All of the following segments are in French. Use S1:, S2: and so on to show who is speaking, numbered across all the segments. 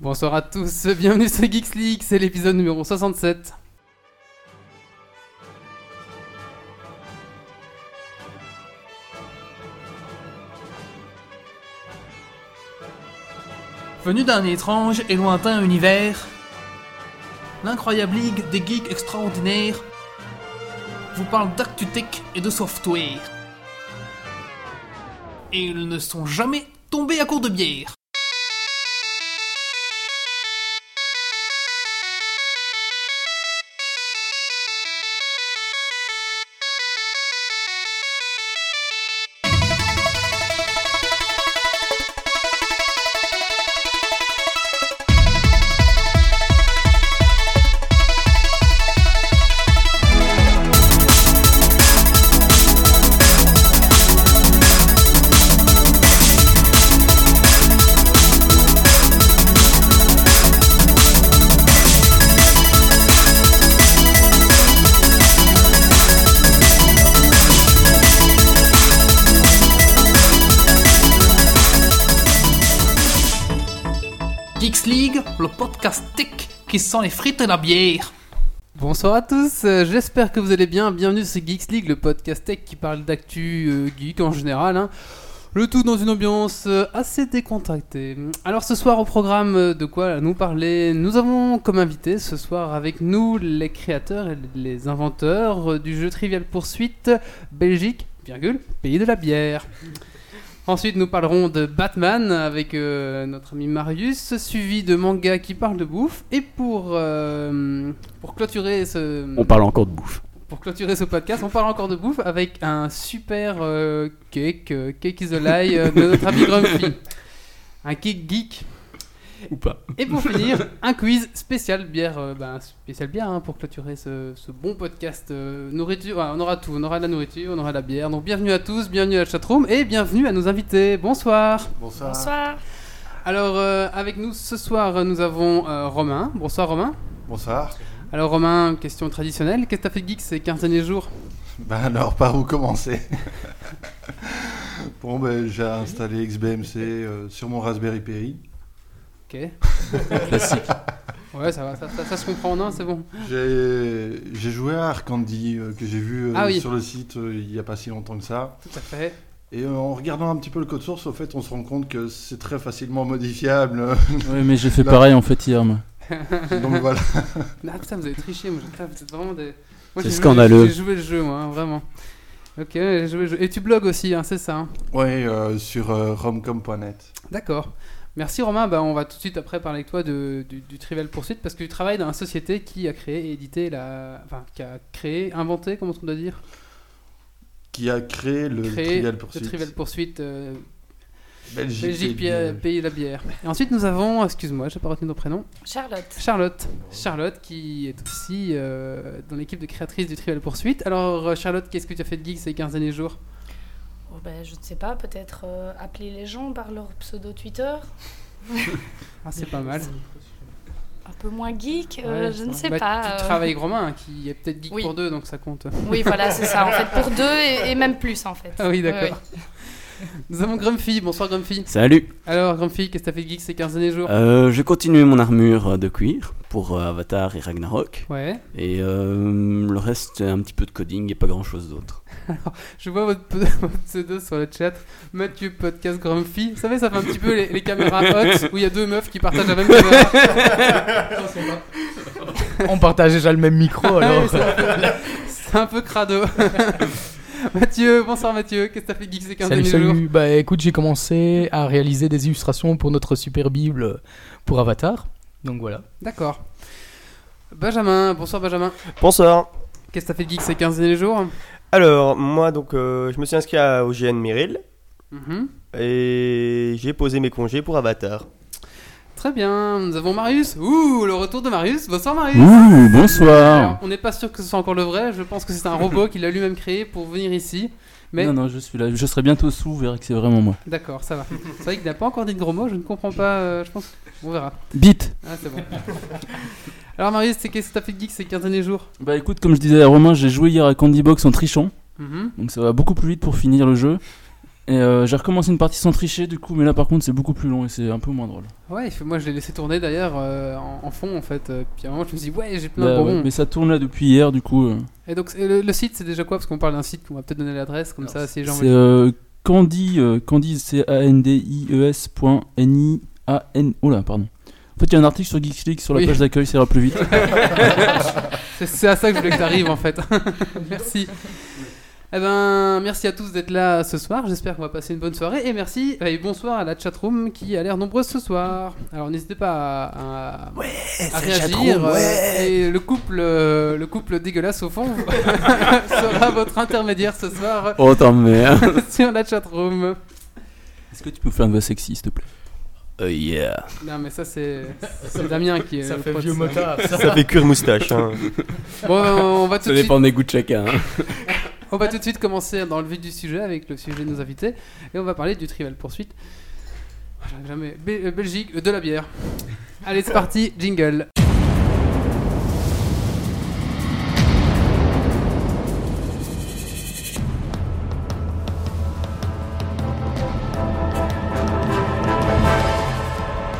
S1: Bonsoir à tous, bienvenue sur Geeks League, c'est l'épisode numéro 67.
S2: Venu d'un étrange et lointain univers, l'incroyable ligue des geeks extraordinaires vous parle d'actu tech et de software. Et ils ne sont jamais tombés à court de bière. Geeks League, le podcast tech qui sent les frites et la bière.
S1: Bonsoir à tous, euh, j'espère que vous allez bien, bienvenue sur Geeks League, le podcast tech qui parle d'actu euh, geek en général. hein. Le tout dans une ambiance euh, assez décontractée. Alors ce soir au programme, euh, de quoi nous parler Nous avons comme invité ce soir avec nous les créateurs et les inventeurs euh, du jeu Trivial Poursuite Belgique, virgule, pays de la bière. Ensuite, nous parlerons de Batman avec euh, notre ami Marius, suivi de manga qui parle de bouffe. Et pour, euh, pour, clôturer ce,
S3: On parle encore de bouffe.
S1: pour clôturer ce podcast, on parle encore de bouffe avec un super euh, cake, euh, cake is a lie euh, de notre ami Grumpy. Un cake geek.
S3: Ou pas.
S1: Et pour finir, un quiz spécial bière, euh, ben, spécial bière hein, pour clôturer ce, ce bon podcast euh, nourriture. ouais, on aura tout, on aura de la nourriture, on aura de la bière. Donc bienvenue à tous, bienvenue à la chatroom et bienvenue à nos invités. Bonsoir.
S4: Bonsoir.
S1: Alors euh, avec nous ce soir, euh, nous avons euh, Romain. Bonsoir Romain.
S5: Bonsoir.
S1: Alors Romain, question traditionnelle, qu'est-ce que t'as fait de geek ces 15 derniers jours
S5: Ben alors, par où commencer Bon, ben j'ai installé XBMC euh, sur mon Raspberry Pi.
S1: Ok. Ouais, ça va, ça, ça- ça se comprend, non C'est bon.
S5: J'ai j'ai joué à Arcandy euh, que j'ai vu euh,
S1: Ah oui.
S5: sur le site euh, il n'y a pas si longtemps que ça.
S1: Tout à fait.
S5: Et euh, en regardant un petit peu le code source, au fait, on se rend compte que c'est très facilement modifiable.
S3: Oui, mais j'ai fait
S5: Là.
S3: pareil en fait hier. moi.
S5: Donc voilà.
S1: Ah putain, vous avez triché, moi je crève, c'est vraiment des. Moi,
S3: C'est
S1: j'ai joué-
S3: scandaleux.
S1: J'ai joué le jeu, moi, hein, vraiment. Ok, j'ai joué le jeu. Et tu blogues aussi, hein, c'est ça. hein.
S5: Ouais, euh, sur euh, romcom.net.
S1: D'accord. Merci Romain, bah, on va tout de suite après parler avec toi de, du, du Trivial Poursuite parce que tu travailles dans la société qui a créé et édité la. Enfin, qui a créé, inventé, comment on doit dire
S5: Qui a créé le
S1: Créé
S5: Trivial
S1: le
S5: Pursuit.
S1: Trivial Poursuite euh,
S5: Belgique.
S1: Belgique,
S5: pays
S1: pays,
S5: de-
S1: pays de la bière. Et ensuite nous avons, excuse-moi, j'ai pas retenu ton prénom.
S4: Charlotte.
S1: Charlotte. Charlotte qui est aussi euh, dans l'équipe de créatrice du Trivial Poursuite. Alors euh, Charlotte, qu'est-ce que tu as fait de geek ces 15 derniers jours
S4: Oh, ben, je ne sais pas, peut-être euh, appeler les gens par leur pseudo Twitter.
S1: Ah c'est pas mal.
S4: Un peu moins geek, euh,
S1: Ouais,
S4: je ne sais
S1: Bah,
S4: pas.
S1: Tu
S4: euh.
S1: travailles avec Romain hein, qui est peut-être geek
S4: Oui.
S1: pour deux donc ça compte.
S4: Oui, voilà, c'est ça. En fait, pour deux et, et même plus, en fait.
S1: Ah oui
S4: Ouais,
S1: d'accord. Nous avons Grumpy, bonsoir Grumpy.
S3: Salut
S1: Alors Grumpy, qu'est-ce que t'as fait de geek ces 15 derniers jours
S3: euh, J'ai continué mon armure euh, de cuir pour euh, Avatar et Ragnarok.
S1: Ouais.
S3: Et euh, le reste, c'est un petit peu de coding et pas grand chose d'autre.
S1: Je vois votre, pe- votre pseudo sur le chat. Mathieu Podcast Grumpy. Vous savez, ça fait un petit peu les, les caméras hot où il y a deux meufs qui partagent la même caméra.
S6: On partage déjà le même micro
S7: Ah
S1: Ouais,
S6: alors.
S1: c'est un peu- C'est un peu crado. Mathieu, bonsoir Mathieu, qu'est-ce que t'as fait geek ces 15
S6: salut,
S1: derniers jours
S6: salut. Bah écoute, j'ai commencé à réaliser des illustrations pour notre super Bible pour Avatar. Donc voilà.
S1: D'accord. Benjamin, bonsoir Benjamin.
S8: Bonsoir.
S1: Qu'est-ce que t'as fait geek ces 15 derniers jours
S8: Alors, moi, donc, euh, je me suis inscrit à OGN Meryl
S1: Mhm.
S8: et j'ai posé mes congés pour Avatar.
S1: Très bien, nous avons Marius. Ouh, le retour de Marius. Bonsoir Marius.
S3: Ouh, bonsoir
S1: Alors, on n'est pas sûr que ce soit encore le vrai, je pense que c'est un robot qu'il a lui-même créé pour venir ici. Mais
S7: Non, non, je suis là. Je serai bientôt sous, vous verrez que c'est vraiment moi.
S1: d'accord, ça va. C'est vrai qu'il n'a pas encore dit de gros mots, je ne comprends pas, euh, je pense. On verra.
S7: Bite
S1: Ah, c'est bon. Alors Marius, c'est qu'est-ce que t'as fait de geek ces 15 derniers jours
S7: Bah écoute, comme je disais à Romain, j'ai joué hier à Candy Box en trichant,
S1: Mhm.
S7: donc ça va beaucoup plus vite pour finir le jeu. Et euh, j'ai recommencé une partie sans tricher, du coup, mais là par contre, c'est beaucoup plus long et c'est un peu moins drôle.
S1: Ouais, il fait- moi je l'ai laissé tourner d'ailleurs euh, en, en fond en fait. Euh, Puis à un moment je me suis dit, ouais, j'ai plein de
S7: Bah,
S1: bonbons.
S7: ouais, mais ça tourne là depuis hier, du coup. euh.
S1: Et donc c'est- le, le site c'est déjà quoi Parce qu'on parle d'un site, on va peut-être donner l'adresse comme ça si les gens
S7: C'est euh, Candy, euh, Candy, c'est a n d i e s point n i a n. Oh là, pardon. En fait, il y a un article sur Geeks League sur la
S1: Oui.
S7: page d'accueil, ça ira plus vite.
S1: C'est- C'est à ça que je voulais que tu arrives en fait. merci. Eh ben, merci à tous d'être là ce soir. J'espère qu'on va passer une bonne soirée. Et merci et bonsoir à la chatroom qui a l'air nombreuse ce soir. Alors n'hésitez pas à, à- à réagir. euh, Et le couple, euh, le couple dégueulasse au fond sera votre intermédiaire ce soir
S3: Oh, t'en merde.
S1: sur la chatroom.
S7: Est-ce que tu peux me faire une voix sexy, s'il te plaît
S3: Oh, yeah.
S1: Non mais ça c'est c'est Damien qui est
S6: Ça
S1: le
S6: fait
S1: prod,
S6: vieux
S1: ça.
S6: motard.
S8: Ça fait cuire moustache. hein.
S1: Bon, on va tout
S3: Ça
S1: de suite
S3: dépend des goûts de chacun. hein.
S1: On va tout de suite commencer dans le vif du sujet avec le sujet de nos invités et on va parler du Trivial Poursuite. Ah, j'arrive Jamais. Bé- euh, Belgique, euh, de la bière. Allez, c'est parti, jingle.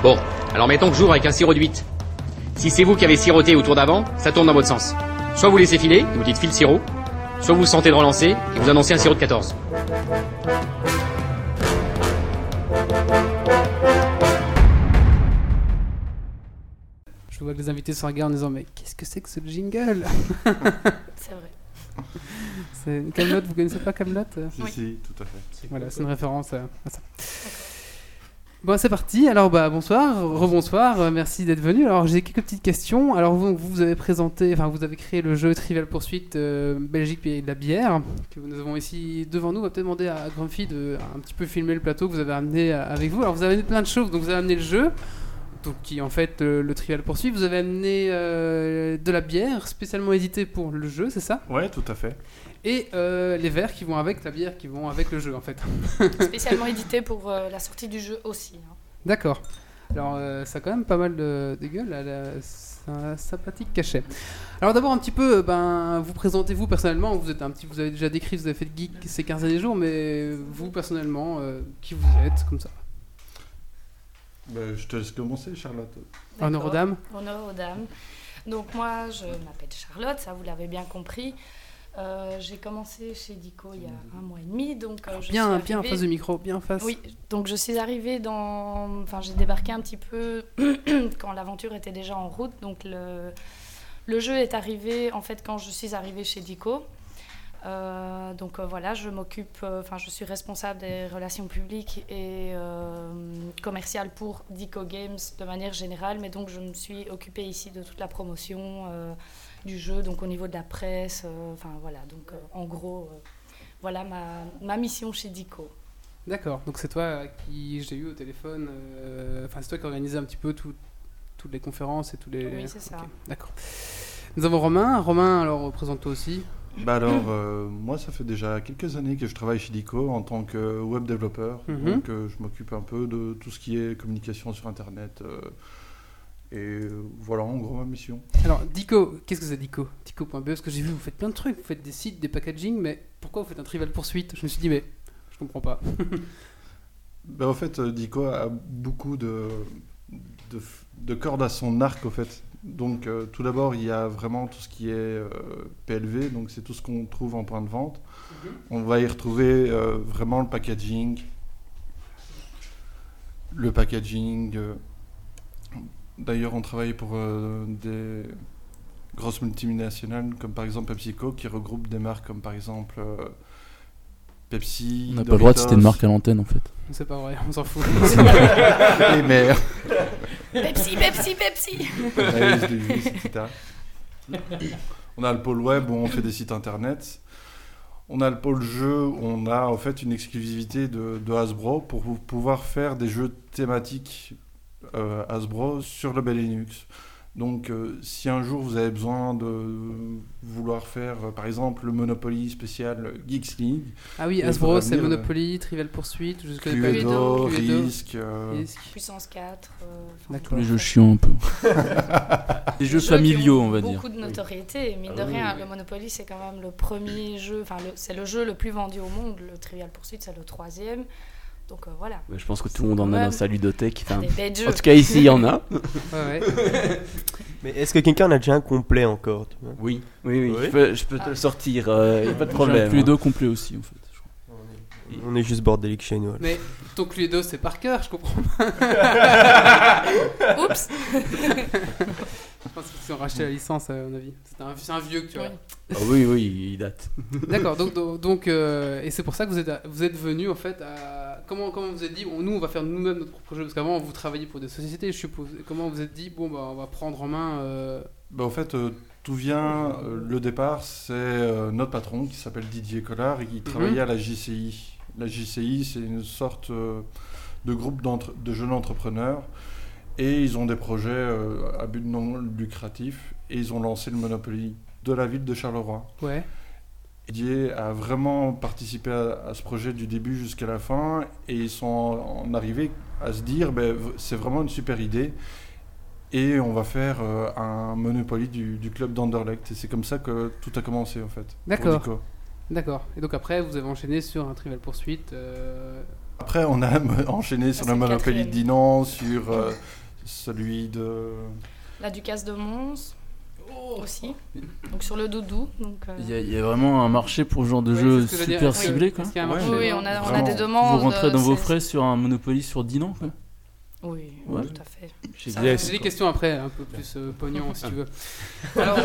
S9: Bon, alors mettons que j'ouvre avec un sirop de 8. Si c'est vous qui avez siroté au tour d'avant, ça tourne dans votre sens. Soit vous laissez filer, et vous dites file sirop, soit vous sentez de relancer et vous annoncez un sirop de 14.
S1: Je vois que les invités se regardent en disant Mais qu'est-ce que c'est que ce jingle
S4: C'est vrai.
S1: C'est Camelot, vous connaissez pas Camelot
S5: Si,
S4: Oui.
S5: si, tout à fait.
S1: Voilà, c'est une référence à, à ça. Bon, c'est parti. Alors, bah, bonsoir, rebonsoir, euh, merci d'être venu. Alors, j'ai quelques petites questions. Alors, vous, vous avez présenté, enfin, vous avez créé le jeu Trivial Poursuite euh, Belgique et de la bière, que nous avons ici devant nous. On va peut-être demander à Grumpy de un petit peu filmer le plateau que vous avez amené euh, avec vous. Alors, vous avez amené plein de choses. Donc, vous avez amené le jeu, donc, qui est en fait euh, le Trivial Poursuite. Vous avez amené euh, de la bière spécialement éditée pour le jeu, c'est ça
S5: Ouais, tout à fait.
S1: Et euh, les verres qui vont avec la bière, qui vont avec le jeu, en fait.
S4: Spécialement édité pour euh, la sortie du jeu aussi. hein.
S1: D'accord. Alors, euh, ça a quand même pas mal de, de gueule, là, là, c'est un sympathique cachet. Alors d'abord, un petit peu, euh, ben, vous présentez-vous personnellement, vous, êtes un petit, vous avez déjà décrit, vous avez fait de geek ces 15 derniers jours, mais vous personnellement, euh, qui vous êtes, comme ça
S5: Bah, je te laisse commencer, Charlotte.
S1: Honneur aux
S4: D'accord.
S1: dames
S4: Honneur aux dames. Donc moi, je m'appelle Charlotte, ça vous l'avez bien compris. Euh, j'ai commencé chez Dico il y a un mois et demi, donc euh,
S1: Bien,
S4: je suis
S1: bien en
S4: arrivée-
S1: face du micro, bien en face.
S4: Oui, donc je suis arrivée dans... Enfin, j'ai débarqué un petit peu quand l'aventure était déjà en route. Donc le, le jeu est arrivé, en fait, quand je suis arrivée chez Dico. Euh, donc euh, voilà, je m'occupe, euh, enfin je suis responsable des relations publiques et euh, commerciales pour Dico Games de manière générale, mais donc je me suis occupée ici de toute la promotion euh, du jeu, donc au niveau de la presse, euh, enfin voilà, donc euh, en gros, euh, voilà ma, ma mission chez Dico.
S1: D'accord, donc c'est toi euh, qui j'ai eu au téléphone, euh, enfin c'est toi qui organisais un petit peu tout- toutes les conférences et tous les...
S4: Oui, c'est ça.
S1: Ok, D'accord. Nous avons Romain, Romain, alors présente-toi aussi.
S5: Bah alors, euh, moi, ça fait déjà quelques années que je travaille chez Dico en tant que web développeur.
S1: Mhm.
S5: Donc, euh, je m'occupe un peu de tout ce qui est communication sur Internet. euh, et euh, voilà, en gros, ma mission.
S1: Alors, Dico, qu'est-ce que c'est Dico Dico.be, parce que j'ai vu, vous faites plein de trucs, vous faites des sites, des packaging, mais pourquoi vous faites un trivial poursuite Je me suis dit, mais je comprends pas.
S5: Bah, en fait, euh, Dico a beaucoup de, de, f- de cordes à son arc, au fait. Donc, euh, tout d'abord, il y a vraiment tout ce qui est euh, PLV, donc c'est tout ce qu'on trouve en point de vente. On va y retrouver euh, vraiment le packaging, le packaging. euh, D'ailleurs, on travaille pour euh, des grosses multinationales, comme par exemple PepsiCo, qui regroupe des marques comme par exemple euh, Pepsi.
S7: On n'a pas le droit de citer une
S5: Doritos.
S7: marque à l'antenne, en fait.
S1: C'est pas vrai, on s'en fout.
S5: Et Eh, mais-
S4: Pepsi, Pepsi, Pepsi
S5: la liste des vices, etc. On a le pôle web où on fait des sites internet. On a le pôle jeu où on a en fait une exclusivité de, de Hasbro pour vous- pouvoir faire des jeux thématiques euh, Hasbro sur le Linux. Donc, euh, si un jour vous avez besoin de vouloir faire, euh, par exemple, le Monopoly spécial Geeks League,
S1: Ah oui,
S5: Il
S1: Hasbro,
S5: faudra
S1: c'est
S5: venir, euh,
S1: Monopoly, Trivial Pursuit, je connais pas les
S5: Cluedo,
S1: noms, Cluedo,
S5: Risk, euh,
S1: Risk.
S4: Puissance 4. euh, enfin,
S1: D'accord.
S7: Tous
S4: bon,
S7: les jeux
S4: en fait,
S7: chiants un peu. Des
S4: des
S7: jeux
S4: qui
S7: familiaux,
S4: ont
S7: on va dire.
S4: Beaucoup de notoriété, mine de rien. Le Monopoly, c'est quand même le premier jeu, enfin, le- c'est le jeu le plus vendu au monde. Le Trivial Pursuit, c'est le troisième. Donc euh, voilà.
S3: Mais je pense que tout le monde en a
S4: Ouais.
S3: dans sa ludothèque.
S7: Ah.
S3: enfin,
S4: Des bêtes jeux.
S3: en tout cas, ici, il y en a.
S1: Ouais, ouais.
S8: Mais est-ce que quelqu'un en a déjà un complet encore tu vois
S3: Oui, oui, oui.
S8: Oui.
S3: Je peux, je peux te le sortir, il n'y a pas de
S7: J'ai un
S3: problème.
S7: Cluedo complet aussi, en fait. je crois.
S8: On est juste bordélique chez nous. alors.
S1: Mais ton Cluedo, c'est par cœur, je comprends.
S4: Oups
S1: Je pense qu'ils ont racheté la licence, à mon avis. C'est un, c'est un vieux que tu vois.
S4: Oui.
S3: Ah oui, oui, il date.
S1: D'accord, donc, donc, donc, euh, et c'est pour ça que vous êtes, à- vous êtes venu en fait à. Comment, comment vous êtes dit, on- nous on va faire nous-mêmes notre propre jeu, parce qu'avant vous travailliez pour des sociétés, je suppose. Comment vous êtes dit, bon bah on va prendre en main. euh,
S5: Bah, en fait, euh, tout vient. euh, le départ, c'est euh, notre patron qui s'appelle Didier Collard et qui travaillait à la JCI. La JCI, c'est une sorte euh, de groupe d'entre- de jeunes entrepreneurs et ils ont des projets euh, à but non lucratif et ils ont lancé le Monopoly de la ville de Charleroi.
S1: Ouais,
S5: Didier a vraiment participé à, à ce projet du début jusqu'à la fin et ils sont en, en arrivés à se dire ben, v- c'est vraiment une super idée et on va faire euh, un Monopoly du, du club d'Anderlecht et c'est comme ça que tout a commencé en fait. pour
S1: D'accord.
S5: Dico.
S1: d'accord. Et donc après vous avez enchaîné sur un Trivial Pursuit. euh,
S5: Après on a mo- enchaîné sur
S4: c'est
S5: le
S4: le
S5: Monopoly
S4: quatrième.
S5: de Dinan, sur euh, celui de...
S4: La Ducasse de Mons aussi. Donc sur le doudou. Donc, euh,
S7: Oh. Il y, a- il y a vraiment un marché pour ce genre de
S1: ouais,
S7: jeu
S1: c'est ce que je veux dire.
S7: super
S1: Est-ce que-
S7: ciblé, quoi.
S1: est-ce qu'il y a un
S5: Ouais.
S1: marché,
S4: Oui, oui,
S1: non
S4: on a, on a
S5: Vraiment.
S4: des
S7: Vous
S4: demandes. euh,
S7: rentrez dans vos
S4: c'est-
S7: frais sur un Monopoly sur 10 ans, quoi.
S4: Oui,
S7: Ouais.
S4: tout à fait.
S8: Chez
S4: Ça,
S8: Yes,
S1: J'ai des
S8: quoi.
S1: questions après, un peu plus euh, pognon si tu veux. Alors,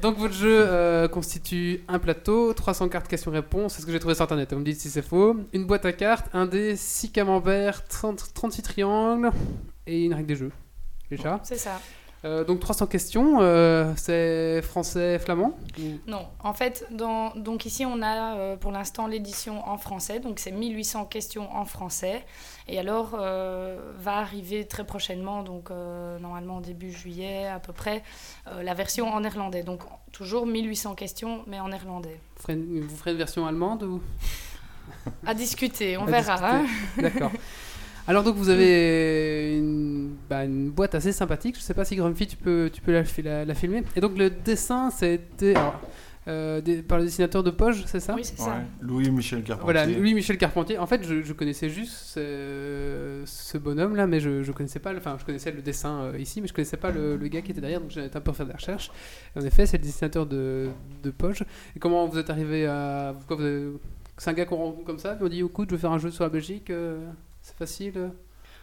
S1: donc votre jeu euh, constitue un plateau, 300 cartes questions-réponses, c'est ce que j'ai trouvé sur internet, vous me dites si c'est faux, une boîte à cartes, un dé, 6 camemberts, 30 36 triangles et une règle des jeux. Déjà.
S4: C'est ça.
S1: Euh, donc 300 questions, euh, c'est français, flamand
S4: Non, en fait, dans, donc ici on a euh, pour l'instant l'édition en français, donc c'est 1800 questions en français. Et alors euh, va arriver très prochainement, donc euh, normalement début juillet à peu près, euh, la version en néerlandais. Donc toujours 1800 questions, mais en néerlandais.
S1: vous ferez, une, vous ferez une version allemande ou
S4: À discuter, on
S1: À
S4: verra. hein.
S1: D'accord. Alors donc vous avez une, bah, une boîte assez sympathique. Je sais pas si Grumpy tu peux tu peux la, fi- la- la filmer. Et donc le dessin c'était alors, euh, des- par le dessinateur de Poge, c'est ça
S4: Oui, c'est
S5: Ouais, Louis-Michel Carpentier.
S1: Voilà, lui Michel Carpentier. En fait, je, je connaissais juste ce, ce bonhomme là, mais je, je connaissais pas. le- Enfin, je connaissais le dessin euh, ici, mais je connaissais pas le, le gars qui était derrière. Donc j'ai été un peu faire des recherches. Et en effet, c'est le dessinateur de, de Poge. Et comment vous êtes arrivé à pourquoi vous avez- C'est un gars qu'on rencontre comme ça, puis on dit écoute, je veux faire un jeu sur la Belgique. euh, c'est facile. euh.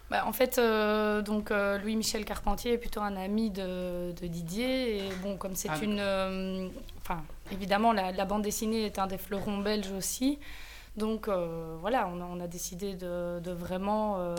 S4: Bah, en fait, euh, donc euh, Louis-Michel Carpentier est plutôt un ami de, de Didier. Et bon, comme c'est
S1: Ah,
S4: une. euh, Enfin, évidemment, la, la bande dessinée est un des fleurons belges aussi. Donc euh, voilà, on a, on a décidé de, de vraiment euh,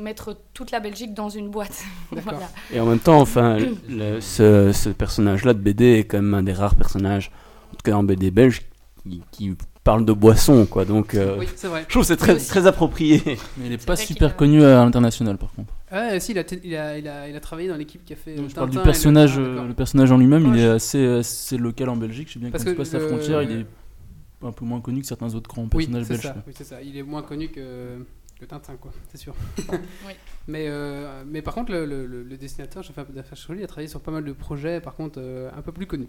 S4: mettre toute la Belgique dans une boîte.
S1: D'accord.
S4: Voilà.
S3: Et en même temps, enfin, le- ce, ce personnage-là de BD est quand même un des rares personnages, en tout cas en BD belge, qui, qui parle de boisson, quoi. Donc, euh,
S1: Oui, c'est vrai.
S3: je trouve que c'est très, très approprié.
S7: Mais il est pas
S4: vrai qu'il
S7: super
S4: a-
S7: connu à l'international, par contre.
S1: Ah, si, il a, t- il a, il a, il a travaillé dans l'équipe qui a fait. euh,
S7: Non, je parle du
S1: Tintin et le-
S7: personnage,
S1: Ah,
S7: euh,
S1: d'accord.
S7: le personnage en lui-même,
S4: Ouais,
S7: il est
S4: je-
S7: assez, assez local en Belgique. Je sais bien que
S1: Parce
S7: quand il
S1: que
S7: passe la
S1: le-
S7: frontière, il est un peu moins connu que certains autres grands
S1: Oui,
S7: personnages
S1: c'est
S7: belges.
S1: ça.
S7: quoi.
S1: Oui, c'est ça. Il est moins connu que, que Tintin, quoi. C'est sûr.
S4: Oui.
S1: Mais, euh, mais par contre, le, le- le- le dessinateur, j'ai fait un peu d'affaires sur lui, il a travaillé sur pas mal de projets, par contre, euh, un peu plus connus.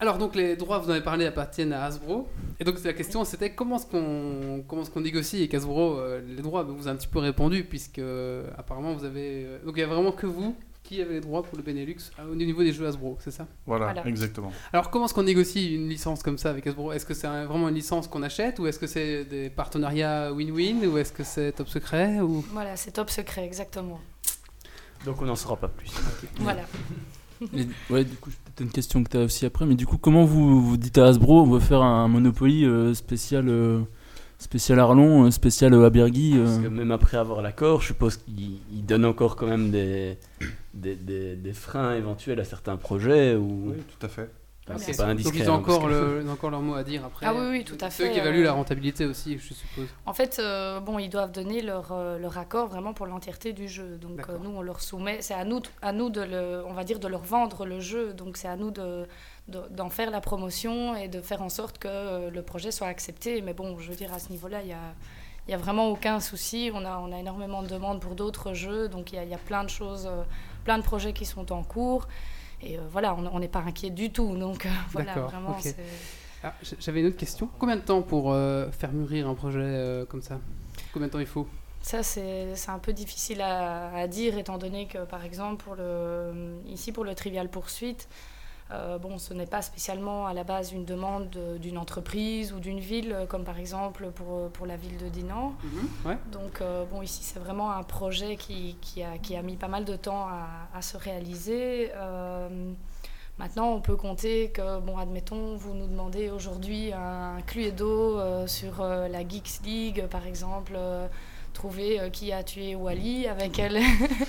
S1: Alors, donc, les droits, vous en avez parlé, appartiennent à Hasbro. Et donc, la question, c'était comment est-ce qu'on comment est-ce qu'on négocie avec Hasbro euh, les droits Ben, Vous avez un petit peu répondu, puisque euh, apparemment, vous avez. euh, Donc, il n'y a vraiment que vous qui avez les droits pour le Benelux euh, au niveau des jeux Hasbro, c'est ça
S5: Voilà,
S4: Voilà.
S5: exactement.
S1: alors comment est-ce qu'on négocie une licence comme ça avec Hasbro Est-ce que c'est un- vraiment une licence qu'on achète ou est-ce que c'est des partenariats win-win ou est-ce que c'est top secret ou
S4: Voilà, c'est top secret, exactement.
S3: Donc, on n'en saura pas plus.
S4: Voilà.
S7: Et- ouais, du coup, c'est peut-être une question que tu as aussi après, mais du coup, comment vous, vous dites à Hasbro, on va faire un Monopoly euh, spécial, euh, spécial Arlon, euh, spécial euh, Abergy euh,
S3: Parce que même après avoir l'accord, je suppose qu'il il donne encore quand même des, des, des- des freins éventuels à certains projets. Ou...
S5: Oui, tout à fait.
S3: Enfin,
S4: Ok.
S3: c'est pas
S1: Donc
S3: indiscret.
S1: ils ont
S3: hein, parce
S1: encore,
S3: que-
S1: le- ils ont encore leur mot à dire après.
S4: Ah oui, oui, tout à
S1: Ceux
S4: fait,
S1: qui
S4: euh,
S1: évaluent la rentabilité aussi, je suppose.
S4: En fait, euh, bon, ils doivent donner leur, euh, leur accord vraiment pour l'entièreté du jeu. Donc
S1: D'accord.
S4: euh, nous, on leur soumet. C'est à nous, t- à nous de le, on va dire, de leur vendre le jeu. Donc c'est à nous de de- d'en faire la promotion et de faire en sorte que euh, le projet soit accepté. Mais bon, je veux dire, à ce niveau-là, il y a il y a vraiment aucun souci. On a, on a énormément de demandes pour d'autres jeux. Donc il y a, il y a plein de choses, euh, plein de projets qui sont en cours. Et euh, voilà, on on n'est pas inquiet du tout. Donc euh, voilà,
S1: D'accord,
S4: vraiment,
S1: ok.
S4: c'est...
S1: Ah, j- J'avais une autre question. Combien de temps pour euh, faire mûrir un projet euh, comme ça Combien de temps il faut
S4: Ça, c'est c'est un peu difficile à, à dire, étant donné que, par exemple, pour le, ici, pour le Trivial Poursuite, euh, bon, ce n'est pas spécialement à la base une demande de- d'une entreprise ou d'une ville, euh, comme par exemple pour, euh, pour la ville de Dinan.
S1: ouais.
S4: Donc, euh, bon, ici, c'est vraiment un projet qui, qui a, qui a mis pas mal de temps à, à se réaliser. Euh, Maintenant, on peut compter que, bon, admettons, vous nous demandez aujourd'hui un Cluedo euh, sur euh, la Geeks League, par exemple, euh, trouver euh, qui a tué Wally, avec elle,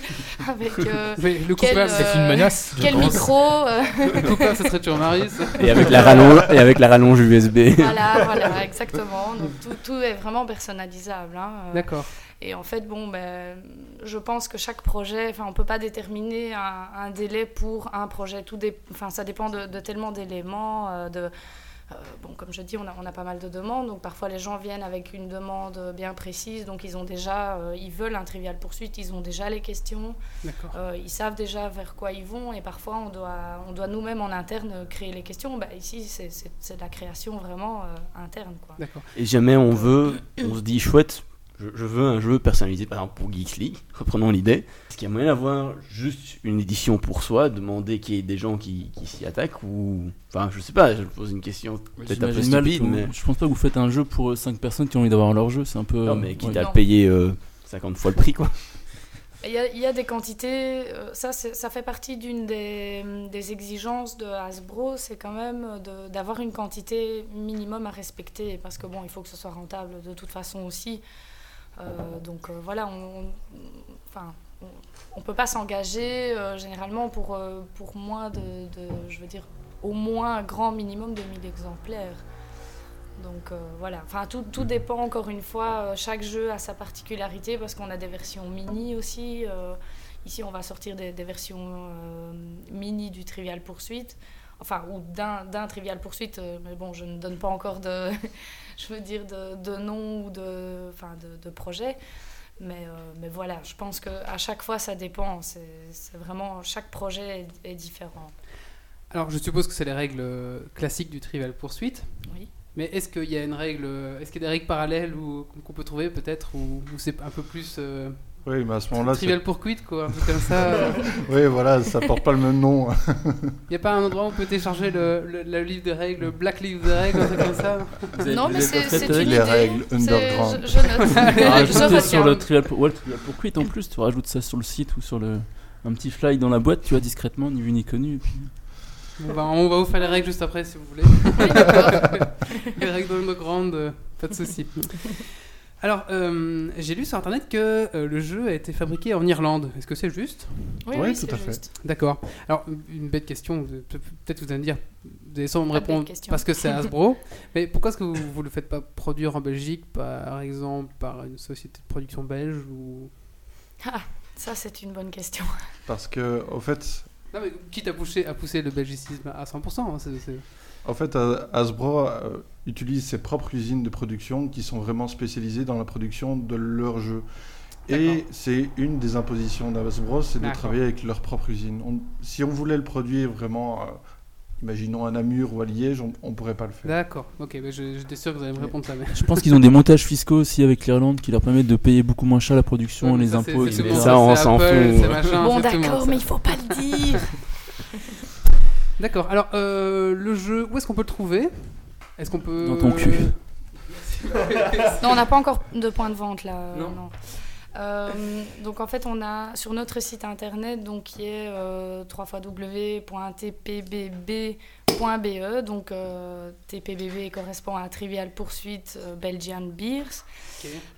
S4: avec euh,
S1: Mais le
S4: Quel,
S1: coupable,
S6: C'est une
S4: Euh,
S6: menace. je
S4: quel
S6: pense.
S4: micro. euh,
S1: le coupable, ce serait toujours Maris.
S3: Et avec la rallonge, et avec la rallonge USB.
S4: voilà, voilà, exactement. Donc, tout, tout est vraiment personnalisable. hein, euh.
S1: D'accord.
S4: Et en fait, bon, ben, je pense que chaque projet, enfin, on peut pas déterminer un, un délai pour un projet. Tout dé- enfin, ça dépend de, de tellement d'éléments. euh, de, euh, bon, comme je dis, on a, on a pas mal de demandes. Donc parfois, les gens viennent avec une demande bien précise. Donc ils ont déjà, euh, ils veulent un trivial poursuite. Ils ont déjà les questions.
S1: D'accord.
S4: Euh, ils savent déjà vers quoi ils vont. Et parfois, on doit, on doit nous-mêmes en interne créer les questions. Ben, ici, c'est- c'est c'est de la création vraiment euh, interne, quoi.
S1: D'accord.
S3: Et jamais on veut, on se dit chouette, je, je veux un jeu personnalisé, par exemple pour Geeks League, reprenons l'idée. Est-ce qu'il y a moyen d'avoir juste une édition pour soi, demander qu'il y ait des gens qui, qui s'y attaquent ou. Enfin, je sais pas, je pose une question peut-être un peu
S7: J'imagine mal,
S3: stupide,
S7: vous-
S3: mais.
S7: Je pense pas que vous faites un jeu pour 5 personnes qui ont envie d'avoir leur jeu, c'est un peu.
S3: Non, mais quitte
S7: ouais.
S3: à
S4: Non.
S3: payer euh, 50 fois le prix, quoi.
S4: Il y, a- il y a des quantités, euh, ça, c'est- ça fait partie d'une des, des exigences de Hasbro, c'est quand même de- d'avoir une quantité minimum à respecter, parce que bon, il faut que ce soit rentable de toute façon aussi. Euh, donc euh, voilà, on, on- enfin, on, on peut pas s'engager euh, généralement pour, euh, pour moins de, de- je veux dire, au moins un grand minimum de 1000 exemplaires. Donc euh, voilà, enfin tout, tout dépend encore une fois, euh, chaque jeu a sa particularité parce qu'on a des versions mini aussi. euh, ici on va sortir des, des versions euh, mini du Trivial Poursuite, enfin ou d'un d'un Trivial Poursuite, euh, mais bon je ne donne pas encore de, je veux dire, de, de nom ou de, enfin, de, de projet. Mais, euh, mais voilà, je pense qu'à chaque fois ça dépend, c'est c'est vraiment, chaque projet est, est différent.
S1: Alors, je suppose que c'est les règles euh, classiques du trivial poursuite.
S4: Oui.
S1: Mais est-ce qu'il y a une règle, euh, est-ce qu'il y a des règles parallèles ou qu'on peut trouver peut-être ou, ou c'est un peu plus euh,
S5: Oui, mais à ce moment-là, c'est-
S1: trivial poursuite quoi, un truc comme ça. euh.
S5: oui, voilà, ça porte pas le même nom.
S1: Il y a pas un endroit où on peut télécharger le, le- le livre des règles, le black livre des règles, un truc comme ça.
S4: Non mais c'est c'est
S5: les
S4: une idée,
S5: règles
S4: C'est-
S5: underground.
S4: Je, je note,
S7: Ah,
S4: je
S7: Rajoute ça sur
S4: retiens.
S7: le trial pour, ouais, le trial pour quit en plus, tu rajoutes ça sur le site ou sur le un petit fly dans la boîte, tu vois discrètement, ni vu ni connu. et puis-
S1: On va, on va vous faire les règles juste après si vous voulez. les règles dans nos grandes, euh, pas de souci. Alors, euh, j'ai lu sur internet que euh, le jeu a été fabriqué en Irlande. Est-ce que c'est juste
S4: Oui,
S5: Ouais,
S4: oui,
S5: tout
S4: c'est
S5: à fait.
S4: juste.
S1: D'accord. Alors, une bête question, vous- peut- peut-être vous allez me dire, vous allez sûrement me
S4: Pas de bête
S1: répondre
S4: question.
S1: parce que c'est Hasbro, mais pourquoi est-ce que vous ne le faites pas produire en Belgique, par exemple, par une société de production belge ou...
S4: Ça, c'est une bonne question.
S5: Parce que, en fait,
S1: Non, mais quitte à pousser, à pousser le belgicisme à 100%, hein, c'est- c'est-
S5: en fait Ha- Hasbro euh, utilise ses propres usines de production qui sont vraiment spécialisées dans la production de leurs jeux. Et
S1: D'accord.
S5: c'est une des impositions d'Hasbro, c'est de
S1: D'accord.
S5: travailler avec leur propre usine. On- si on voulait le produire vraiment, euh, imaginons à Namur ou à Liège, on, on pourrait pas le faire.
S1: D'accord, ok, mais je- j'étais sûr que vous allez me répondre ça. Mais...
S7: Je pense qu'ils ont des montages fiscaux aussi avec l'Irlande qui leur permettent de payer beaucoup moins cher la production,
S1: Ouais, mais
S7: les
S1: ça, c'est-
S7: impôts.
S1: c'est
S7: et-
S1: tout le
S3: mais
S1: monde,
S3: ça, on
S1: c'est
S3: s'en
S1: Apple,
S3: fout.
S1: c'est machin,
S4: bon,
S1: c'est Ah, tout le monde,
S4: d'accord,
S1: ça.
S4: mais il faut pas le dire.
S1: D'accord, alors euh, le jeu, où est-ce qu'on peut le trouver Est-ce qu'on peut. Euh,
S7: Dans ton cul.
S4: non, on n'a pas encore de point de vente là.
S1: Non.
S4: non. Euh, donc en fait, on a sur notre site internet, donc qui est euh, www.tpbb.be, .be, donc euh, TPBB correspond à Trivial Pursuit euh, Belgian Beers.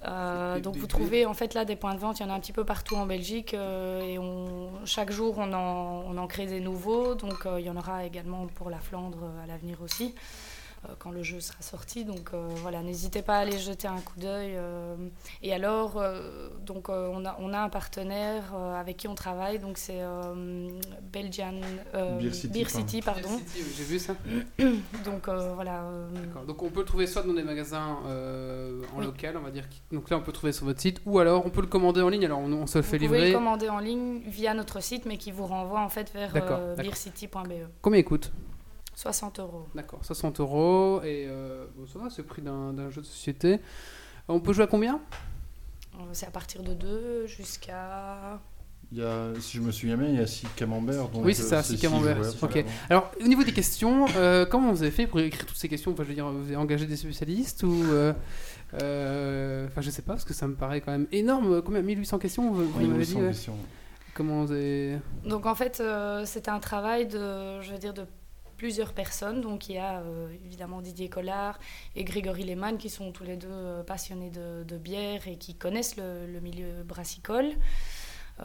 S4: Euh, donc vous trouvez en fait là des points de vente, il y en a un petit peu partout en Belgique euh, et on, chaque jour on en, on en crée des nouveaux, donc euh, il y en aura également pour la Flandre euh, à l'avenir aussi euh, quand le jeu sera sorti. Donc euh, voilà, n'hésitez pas à aller jeter un coup d'œil. euh, et alors, euh, donc euh, on, a, on a un partenaire euh, avec qui on travaille, donc c'est euh, Belgian euh,
S5: Beer City,
S4: Beer
S5: pardon.
S4: City, pardon.
S1: City, oui, J'ai vu ça.
S4: Donc euh, voilà. euh,
S1: D'accord. Donc on peut le trouver soit dans des magasins euh, en
S4: Oui.
S1: local, on va dire. qui- Donc là on peut le trouver sur votre site, ou alors on peut le commander en ligne. Alors on, on se le
S4: vous
S1: fait
S4: pouvez
S1: livrer.
S4: le commander en ligne via notre site, mais qui vous renvoie en fait vers
S1: D'accord,
S4: euh,
S1: d'accord.
S4: beercity.be.
S1: Combien il coûte
S4: 60 euros.
S1: D'accord, 60 euros et euh, bon, ça va, c'est le prix d'un d'un jeu de société. On peut jouer à combien
S4: Euh, C'est à partir de 2 jusqu'à.
S5: Il y a, si je me souviens bien, il y a 6 camemberts. donc,
S1: Oui, c'est
S5: euh,
S1: ça, six
S5: six
S1: camemberts.
S5: joueurs,
S1: Ok.
S5: finalement.
S1: Alors, au niveau des questions, euh, comment vous avez fait pour écrire toutes ces questions Enfin, je veux dire, vous avez engagé des spécialistes ou. euh, euh, Enfin, je sais pas, parce que ça me paraît quand même énorme. Combien 1800 questions Vous, vous
S5: Oui,
S1: m'avez
S5: oui,
S1: dit,
S5: sans
S1: ouais.
S5: question.
S1: Comment vous avez.
S4: Donc en fait, euh, c'était un travail de, je veux dire, de plusieurs personnes. Donc il y a euh, évidemment Didier Collard et Grégory Lehmann qui sont tous les deux euh, passionnés de, de bière et qui connaissent le, le milieu brassicole.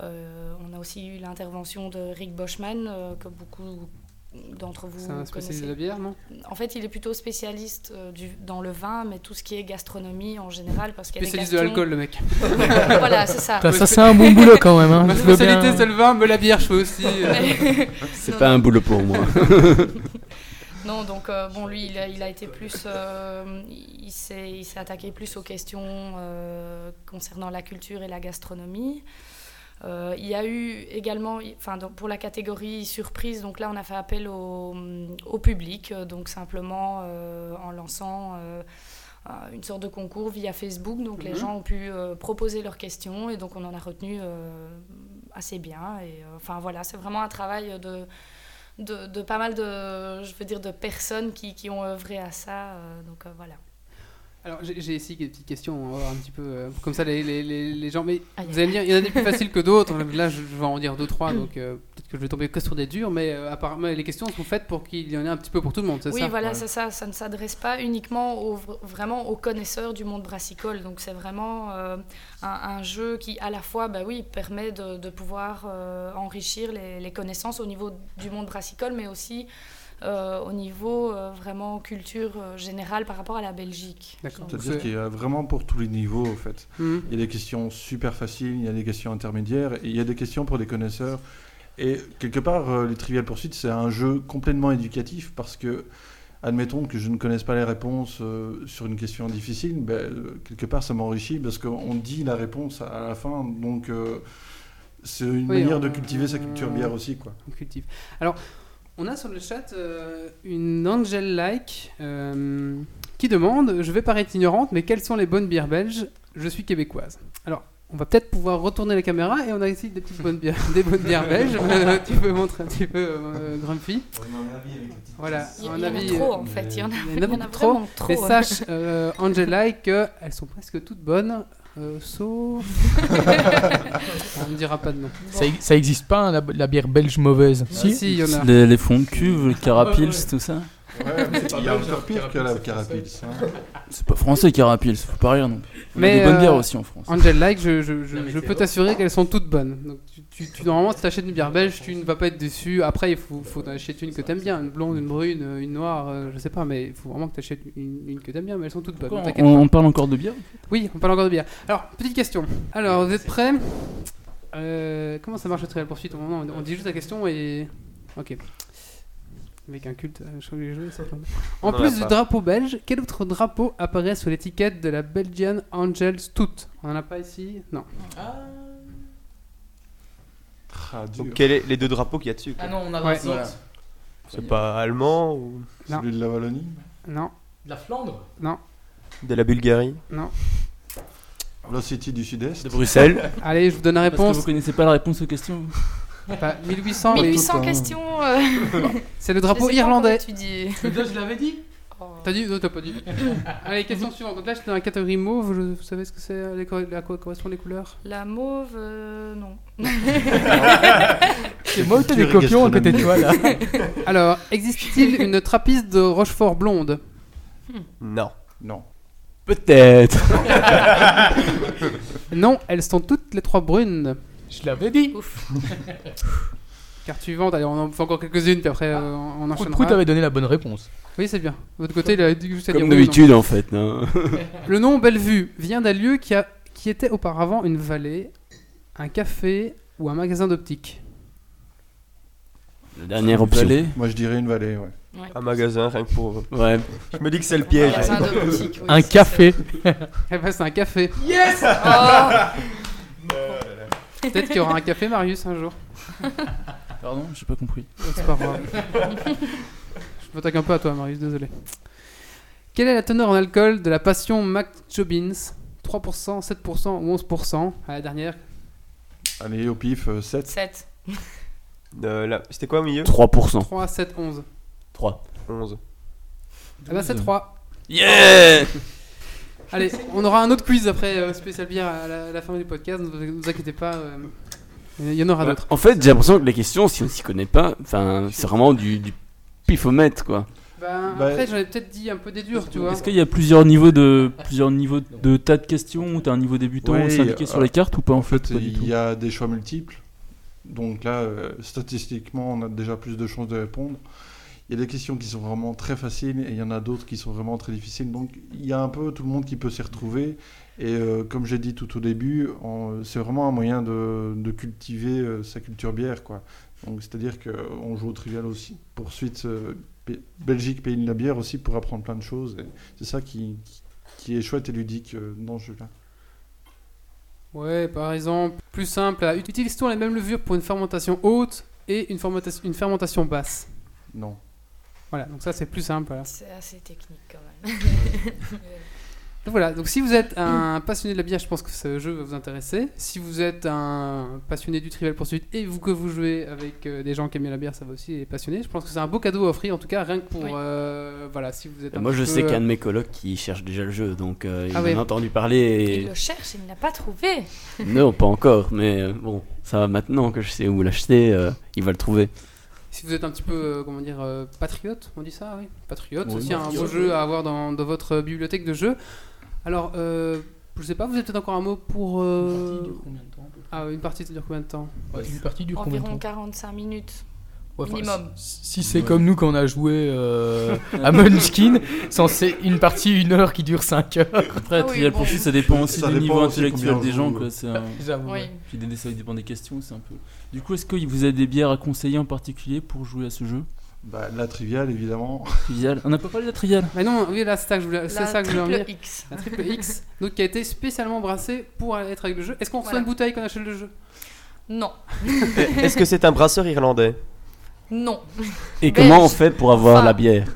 S4: Euh, on a aussi eu l'intervention de Rick Boschman euh, que beaucoup d'entre vous
S1: C'est un spécialiste de la bière,
S4: connaissez.
S1: non
S4: En fait, il est plutôt spécialiste euh, du, dans le vin, mais tout ce qui est gastronomie en général, parce qu'il y a des
S1: Spécialiste de
S4: cartons-
S1: l'alcool, le mec.
S4: voilà, c'est ça.
S6: Putain, ça c'est un bon boulot quand même. Hein.
S1: Ma
S6: Je veux bien-
S1: spécialité, c'est le vin, mais la bière, je fais aussi. euh.
S3: C'est
S4: Non,
S3: pas un boulot pour moi.
S4: Non, donc euh, bon, lui, il a, il a été plus, euh, il s'est, il s'est attaqué plus aux questions euh, concernant la culture et la gastronomie. Euh, il y a eu également, enfin, donc, pour la catégorie surprise, donc là, on a fait appel au, au public, euh, donc simplement euh, en lançant. euh, euh, une sorte de concours via Facebook, donc les
S1: Mhm.
S4: gens ont pu euh, proposer leurs questions et donc on en a retenu euh, assez bien. Et euh, enfin voilà, c'est vraiment un travail de, de, de pas mal de, je veux dire, de personnes qui, qui ont œuvré à ça. euh, donc euh, voilà.
S1: Alors, j'ai j'ai ici des petites questions, on va voir un petit peu. euh, comme ça, les, les, les, les gens. Mais
S4: Aïe.
S1: vous allez me dire, Ah, il y en a des plus faciles que d'autres. hein. Là, je, je vais en dire deux, trois, donc euh, peut-être que je vais tomber que sur des durs. Mais euh, apparemment, les questions sont faites pour qu'il y en ait un petit peu pour tout le monde, c'est
S4: Oui,
S1: ça
S4: voilà,
S5: ouais.
S4: c'est ça. Ça ne s'adresse pas uniquement aux, vraiment aux connaisseurs du monde brassicole. Donc c'est vraiment euh, un, un jeu qui, à la fois, bah oui, permet de, de pouvoir euh, enrichir les, les connaissances au niveau du monde brassicole, mais aussi euh, au niveau euh, vraiment culture euh, générale par rapport à la Belgique.
S1: D'accord.
S4: Donc,
S5: C'est-à-dire qu'il y a vraiment pour tous les niveaux, en fait.
S1: Mhm.
S5: Il y a des questions super faciles, il y a des questions intermédiaires, et il y a des questions pour des connaisseurs. Et quelque part, euh, les Trivial Pursuit, c'est un jeu complètement éducatif parce que, admettons que je ne connaisse pas les réponses euh, sur une question difficile, ben, euh, quelque part, ça m'enrichit parce qu'on dit la réponse à- à la fin. Donc, euh, c'est une
S1: Oui,
S5: manière
S1: on-
S5: de cultiver sa culture bière aussi, quoi.
S1: On cultive. Alors, on a sur le chat euh, une Angel Like euh, qui demande Je vais paraître ignorante, mais quelles sont les bonnes bières belges Je suis québécoise. Alors, on va peut-être pouvoir retourner la caméra et on a ici des petites bonnes bières, des bonnes bières belges. Euh, tu peux montrer un petit peu, euh, Grumpy. Voilà,
S4: Il y,
S1: un
S4: il y en a
S1: avis,
S4: trop
S1: euh,
S4: en fait. Il y en a,
S1: il y en a
S4: il y en a
S1: beaucoup trop,
S4: vraiment trop.
S1: Mais sache, euh, Angela, qu'elles sont presque toutes bonnes, euh, sauf. Ah, on ne dira pas de nom. Ah,
S6: Ça, ça existe pas hein, la, la bière belge mauvaise.
S1: Si, il y en a.
S7: Les, les fonds de cuve, le carapils, tout ça.
S5: Il y a encore pire que la carapils. hein.
S7: C'est pas français, carapils, faut pas rire non plus. On a
S1: Mais,
S7: des bonnes bières
S1: euh,
S7: aussi en France.
S1: Angel Like, je, je- je- je peux t'assurer qu'elles sont toutes bonnes. Donc, tu, tu- tu- normalement, si t'achètes une bière belge, tu ne vas pas être déçu. Après, il faut, faut en acheter une que t'aimes bien, une blonde, une brune, une noire, euh, je sais pas, mais il faut vraiment que t'achètes une, une que t'aimes bien, mais elles sont toutes bonnes.
S7: Pourquoi
S1: t'inquiète
S7: on, on parle encore de bière
S1: Oui, on parle encore de bière. Alors, petite question. Alors, vous êtes prêts Euh, Comment ça marche le trial poursuite on, on- on dit juste la question et. Ok. Avec un culte, euh, je crois que j'ai joué, ça tombe. En
S8: On en a
S1: plus du
S8: pas.
S1: drapeau belge, quel autre drapeau apparaît sur l'étiquette de la Belgian Angels Stout On en a pas ici Non.
S5: Ah, dur.
S8: Donc, quels sont les deux drapeaux qu'il y a dessus quoi
S2: Ah non, on a
S1: Ouais.
S2: raison.
S1: Voilà.
S8: C'est pas allemand ou
S1: Non.
S5: Celui de la Wallonie
S1: Non.
S2: De la Flandre
S8: de la Bulgarie
S5: La City du Sud-Est
S7: De Bruxelles
S1: Allez, je vous donne la
S7: Parce que vous
S1: réponse.
S7: connaissez pas la réponse aux questions
S1: Bah, 1800, oui.
S4: 1800
S5: oui.
S4: questions. euh, je
S1: C'est le
S4: sais
S1: drapeau
S4: pas
S1: irlandais.
S4: comment étudier.
S2: Mais là, je l'avais dit
S4: Oh.
S1: T'as dit Non, t'as pas dit. Allez, question suivante. Donc là, j'étais dans la catégorie mauve. je- Vous savez ce que c'est euh, les co- À quoi correspondent les couleurs
S4: La mauve, euh, non.
S6: C'est moi ou t'as des
S5: culture
S6: copions à côté de toi là
S1: Alors, existe-t-il une trappiste de Rochefort blonde
S8: Non.
S5: Non.
S3: Peut-être.
S1: Non, elles sont toutes les trois brunes.
S6: Je l'avais dit.
S4: Ouf.
S1: Carte suivante, allez, on en fait encore quelques-unes, puis après euh, on
S6: Prout
S1: enchaînera.
S6: Prout avait donné la bonne réponse.
S1: Oui, c'est bien. De l'autre côté, il a dit juste à
S3: Comme
S1: dire oui ou non.
S3: d'habitude, en fait. hein. non
S1: Le nom Bellevue vient d'un lieu qui, a, qui était auparavant une vallée, un café ou un magasin d'optique.
S3: La dernière option.
S7: Allez.
S5: Moi, je dirais une vallée, ouais.
S4: Ouais.
S8: Un magasin, rien que pour.
S3: Ouais.
S8: Je me dis que c'est
S2: Ah,
S8: le piège.
S1: Ah,
S4: Magasin d'optique, oui,
S6: Un
S4: Euh, c'est
S6: café.
S1: Eh ben, c'est un café.
S4: ça.
S1: Oh. Peut-être qu'il y aura un café, Marius, un jour.
S7: Pardon, j'ai pas compris.
S1: C'est pas grave. Je m'attaque un peu à toi, Marius, désolé. Quelle est la teneur en alcool de la passion Mac Jobbins 3%, 7% ou 11% à la dernière
S5: Allez, au pif,
S4: Oh,
S5: 7.
S4: 7.
S8: Euh, là, C'était quoi au milieu
S3: 3%.
S1: 3, 7, 11.
S3: 3.
S8: 11.
S1: Ah bah c'est 3.
S3: Yeah
S1: Allez, on aura un autre quiz après euh, spécial bière à la, à la fin du podcast, ne vous, ne vous inquiétez pas. euh, Il y en
S7: Bah,
S1: aura d'autres.
S3: En fait, j'ai l'impression que la question, si on s'y connaît pas, enfin, c'est vraiment du, du pifomètre, quoi.
S1: Ben,
S5: Bah,
S1: après, j'en ai peut-être dit un peu des durs, tu vois.
S7: Est-ce qu'il y a plusieurs niveaux de plusieurs niveaux de tas de questions ou t'as un niveau débutant
S5: Ouais,
S7: syndiqué
S5: euh,
S7: sur les cartes ou pas en
S5: En fait,
S7: fait, pas du
S5: il
S7: tout.
S5: y a des choix multiples. Donc là, euh, statistiquement, on a déjà plus de chances de répondre. Il y a des questions qui sont vraiment très faciles et il y en a d'autres qui sont vraiment très difficiles. Donc il y a un peu tout le monde qui peut s'y retrouver. Et euh, comme j'ai dit tout au début, en- c'est vraiment un moyen de, de cultiver euh, sa culture bière. Quoi. Donc c'est-à-dire qu'on joue au trivial aussi. Poursuite euh, P- Belgique, pays de la bière aussi pour apprendre plein de choses. Et c'est ça qui, qui- qui est chouette et ludique euh, dans ce jeu-là.
S1: Ouais, par exemple, plus simple, à- utilise-t-on les mêmes levures pour une fermentation haute et une fermentation, une fermentation basse
S5: Non.
S1: Voilà, donc ça c'est plus simple. voilà.
S4: C'est assez technique quand même.
S1: Donc Voilà, donc si vous êtes un passionné de la bière, je pense que ce jeu va vous intéresser. Si vous êtes un passionné du Trivial Pursuit et vous que vous jouez avec euh, des gens qui aiment la bière, ça va aussi les passionner. Je pense que c'est un beau cadeau à offrir, en tout cas, rien que pour.
S4: Oui.
S1: euh, voilà, si vous êtes.
S3: Et
S1: un
S3: Moi,
S1: petit
S3: je
S1: peu,
S3: sais
S1: euh,
S3: qu'un de mes colocs qui cherche déjà le jeu, donc euh, il
S1: Ah
S3: en
S1: ouais.
S3: a entendu parler.
S4: Il le cherche, il ne l'a pas trouvé.
S3: Et... non, pas encore, mais euh, bon, ça va maintenant que je sais où l'acheter, euh, il va le trouver.
S1: Si vous êtes un petit peu, euh, comment dire, euh, patriote, on dit ça, oui Patriote, c'est
S3: Oui,
S1: aussi un beau jeu à avoir dans, dans votre euh, bibliothèque de jeux. Alors, euh, je sais pas, vous avez peut-être encore un mot pour. euh, Ah, une partie, ça dure combien de temps
S6: Une partie dure combien de
S4: Environ
S6: temps
S4: 45 minutes.
S6: Ouais, enfin,
S4: minimum.
S6: Si si c'est comme nous quand on a joué euh, à Munchkin, censé une partie une heure qui dure 5 heures.
S7: Après,
S4: Ah oui,
S7: Trial
S4: bon.
S7: Pursuit, ça dépend aussi
S5: Ça
S7: du
S5: dépend
S7: niveau
S5: aussi
S7: intellectuel
S5: combien
S7: des
S5: vous-
S7: gens, quoi. C'est un-
S1: Ah,
S6: J'avoue.
S4: Oui.
S7: Puis des- ça dépend des questions, c'est un peu. Du coup, est-ce que vous avez des bières à conseiller en particulier pour jouer à ce jeu
S5: Bah, la triviale, évidemment.
S7: Trivial. On n'a pas parlé de la trivial.
S1: Mais non, oui, là, c'est ça que je voulais, c'est
S4: La
S1: ça que je voulais en
S4: triple
S1: venir.
S4: X.
S1: La triple X, donc qui a été spécialement brassée pour être avec le jeu. Est-ce qu'on reçoit
S4: Voilà.
S1: une bouteille quand on achète le jeu
S4: Non.
S8: Est-ce que c'est un brasseur irlandais
S4: Non.
S3: Et
S4: Belge.
S3: comment on fait pour avoir
S4: Enfin.
S3: la bière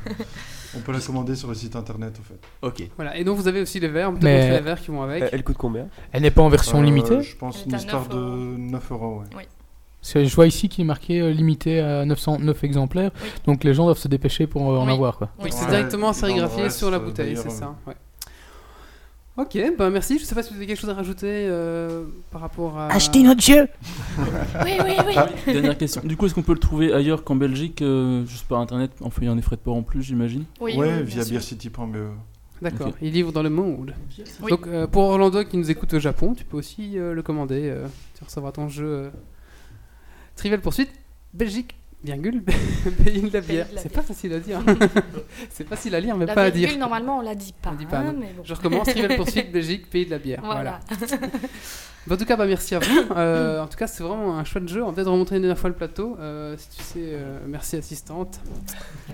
S5: On peut la commander sur le site internet, en fait.
S3: Ok.
S1: Voilà, et donc vous avez aussi les verres, on peut
S6: Mais-
S1: montrer les verres qui vont avec.
S8: Euh, Elle elle coûte combien
S6: Elle n'est pas en version
S5: Euh,
S6: limitée
S5: Je pense
S4: Elle est
S5: une
S4: à
S5: histoire
S4: 9
S5: de
S4: euros.
S5: 9 euros. Ouais.
S6: Parce que je vois ici qui est marqué euh, limité à 909 exemplaires,
S4: Oui.
S6: donc les gens doivent se dépêcher pour euh, en
S4: Oui.
S6: avoir quoi.
S1: Oui,
S4: Oui.
S1: c'est
S5: Ouais,
S1: directement
S5: et dans le
S1: sérigraphié
S5: reste,
S1: sur la
S5: euh,
S1: bouteille, c'est
S5: d'ailleurs,
S1: ça. Ouais. Ok, bah merci. Je sais pas si vous avez quelque chose à rajouter euh, par rapport à.
S6: notre jeu
S4: Oui, oui, oui.
S5: Ah.
S7: Dernière question. Du coup, est-ce qu'on peut le trouver ailleurs qu'en Belgique euh, Juste par internet, en faisant des frais de port en plus, j'imagine
S4: Oui,
S5: ouais,
S4: oui, bien
S5: via
S4: sûr.
S5: beercity.be.
S1: D'accord,
S7: Ok.
S1: il livre dans le monde.
S4: Oui.
S1: Donc euh, pour Orlando qui nous écoute au Japon, tu peux aussi euh, le commander. euh, tu recevras ton jeu. euh, Trivial Poursuite, Belgique, virgule, pays de la bière.
S4: de la
S1: C'est
S4: bière.
S1: pas facile à dire. hein. c'est facile à lire, mais
S4: La
S1: pas à
S4: virgule,
S1: dire.
S4: normalement, on la dit pas.
S1: On dit pas,
S4: hein,
S1: non.
S4: mais bon.
S1: Je recommence, Trivial Poursuite, Belgique, pays de la bière. voilà.
S4: Voilà.
S1: Bah, En tout cas, bah, merci à vous. Euh, en tout cas, c'est vraiment un chouette jeu. On va peut-être remonter une dernière fois le plateau. Euh, si tu sais, euh, merci assistante.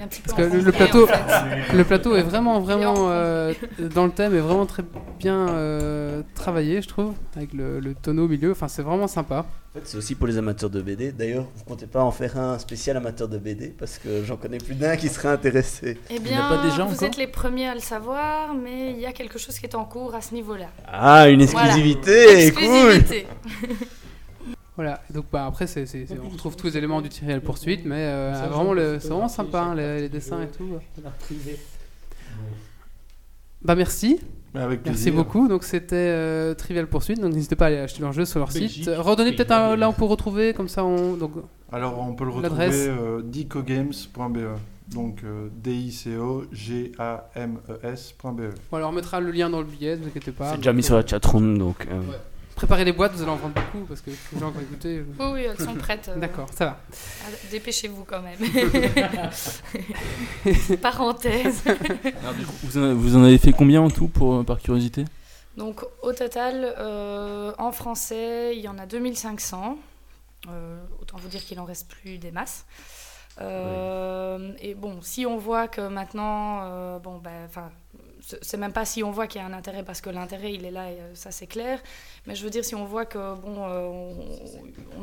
S4: Un petit peu
S1: Parce que le,
S4: enfoncé,
S1: le plateau,
S4: en fait.
S1: le plateau est vraiment,
S4: Et en
S1: vraiment euh, dans le thème, est vraiment très bien euh, travaillé, je trouve, avec le, le tonneau au milieu. Enfin, c'est vraiment sympa.
S3: En fait, c'est aussi pour les amateurs de BD. D'ailleurs, vous comptez pas en faire un spécial amateur de BD parce que j'en connais plus d'un qui serait intéressé.
S7: n'y
S4: Eh
S7: a
S4: bien,
S7: pas déjà
S4: vous
S7: encore
S4: êtes les premiers à le savoir, mais il y a quelque chose qui est en cours à ce niveau-là.
S3: Ah, une
S4: Voilà.
S3: exclusivité, cool.
S4: Exclusivité.
S1: Voilà. Et donc, bah, après, c'est, c'est- c'est- on retrouve tous les éléments du Trial Poursuite, mais euh, vraiment, le- c'est vraiment sympa hein, les, les dessins et tout. Bah merci.
S5: Mais avec
S1: Merci
S5: plaisir.
S1: beaucoup. Donc c'était euh, Trivial Poursuite. Donc n'hésitez pas à aller acheter leur jeu sur leur
S2: Belgique,
S1: site. Euh, Redonnez
S2: pays
S1: peut-être
S2: de la
S1: un- là
S2: bière.
S1: on peut retrouver comme ça on donc
S5: Alors, on peut le
S1: L'adresse
S5: retrouver euh, dicogames.be. Donc, euh, E D-I-C-O-G-A-M-E-S.be.
S1: Voilà, on remettra le lien dans le billet, ne vous inquiétez pas.
S3: C'est déjà mis sur la chatroom, donc. euh,
S1: Préparez les boîtes, vous allez en prendre beaucoup parce que les gens vont écouter.
S4: Oui, oui, elles sont prêtes. euh,
S1: D'accord, ça va.
S4: à- Dépêchez-vous quand même. Parenthèse.
S7: Vous en, vous en avez fait combien en tout, pour, euh, par curiosité
S4: Donc au total, euh, en français, il y en a 2500. Euh, autant vous dire qu'il en reste plus des masses. Euh, Et bon, si on voit que maintenant, euh, bon, ben, enfin, c'est c'est même pas si on voit qu'il y a un intérêt parce que l'intérêt il est là, et, euh, ça c'est clair. Mais je veux dire, si on voit que bon, euh, on,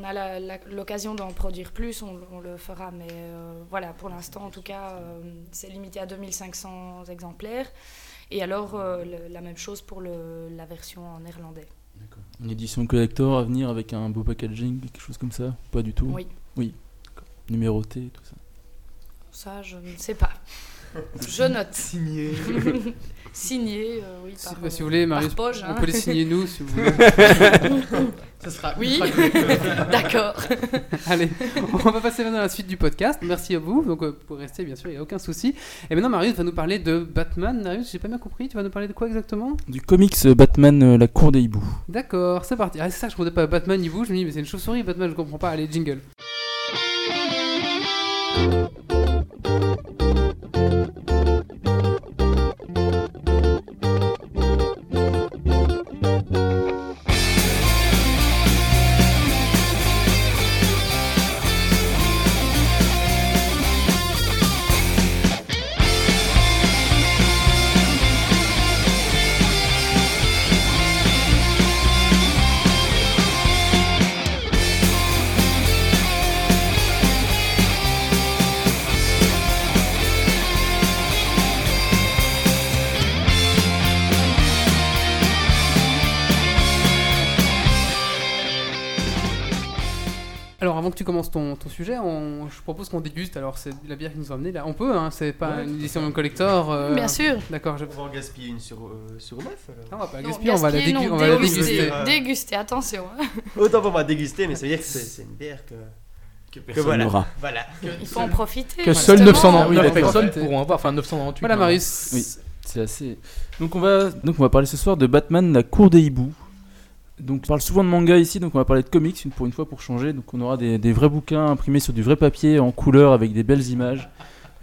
S4: on a la- la- l'occasion d'en produire plus, on, on le fera. Mais euh, voilà, pour l'instant, en tout cas, euh, c'est limité à 2500 exemplaires. Et alors, euh, le- la même chose pour le- la version en néerlandais.
S7: Une édition collector à venir avec un beau packaging, quelque chose comme ça Pas du tout
S4: Oui,
S7: Numéroté, tout ça.
S4: ça, je ne sais pas. Je note.
S6: Signé.
S4: Signé, euh, oui,
S1: Si,
S4: par,
S1: bah, si
S4: euh,
S1: vous voulez,
S4: par
S1: Marius,
S4: poche,
S1: on
S4: hein.
S1: peut les signer nous si vous voulez.
S2: Ça sera
S4: Oui,
S2: ultra cool.
S1: euh,
S4: d'accord.
S1: Allez, on va passer maintenant à la suite du podcast. Merci à vous. Donc, euh, vous pouvez rester, bien sûr, il n'y a aucun souci. Et maintenant, Marius va nous parler de Batman. Marius, j'ai pas bien compris. Tu vas nous parler de quoi exactement
S7: Du comics euh, Batman, euh, la cour des hiboux.
S1: D'accord, c'est parti. Ah, c'est ça, que je ne pas Batman, il bouge. Je me dis, mais c'est une chauve-souris, Batman, je comprends pas. Allez, jingle. Alors, avant que tu commences ton, ton sujet, on- je propose qu'on déguste. Alors, c'est la bière qui nous a amené là. On peut, hein, c'est pas une édition collector. euh,
S4: Bien sûr.
S1: D'accord, je.
S8: On va en gaspiller une sur, euh, sur neuf alors.
S1: Non, on va pas
S4: Non,
S1: gaspiller, on va la,
S4: gaspiller,
S1: dégu-
S4: non,
S1: on va la
S4: déguster.
S1: déguster.
S8: Euh,
S4: Déguster, attention. hein.
S8: Autant pour moi déguster, mais ça veut dire que c'est c'est une bière que.
S3: Que
S8: Que
S3: personne
S8: voilà.
S3: n'aura.
S8: Voilà.
S4: Il faut en profiter.
S6: Que seuls
S4: justement.
S6: 900
S7: oui, d'accord.
S6: personnes pourront avoir. Enfin, 998.
S1: Voilà,
S6: non.
S1: Marius.
S7: Oui. C'est assez. Donc on va donc on va parler ce soir de Batman, la cour des hiboux. Donc on parle souvent de manga ici, donc on va parler de comics une- pour une fois pour changer. Donc on aura des, des vrais bouquins imprimés sur du vrai papier en couleur avec des belles images,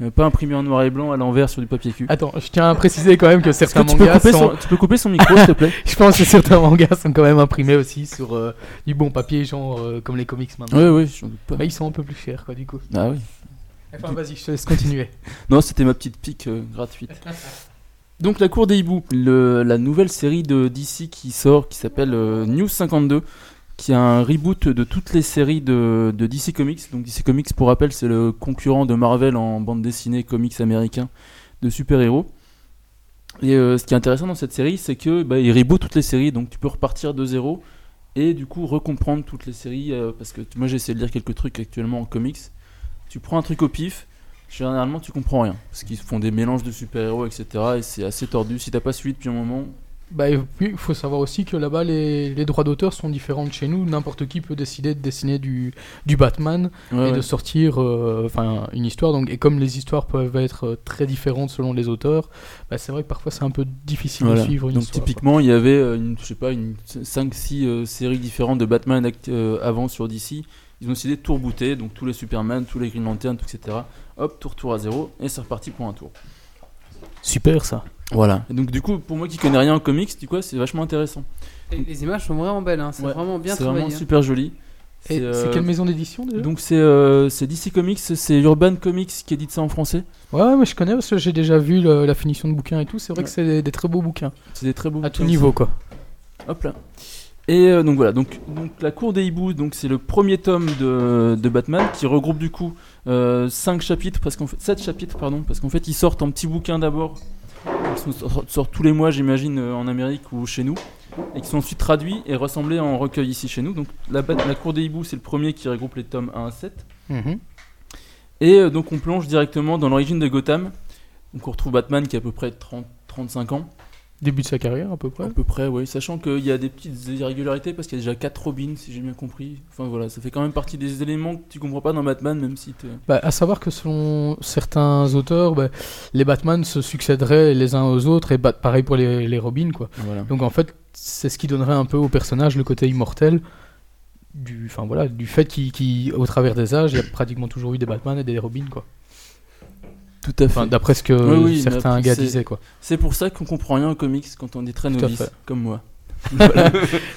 S7: Euh, pas imprimés en noir et blanc à l'envers sur du papier cul.
S6: Attends, je tiens à préciser quand même que
S7: Est-ce que
S6: certains
S7: tu peux,
S6: mangas
S7: couper
S6: sont.
S7: son, tu peux couper son micro s'il te plaît
S6: Je pense que certains mangas sont quand même imprimés aussi sur euh, du bon papier, genre euh, comme les comics maintenant.
S7: Oui oui, j'en doute pas.
S6: Mais ils sont un peu plus chers, quoi, du coup.
S7: Ah oui.
S6: Enfin, vas-y, je te laisse continuer.
S7: Non, c'était ma petite pique euh, gratuite. Donc la cour des hiboux, le- la nouvelle série de DC qui sort, qui s'appelle euh, News 52, qui a un reboot de toutes les séries de, de DC Comics. Donc DC Comics, pour rappel, c'est le concurrent de Marvel en bande dessinée comics américain de super-héros. Et euh, ce qui est intéressant dans cette série, c'est que bah, il reboot toutes les séries, donc tu peux repartir de zéro et du coup recomprendre toutes les séries. euh, parce que t- moi j'essaie de lire quelques trucs actuellement en comics. Tu prends un truc au pif, Généralement, tu comprends rien. Parce qu'ils font des mélanges de super-héros, etc. Et c'est assez tordu. Si t'as pas suivi depuis un moment.
S6: Bah, et puis, il faut savoir aussi que là-bas, les, les droits d'auteur sont différents de chez nous. N'importe qui peut décider de dessiner du, du Batman et de sortir euh, enfin une histoire. Donc, et comme les histoires peuvent être euh, très différentes selon les auteurs, bah, c'est vrai que parfois c'est un peu difficile
S7: Voilà.
S6: de suivre une
S7: Donc,
S6: histoire.
S7: typiquement, il y avait, euh, une, je sais pas, une 5-6 séries différentes de Batman act- euh, avant sur DC. Ils ont décidé de tout rebooter. Donc, tous les Superman, tous les Green Lantern, tout, etc. Hop, tout retour à zéro. Et c'est reparti pour un tour.
S6: Super ça.
S7: Voilà. Et donc, du coup, pour moi qui connais rien en comics, tu vois, c'est vachement intéressant.
S1: Les, les images sont vraiment belles, hein, c'est
S7: Ouais,
S1: vraiment bien
S7: C'est
S1: travaillé.
S7: vraiment
S1: hein.
S7: super joli.
S6: Et
S7: C'est,
S6: c'est
S7: euh,
S6: quelle maison d'édition déjà
S7: Donc, c'est euh, c'est DC Comics, c'est Urban Comics qui édite ça en français.
S6: Ouais, ouais, mais je connais parce que j'ai déjà vu le- la finition de bouquins et tout. C'est vrai que c'est des, des très beaux bouquins.
S7: C'est des très beaux
S6: À tout
S7: bouquins.
S6: niveau, quoi.
S7: Hop là. Et euh, donc voilà, donc, donc la cour des hiboux, donc c'est le premier tome de, de Batman qui regroupe du coup 5 chapitres, parce qu'en fait, 7 chapitres, pardon, parce qu'en fait ils sortent en petits bouquins d'abord, ils sont- sortent, sortent tous les mois j'imagine euh, en Amérique ou chez nous, et qui sont ensuite traduits et rassemblés en recueil ici chez nous. Donc la, Bat- la cour des hiboux c'est le premier qui regroupe les tomes 1 à 7. Mmh. Et euh, donc on plonge directement dans l'origine de Gotham. Donc on retrouve Batman qui a à peu près 30, 35 ans,
S6: Début de sa carrière, à peu près.
S7: À peu près, oui. Sachant qu'il y a des petites irrégularités parce qu'il y a déjà 4 Robins, si j'ai bien compris. Enfin voilà, ça fait quand même partie des éléments que tu comprends pas dans Batman, même si t'es.
S6: Bah, à savoir que selon certains auteurs, bah, les Batman se succéderaient les uns aux autres, et bah, pareil pour les, les Robins, quoi.
S7: Voilà.
S6: Donc en fait, c'est ce qui donnerait un peu au personnage le côté immortel du, enfin voilà, du fait qu'il, qu'il- au travers des âges, il y a pratiquement toujours eu des Batman et des Robin, quoi.
S7: Tout à fait.
S6: Enfin, d'après ce que
S7: Oui, oui,
S6: certains
S7: mais
S6: gars
S7: c'est-
S6: disaient, quoi.
S7: C'est pour ça qu'on comprend rien aux comics quand on est très
S6: Tout à
S7: novice,
S6: fait.
S7: comme moi.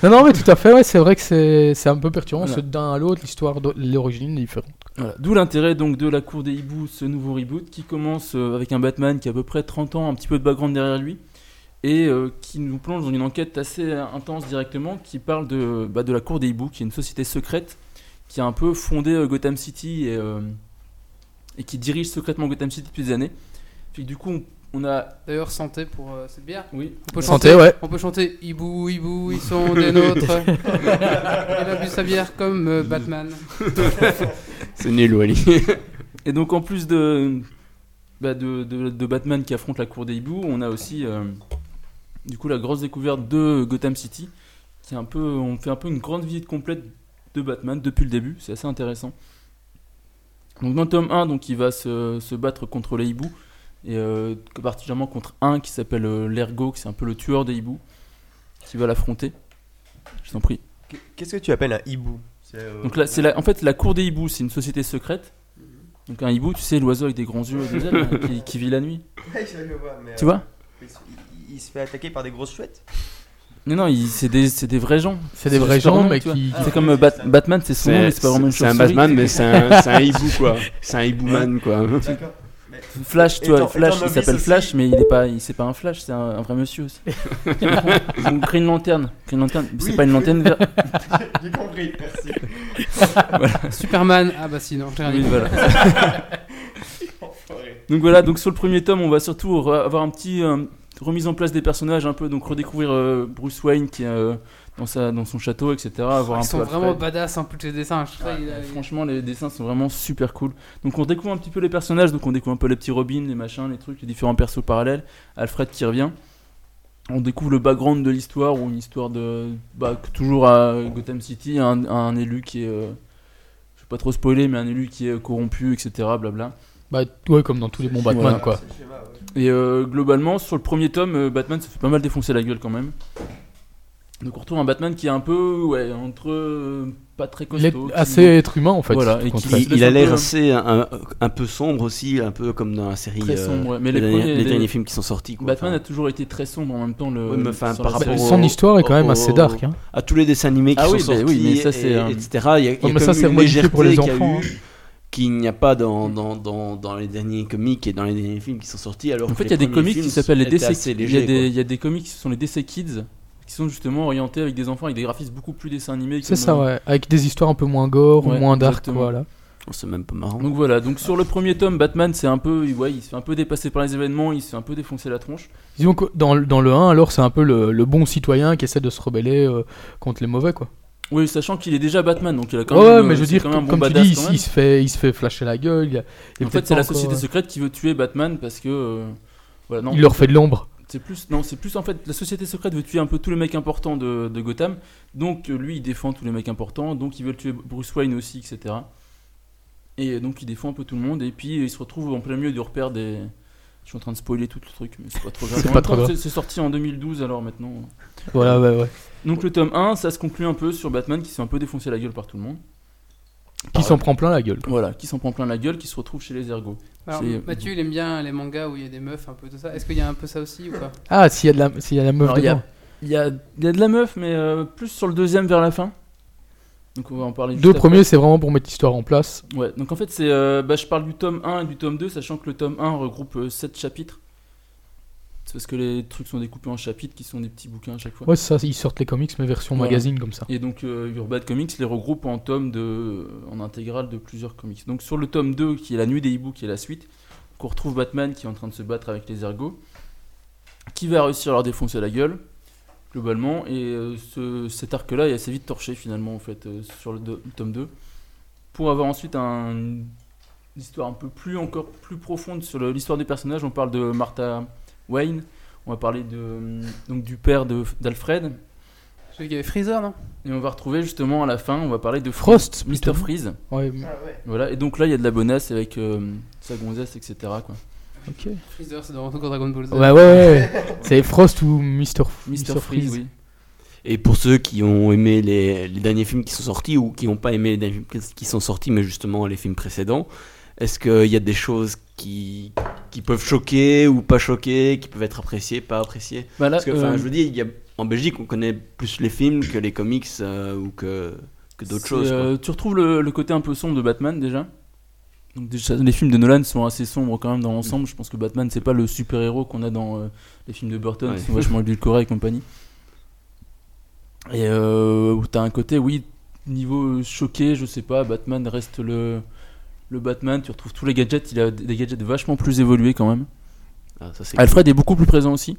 S6: Non, non, mais tout à fait, ouais, c'est vrai que c'est, c'est un peu perturbant,
S7: Voilà.
S6: ce d'un à l'autre, l'histoire, de, l'origine est différente.
S7: Voilà. D'où l'intérêt donc de la cour des hiboux, ce nouveau reboot qui commence euh, avec un Batman qui a à peu près 30 ans, un petit peu de background derrière lui, et euh, qui nous plonge dans une enquête assez euh, intense directement qui parle de, bah, de la cour des hiboux, qui est une société secrète qui a un peu fondé euh, Gotham City et, euh, et qui dirige secrètement Gotham City depuis des années. Puis du coup, on, on a.
S1: D'ailleurs, santé pour euh, cette bière.
S7: Oui.
S1: On peut
S6: Santé, ouais.
S1: On peut chanter Hibou, Hibou, ils sont des nôtres. Il a bu sa bière comme euh, Batman.
S3: C'est nul, Wally.
S7: Et donc en plus de, bah, de, de- de Batman qui affronte la cour des hiboux, on a aussi euh, du coup la grosse découverte de Gotham City, qui est un peu, on fait un peu une grande visite complète de Batman depuis le début, c'est assez intéressant. Donc dans le tome 1, donc, il va se, se battre contre les hiboux, et euh, particulièrement contre un qui s'appelle euh, l'Ergo, qui c'est un peu le tueur des hiboux, qui va l'affronter. Je t'en prie.
S8: Qu'est-ce que tu appelles un hibou C'est, euh,
S7: Donc là, c'est la- en fait la cour des hiboux, c'est une société secrète. Donc un hibou, tu sais, l'oiseau avec des grands yeux et des ailes hein, qui, qui vit la nuit.
S8: Ouais, je le vois, mais,
S7: Tu
S8: euh,
S7: vois
S8: il se- il- Il se fait attaquer par des grosses chouettes
S7: Non, non, il- c'est des, c'est des vrais gens.
S6: C'est des vrais
S7: juste leur
S6: gens,
S7: nom,
S6: mais
S7: tu vois.
S6: qui.
S7: C'est comme euh, Bat- Batman, c'est son nom, mais
S3: C'est
S7: c'est pas vraiment une
S3: c'est- c'est un
S7: chauve-souris.
S3: Batman, mais c'est un, c'est un hibou, quoi. C'est un hibouman, quoi.
S8: D'accord.
S7: Flash, tu
S8: Étant-
S7: vois, Flash,
S8: étant
S7: il
S8: novice
S7: s'appelle
S8: aussi.
S7: Flash, mais il est pas, il- c'est pas un Flash, c'est un, un vrai monsieur aussi. Ou Green Lantern, Green Lantern, c'est
S8: Oui.
S7: pas une lanterne. ver-
S8: J'ai compris, merci.
S1: Superman, ah bah si, non, j'ai rien
S7: Oui,
S1: dit.
S7: voilà. donc voilà, donc sur le premier tome, on va surtout re- avoir un petit euh, remise en place des personnages un peu, donc redécouvrir euh, Bruce Wayne qui est euh, dans sa dans son château, etc. Avoir un
S1: Ils sont
S7: peu
S1: vraiment
S7: Alfred.
S1: badass, hein, plus que les dessins. Je sais pas, il a-
S7: Ouais, Franchement, les dessins sont vraiment super cool. Donc on découvre un petit peu les personnages, donc on découvre un peu les petits Robin, les machins, les trucs, les différents persos parallèles. Alfred qui revient. On découvre le background de l'histoire, ou une histoire de. Bah, que toujours à Gotham City, un, un élu qui est. euh, je vais pas trop spoiler, mais un élu qui est corrompu, etc. Blabla.
S6: Bah, ouais, comme dans tous les bons Batman,
S7: Voilà.
S6: quoi.
S7: Et euh, globalement, sur le premier tome, euh, Batman se fait pas mal défoncer la gueule quand même. Donc on retrouve un Batman qui est un peu. Ouais, entre. euh, pas très
S6: Il est
S7: costaud. qui-
S6: assez étruvant, en fait.
S7: Voilà, et
S6: quand
S7: qui-
S6: tu-
S7: il-
S3: Il, il a
S7: laisse un
S3: l'air
S7: peu-
S3: assez euh, un, un- un peu sombre aussi, un peu comme dans la série. euh,
S7: Très sombre, ouais. Mais les
S3: les, derniers,
S7: premiers-
S3: les
S7: les-
S3: derniers films qui sont sortis. quoi.
S7: Batman a
S3: Enfin,
S7: toujours été très sombre en même temps. Le,
S3: Ouais, mais enfin,
S7: sur
S3: par
S7: la-
S6: Bah,
S3: rapport
S6: son
S3: au-
S6: histoire est quand même
S3: au-
S6: assez
S3: au-
S6: dark. Hein.
S3: à tous les dessins animés qui
S7: Ah
S3: sont
S7: oui, mais
S3: sortis,
S7: oui, mais ça, c'est euh,
S3: et-
S7: un-
S3: etc. Il y a, il y a
S6: mais
S3: quand
S6: ça,
S3: même
S6: c'est
S3: une
S6: modifié
S3: légèreté
S6: pour les
S3: qu'il y a
S6: enfants,
S3: eu qu'il n'y a pas dans, dans, dans, dans les derniers comics et dans les derniers films qui sont sortis. Alors
S7: En
S3: que
S7: fait, il y
S3: les
S7: a des
S3: premiers
S7: comics qui
S3: films
S7: s'appellent les
S3: étaient
S7: DC.
S3: assez
S7: Il y,
S3: légers,
S7: a des- il y a des comics qui sont les DC Kids, qui sont justement orientés avec des enfants, avec des graphismes beaucoup plus dessins animés.
S6: C'est
S7: comme,
S6: ça,
S7: euh,
S6: ouais. Avec des histoires un peu moins gore, ou
S7: Ouais,
S6: moins dark,
S7: exactement.
S6: voilà.
S3: quoi. C'est même pas marrant.
S7: Donc voilà. Donc sur le premier tome, Batman, c'est un peu, il- ouais, il se fait un peu dépasser par les événements, il se fait un peu défoncer la tronche.
S6: Disons que dans, le- dans le 1, alors c'est un peu le, le bon citoyen qui essaie de se rebeller euh, contre les mauvais, quoi.
S7: Oui, sachant qu'il est déjà Batman, donc il a quand
S6: ouais,
S7: même.
S6: ouais,
S7: euh,
S6: mais je veux
S7: c'est
S6: dire,
S7: quand même un
S6: comme,
S7: bon
S6: comme tu
S7: badass
S6: dis,
S7: quand
S6: il,
S7: même.
S6: il se fait, il se fait flasher la gueule. il y a- il est
S7: En
S6: peut-être
S7: fait, c'est
S6: pas
S7: la
S6: encore,
S7: société
S6: euh,
S7: secrète qui veut tuer Batman parce que. euh, Voilà, non,
S6: Il leur fait de l'ombre.
S7: C'est plus, non, c'est plus en fait, la société secrète veut tuer un peu tous les mecs importants de, de Gotham, donc euh, lui il défend tous les mecs importants, donc ils veulent tuer Bruce Wayne aussi, etc. Et euh, donc il défend un peu tout le monde, et puis euh, il se retrouve en plein milieu du repère des. Je suis en train de spoiler tout le truc, mais c'est pas trop grave.
S6: C'est
S7: En
S6: pas
S7: même
S6: trop
S7: temps,
S6: grave.
S7: C'est c'est sorti en 2012 alors maintenant.
S6: Voilà, ouais, ouais.
S7: Donc le tome 1, ça se conclut un peu sur Batman qui s'est un peu défoncé la gueule par tout le monde.
S6: Qui s'en prend plein la gueule.
S7: Voilà, qui s'en prend plein la gueule, qui se retrouve chez les ergots.
S1: Alors,
S7: C'est-
S1: Mathieu, il aime bien les mangas où il y a des meufs, un peu tout ça. Est-ce qu'il y a un peu ça aussi ou pas
S6: Ah, s'il y a de la, s'il y a de la meuf
S7: Alors, il y a-
S6: dedans.
S7: Il y a, il y a de la meuf, mais euh, plus sur le deuxième vers la fin. Donc on va en parler juste
S6: Deux
S7: après.
S6: premiers, c'est vraiment pour mettre l'histoire en place.
S7: Ouais, donc en fait, c'est, euh, bah, je parle du tome 1 et du tome 2, sachant que le tome 1 regroupe 7 chapitres. C'est parce que les trucs sont découpés en chapitres qui sont des petits bouquins à chaque fois.
S6: Ouais, c'est ça, ils sortent les comics, mais version
S7: Voilà.
S6: magazine comme ça.
S7: Et donc euh, Urban Comics les regroupe en tome de, en intégrale de plusieurs comics. Donc sur le tome 2, qui est la nuit des hiboux, qui est la suite, qu'on retrouve Batman qui est en train de se battre avec les ergots, qui va réussir à leur défoncer la gueule, globalement, et euh, ce- cet arc-là est assez vite torché finalement, en fait, euh, sur le, do- tome 2, pour avoir ensuite un- une histoire un peu plus, encore plus profonde sur le- l'histoire des personnages. On parle de Martha Wayne, On va parler de, donc, du père de- d'Alfred.
S1: Celui qui avait Freezer, non
S7: Et on va retrouver justement à la fin, on va parler de Frost, Mr.
S6: plutôt.
S7: Freeze.
S6: Ouais,
S7: Voilà, et donc là, il y a de la bonasse avec euh, sa gonzesse, etc. Quoi.
S6: ok.
S1: Freezer, c'est dans encore Dragon Ball Z.
S6: Bah Ouais, ouais, ouais. C'est Frost ou Mr.
S7: Mr.
S6: Mr.
S7: Freeze, oui.
S3: Et pour ceux qui ont aimé les, les derniers films qui sont sortis ou qui n'ont pas aimé les derniers films qui sont sortis, mais justement les films précédents, est-ce qu'il y a des choses qui, qui peuvent choquer ou pas choquer, qui peuvent être appréciées, pas appréciées
S7: Bah là,
S3: Parce que, enfin,
S7: euh,
S3: je veux dire, il y a- en Belgique, on connaît plus les films que les comics euh, ou que, que d'autres
S7: c'est,
S3: choses. quoi.
S7: euh, tu retrouves le, le côté un peu sombre de Batman déjà. Donc déjà, les films de Nolan sont assez sombres quand même dans l'ensemble. Je pense que Batman, c'est pas le super héros qu'on a dans euh, les films de Burton,
S3: Ouais.
S7: qui sont vachement édulcorés et compagnie. Et euh, où t'as un côté, oui, niveau euh, choqué, je sais pas, Batman reste le le Batman. Tu retrouves tous les gadgets. Il a des gadgets vachement plus évolués quand même.
S3: Ah, ça, c'est
S7: Alfred est beaucoup plus présent aussi.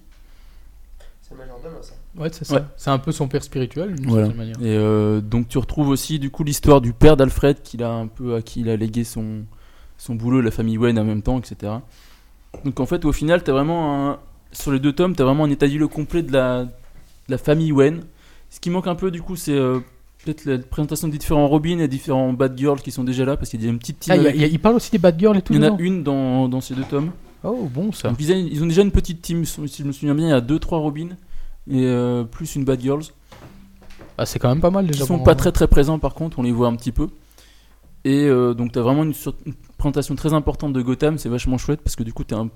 S8: C'est le majordome, ça.
S6: Ouais, c'est
S7: Ouais.
S6: ça. C'est un peu son père spirituel, d'une
S7: Voilà.
S6: certaine manière.
S7: Et euh, donc tu retrouves aussi du coup l'histoire du père d'Alfred qu'il a un peu à qui il a légué son son boulot, la famille Wayne en même temps, etc. Donc en fait au final t'as vraiment un- sur les deux tomes t'as vraiment un état du lieu complet de la de la famille Wayne. Ce qui manque un peu du coup c'est euh, peut-être la présentation des différents Robin et différents Batgirls qui sont déjà là parce qu'il y a une petite team.
S6: Ah, il, y a-
S7: avec-
S6: il y a- il parle aussi des bad girls et tout.
S7: euh, Il y en a
S6: dedans
S7: une dans, dans ces deux tomes.
S6: Oh, bon, ça.
S7: Donc, ils, ont- ils ont déjà une petite team, si je me souviens bien, il y a 2-3 Robin et euh, plus une Batgirls.
S6: Ah, c'est quand même pas mal déjà. hein.
S7: Ils sont
S6: pour-
S7: pas très très présents par contre, on les voit un petit peu. Et euh, donc t'as vraiment une, sur- une présentation très importante de Gotham, c'est vachement chouette parce que du coup t'es un...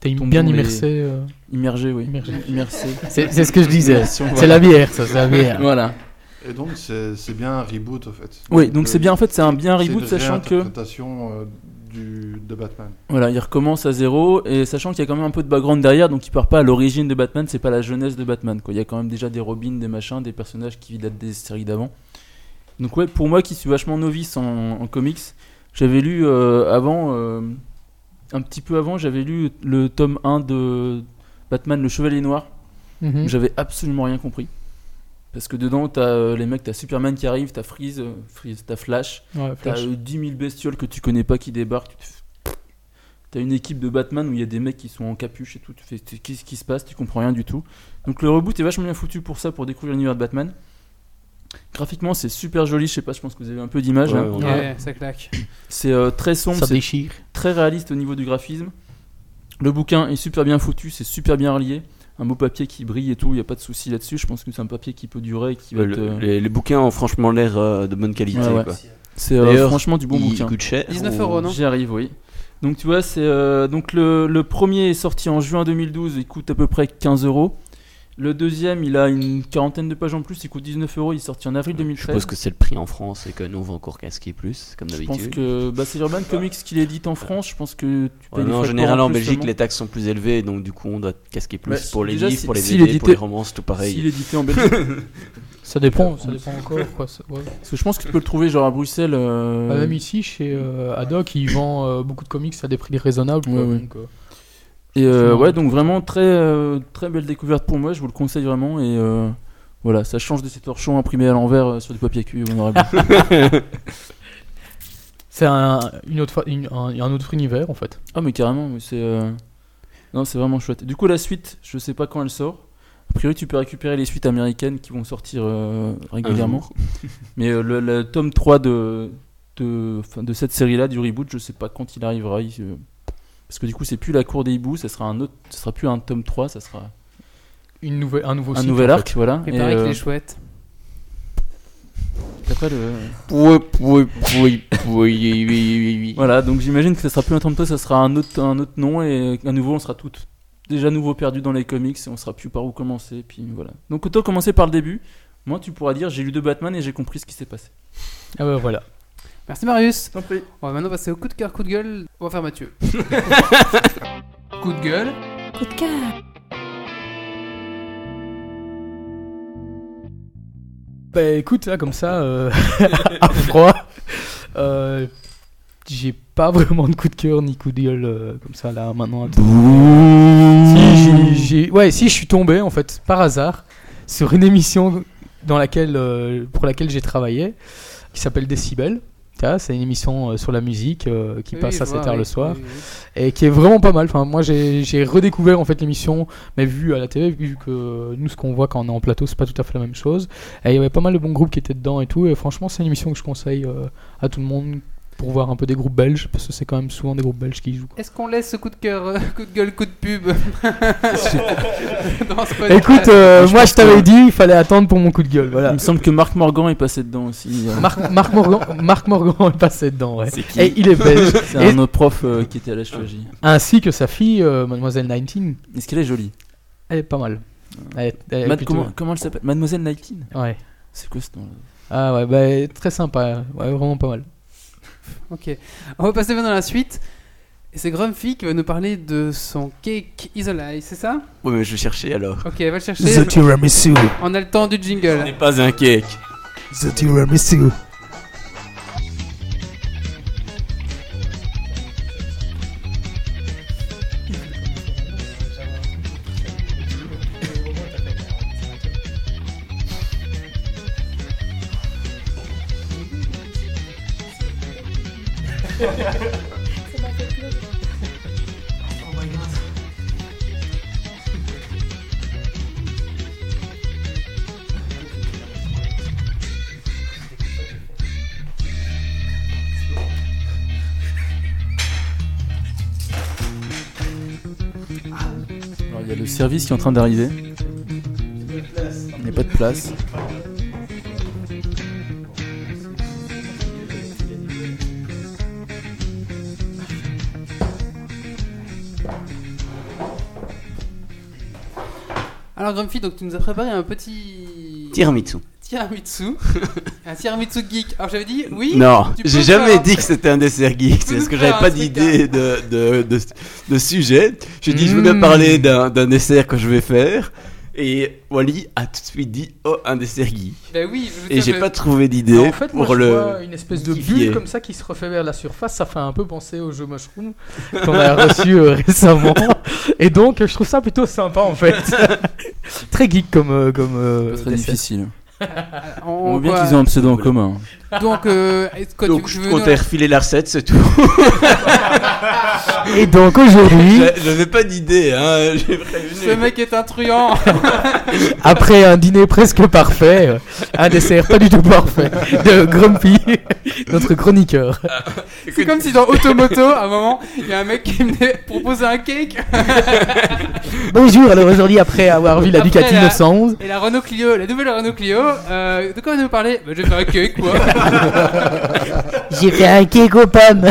S6: T'es
S7: tombent
S6: bien
S7: dans les-
S6: immersé. euh,
S7: immergé, oui.
S6: Immergé.
S7: Immersé.
S6: C'est c'est ce que je disais.
S7: Immersion,
S6: C'est
S7: voilà.
S6: la bière, ça, c'est la bière.
S7: Voilà.
S5: Et donc, c'est c'est bien un reboot, en fait.
S7: Oui, donc c'est bien en fait, c'est un bien
S5: Euh, C'est une
S7: reboot sachant que
S5: réinterprétation, euh, du, de Batman.
S7: voilà, il recommence à zéro et sachant qu'il y a quand même un peu de background derrière, donc il part pas à l'origine de Batman, c'est pas la jeunesse de Batman quoi. Il y a quand même déjà des Robin, des machins, des personnages qui datent des séries d'avant. Donc ouais, pour moi qui suis vachement novice en, en comics, j'avais lu euh, avant, euh, un petit peu avant, j'avais lu le tome 1 de Batman le Chevalier Noir.
S6: Mhm.
S7: J'avais absolument rien compris. Parce que dedans, t'as euh, les mecs, t'as Superman qui arrive, t'as Freeze, euh, Freeze t'as Flash,
S6: Ouais,
S7: t'as
S6: Flash.
S7: euh, 10 000 bestioles que tu connais pas qui débarquent. tu te fais- T'as une équipe de Batman où il y a des mecs qui sont en capuche et tout. Tu fais t'es- qu'est-ce qui se passe Tu comprends rien du tout. Donc le reboot est vachement bien foutu pour ça, pour découvrir l'univers de Batman. Graphiquement, c'est super joli. Je sais pas, je pense que vous avez un peu d'image.
S3: Ouais,
S7: hein.
S3: on-
S1: Ouais,
S6: Ouais.
S1: ça claque.
S7: C'est euh, très sombre,
S6: Ça
S7: c'est
S6: déchire.
S7: très réaliste au niveau du graphisme. Le bouquin est super bien foutu, c'est super bien relié. Un beau papier qui brille et tout, il n'y a pas de souci là-dessus. Je pense que c'est un papier qui peut durer et qui va
S3: le-
S7: être. euh,
S3: les, les bouquins ont franchement l'air euh, de bonne qualité.
S7: Ouais, ouais.
S3: quoi.
S7: C'est euh,
S3: D'ailleurs,
S7: franchement du bon
S3: Ils
S7: bouquin.
S3: coûtent cher.
S1: 19
S3: On-
S1: euros, non
S7: J'y arrive, oui. Donc tu vois, c'est euh, donc le, le premier est sorti en juin 2012, il coûte à peu près 15 euros. Le deuxième, il a une quarantaine de pages en plus, il coûte 19 euros, il est sorti en avril
S3: Je
S7: 2013.
S3: suppose que c'est le prix en France et que nous on va encore casquer plus, comme
S7: Je pense
S3: d'habitude.
S7: que bah, c'est Urban Comics qui l'édite en France. Je pense que tu payes
S3: Ouais,
S7: des
S3: mais en
S7: frais de
S3: général,
S7: port
S3: en
S7: plus
S3: Belgique,
S7: seulement.
S3: les taxes sont plus élevées, donc du coup, on doit casquer plus
S7: Bah,
S3: pour les
S7: déjà,
S3: livres,
S7: si-
S3: pour les
S7: si
S3: BD, pour
S7: l'éditeur-
S3: les romances, tout pareil.
S7: S'il est édité en Belgique.
S6: Ça dépend, ça dépend encore. Quoi. ça- ouais.
S7: Parce que je pense que tu peux le trouver genre à Bruxelles. euh,
S6: Bah, même ici, chez euh, Adoc, ils vendent euh, beaucoup de comics à des prix raisonnables. quoi,
S7: Ouais, ouais.
S6: donc, euh,
S7: Et euh,
S6: Sinon,
S7: ouais, donc vraiment très euh, très belle découverte pour moi. Je vous le conseille vraiment. Et euh, voilà, ça change des torchons imprimés à l'envers euh, sur du papier cuit. honorable.
S6: C'est un, une autre, fa- une- un, un autre univers en fait.
S7: ah mais carrément, mais c'est euh, non, c'est vraiment chouette. Du coup, la suite, je sais pas quand elle sort. A priori, tu peux récupérer les suites américaines qui vont sortir euh, régulièrement. Mais euh, le, le tome 3 de, de, enfin, de cette série-là, du reboot, je sais pas quand il arrivera. il, euh, parce que du coup, c'est plus la cour des hiboux, ça sera un autre, ça sera plus un tome 3, ça sera
S6: Une nouvelle, un nouveau
S7: un
S6: cycle,
S7: nouvel
S6: en
S7: arc, voilà.
S1: Mais
S7: Et,
S1: pareil qu'il
S7: euh,
S1: est chouette.
S7: t'as pas le-
S3: Oui, oui, oui, oui, oui, oui, oui.
S7: Voilà, donc j'imagine que ça sera plus un tome 3, ça sera un autre, un autre nom et à nouveau on sera tout déjà nouveau perdu dans les comics et on saura plus par où commencer. Puis voilà. Donc autant commencer par le début. Moi, tu pourras dire j'ai lu deux Batman et j'ai compris ce qui s'est passé.
S6: fait. Ah ouais, voilà.
S1: Merci Marius.
S7: T'en prie.
S1: On va maintenant passer au coup de cœur, coup de gueule. On va faire Mathieu. coup de gueule.
S4: Coup de cœur.
S6: Bah écoute, là comme ça, euh, à froid, euh, j'ai pas vraiment de coup de cœur ni coup de gueule euh, comme ça là maintenant. Si, j'ai- j'ai- ouais, si je suis tombé en fait par hasard sur une émission dans laquelle, euh, pour laquelle j'ai travaillé, qui s'appelle Décibel, Tiens, C'est une émission euh, sur la musique euh, qui
S1: Oui,
S6: passe
S1: je
S6: assez
S1: vois,
S6: tard
S1: oui,
S6: le soir
S1: oui, oui.
S6: et qui est vraiment pas mal. Enfin, moi, j'ai j'ai redécouvert en fait l'émission, mais vu à la télé, vu que nous, ce qu'on voit quand on est en plateau, c'est pas tout à fait la même chose. Et il y avait pas mal de bons groupes qui étaient dedans et tout. Et franchement, c'est une émission que je conseille euh, à tout le monde pour voir un peu des groupes belges, parce que c'est quand même souvent des groupes belges qui y jouent.
S1: Est-ce qu'on laisse ce coup de cœur, euh, coup de gueule, coup de pub dans ce podcast
S6: Écoute, euh,
S7: Moi, je
S6: moi,
S7: pense
S6: je t'avais
S7: que-
S6: dit, il fallait attendre pour mon coup de gueule.
S7: Il
S6: Voilà.
S7: me semble que Marc Morgan est passé dedans aussi. euh,
S6: Bah, Marc, Marc Morgan, Marc Morgan est passé dedans, ouais.
S7: C'est qui
S6: Et il est belge,
S7: C'est un autre prof euh, qui était à la chirurgie.
S6: ainsi que sa fille, euh, Mademoiselle 19.
S7: Est-ce qu'elle est jolie
S6: Elle est pas mal. Elle est- Ah. elle est
S7: Mad-
S6: plutôt-
S7: comment, comment elle s'appelle Mademoiselle Nightingale
S6: Ouais.
S7: C'est quoi ce nom
S6: Ah ouais, bah, très sympa. Ouais, vraiment pas mal.
S1: Ok, on va passer maintenant à la suite. Et c'est Grumpy qui va nous parler de son cake isolé, c'est ça
S3: Ouais, mais je vais chercher alors.
S1: Ok, va le chercher.
S10: tiramisu.
S1: On a le temps du
S3: Ce
S1: jingle.
S3: n'est pas un cake.
S10: The tiramisu.
S7: Alors, il y a le service qui est en train d'arriver. Il n'y a pas de place.
S1: Alors Grumpy, donc tu nous as préparé un petit
S3: Tiramisu.
S1: tiramisu, un tiramisu geek. Alors j'avais dit oui.
S3: Non,
S1: tu peux
S3: j'ai
S1: faire
S3: jamais
S1: un-
S3: dit que c'était un dessert geek. C'est parce que
S1: peux
S3: j'avais
S1: faire
S3: pas
S1: un truc,
S3: d'idée de, de, de, de sujet. J'ai dit, je veux bien
S6: Mm.
S3: parler d'un d'un dessert que je vais faire. Et Wally a tout de suite dit, oh, un dessert geek.
S1: Bah oui. je veux
S3: Et
S1: dire,
S3: j'ai
S1: je-
S3: pas trouvé d'idée
S6: en fait, moi,
S3: pour
S6: je vois
S3: le.
S6: une espèce de
S3: Kiffier.
S6: bulle comme ça qui se refait vers la surface. Ça fait un peu penser au jeu Mushroom qu'on a reçu euh, récemment. Et donc, je trouve ça plutôt sympa en fait. très geek comme. euh, comme euh,
S7: Très
S6: dessert.
S7: difficile.
S1: on-
S7: On voit bien
S1: quoi.
S7: qu'ils ont un pseudo en commun.
S1: Donc, euh, est-ce que
S3: Donc,
S1: tu,
S3: je
S1: tu veux
S3: on
S1: nous-
S3: t'a refilé la recette, c'est tout.
S6: Et donc aujourd'hui,
S3: J'a- J'avais pas d'idée, hein. J'ai
S1: Ce
S3: prévenu.
S1: mec est un truand.
S6: après un dîner presque parfait, euh, un dessert pas du tout parfait de Grumpy, notre chroniqueur.
S1: C'est comme si dans Automoto, à un moment, il y a un mec qui venait proposer un cake
S6: Bonjour, alors aujourd'hui, après avoir vu la
S1: Après
S6: Ducati
S1: la-
S6: 911,
S1: et la Renault Clio, la nouvelle Renault Clio. euh, de quoi elle nous parler bah, Je vais faire un cake, quoi.
S6: j'ai fait un cake aux pommes.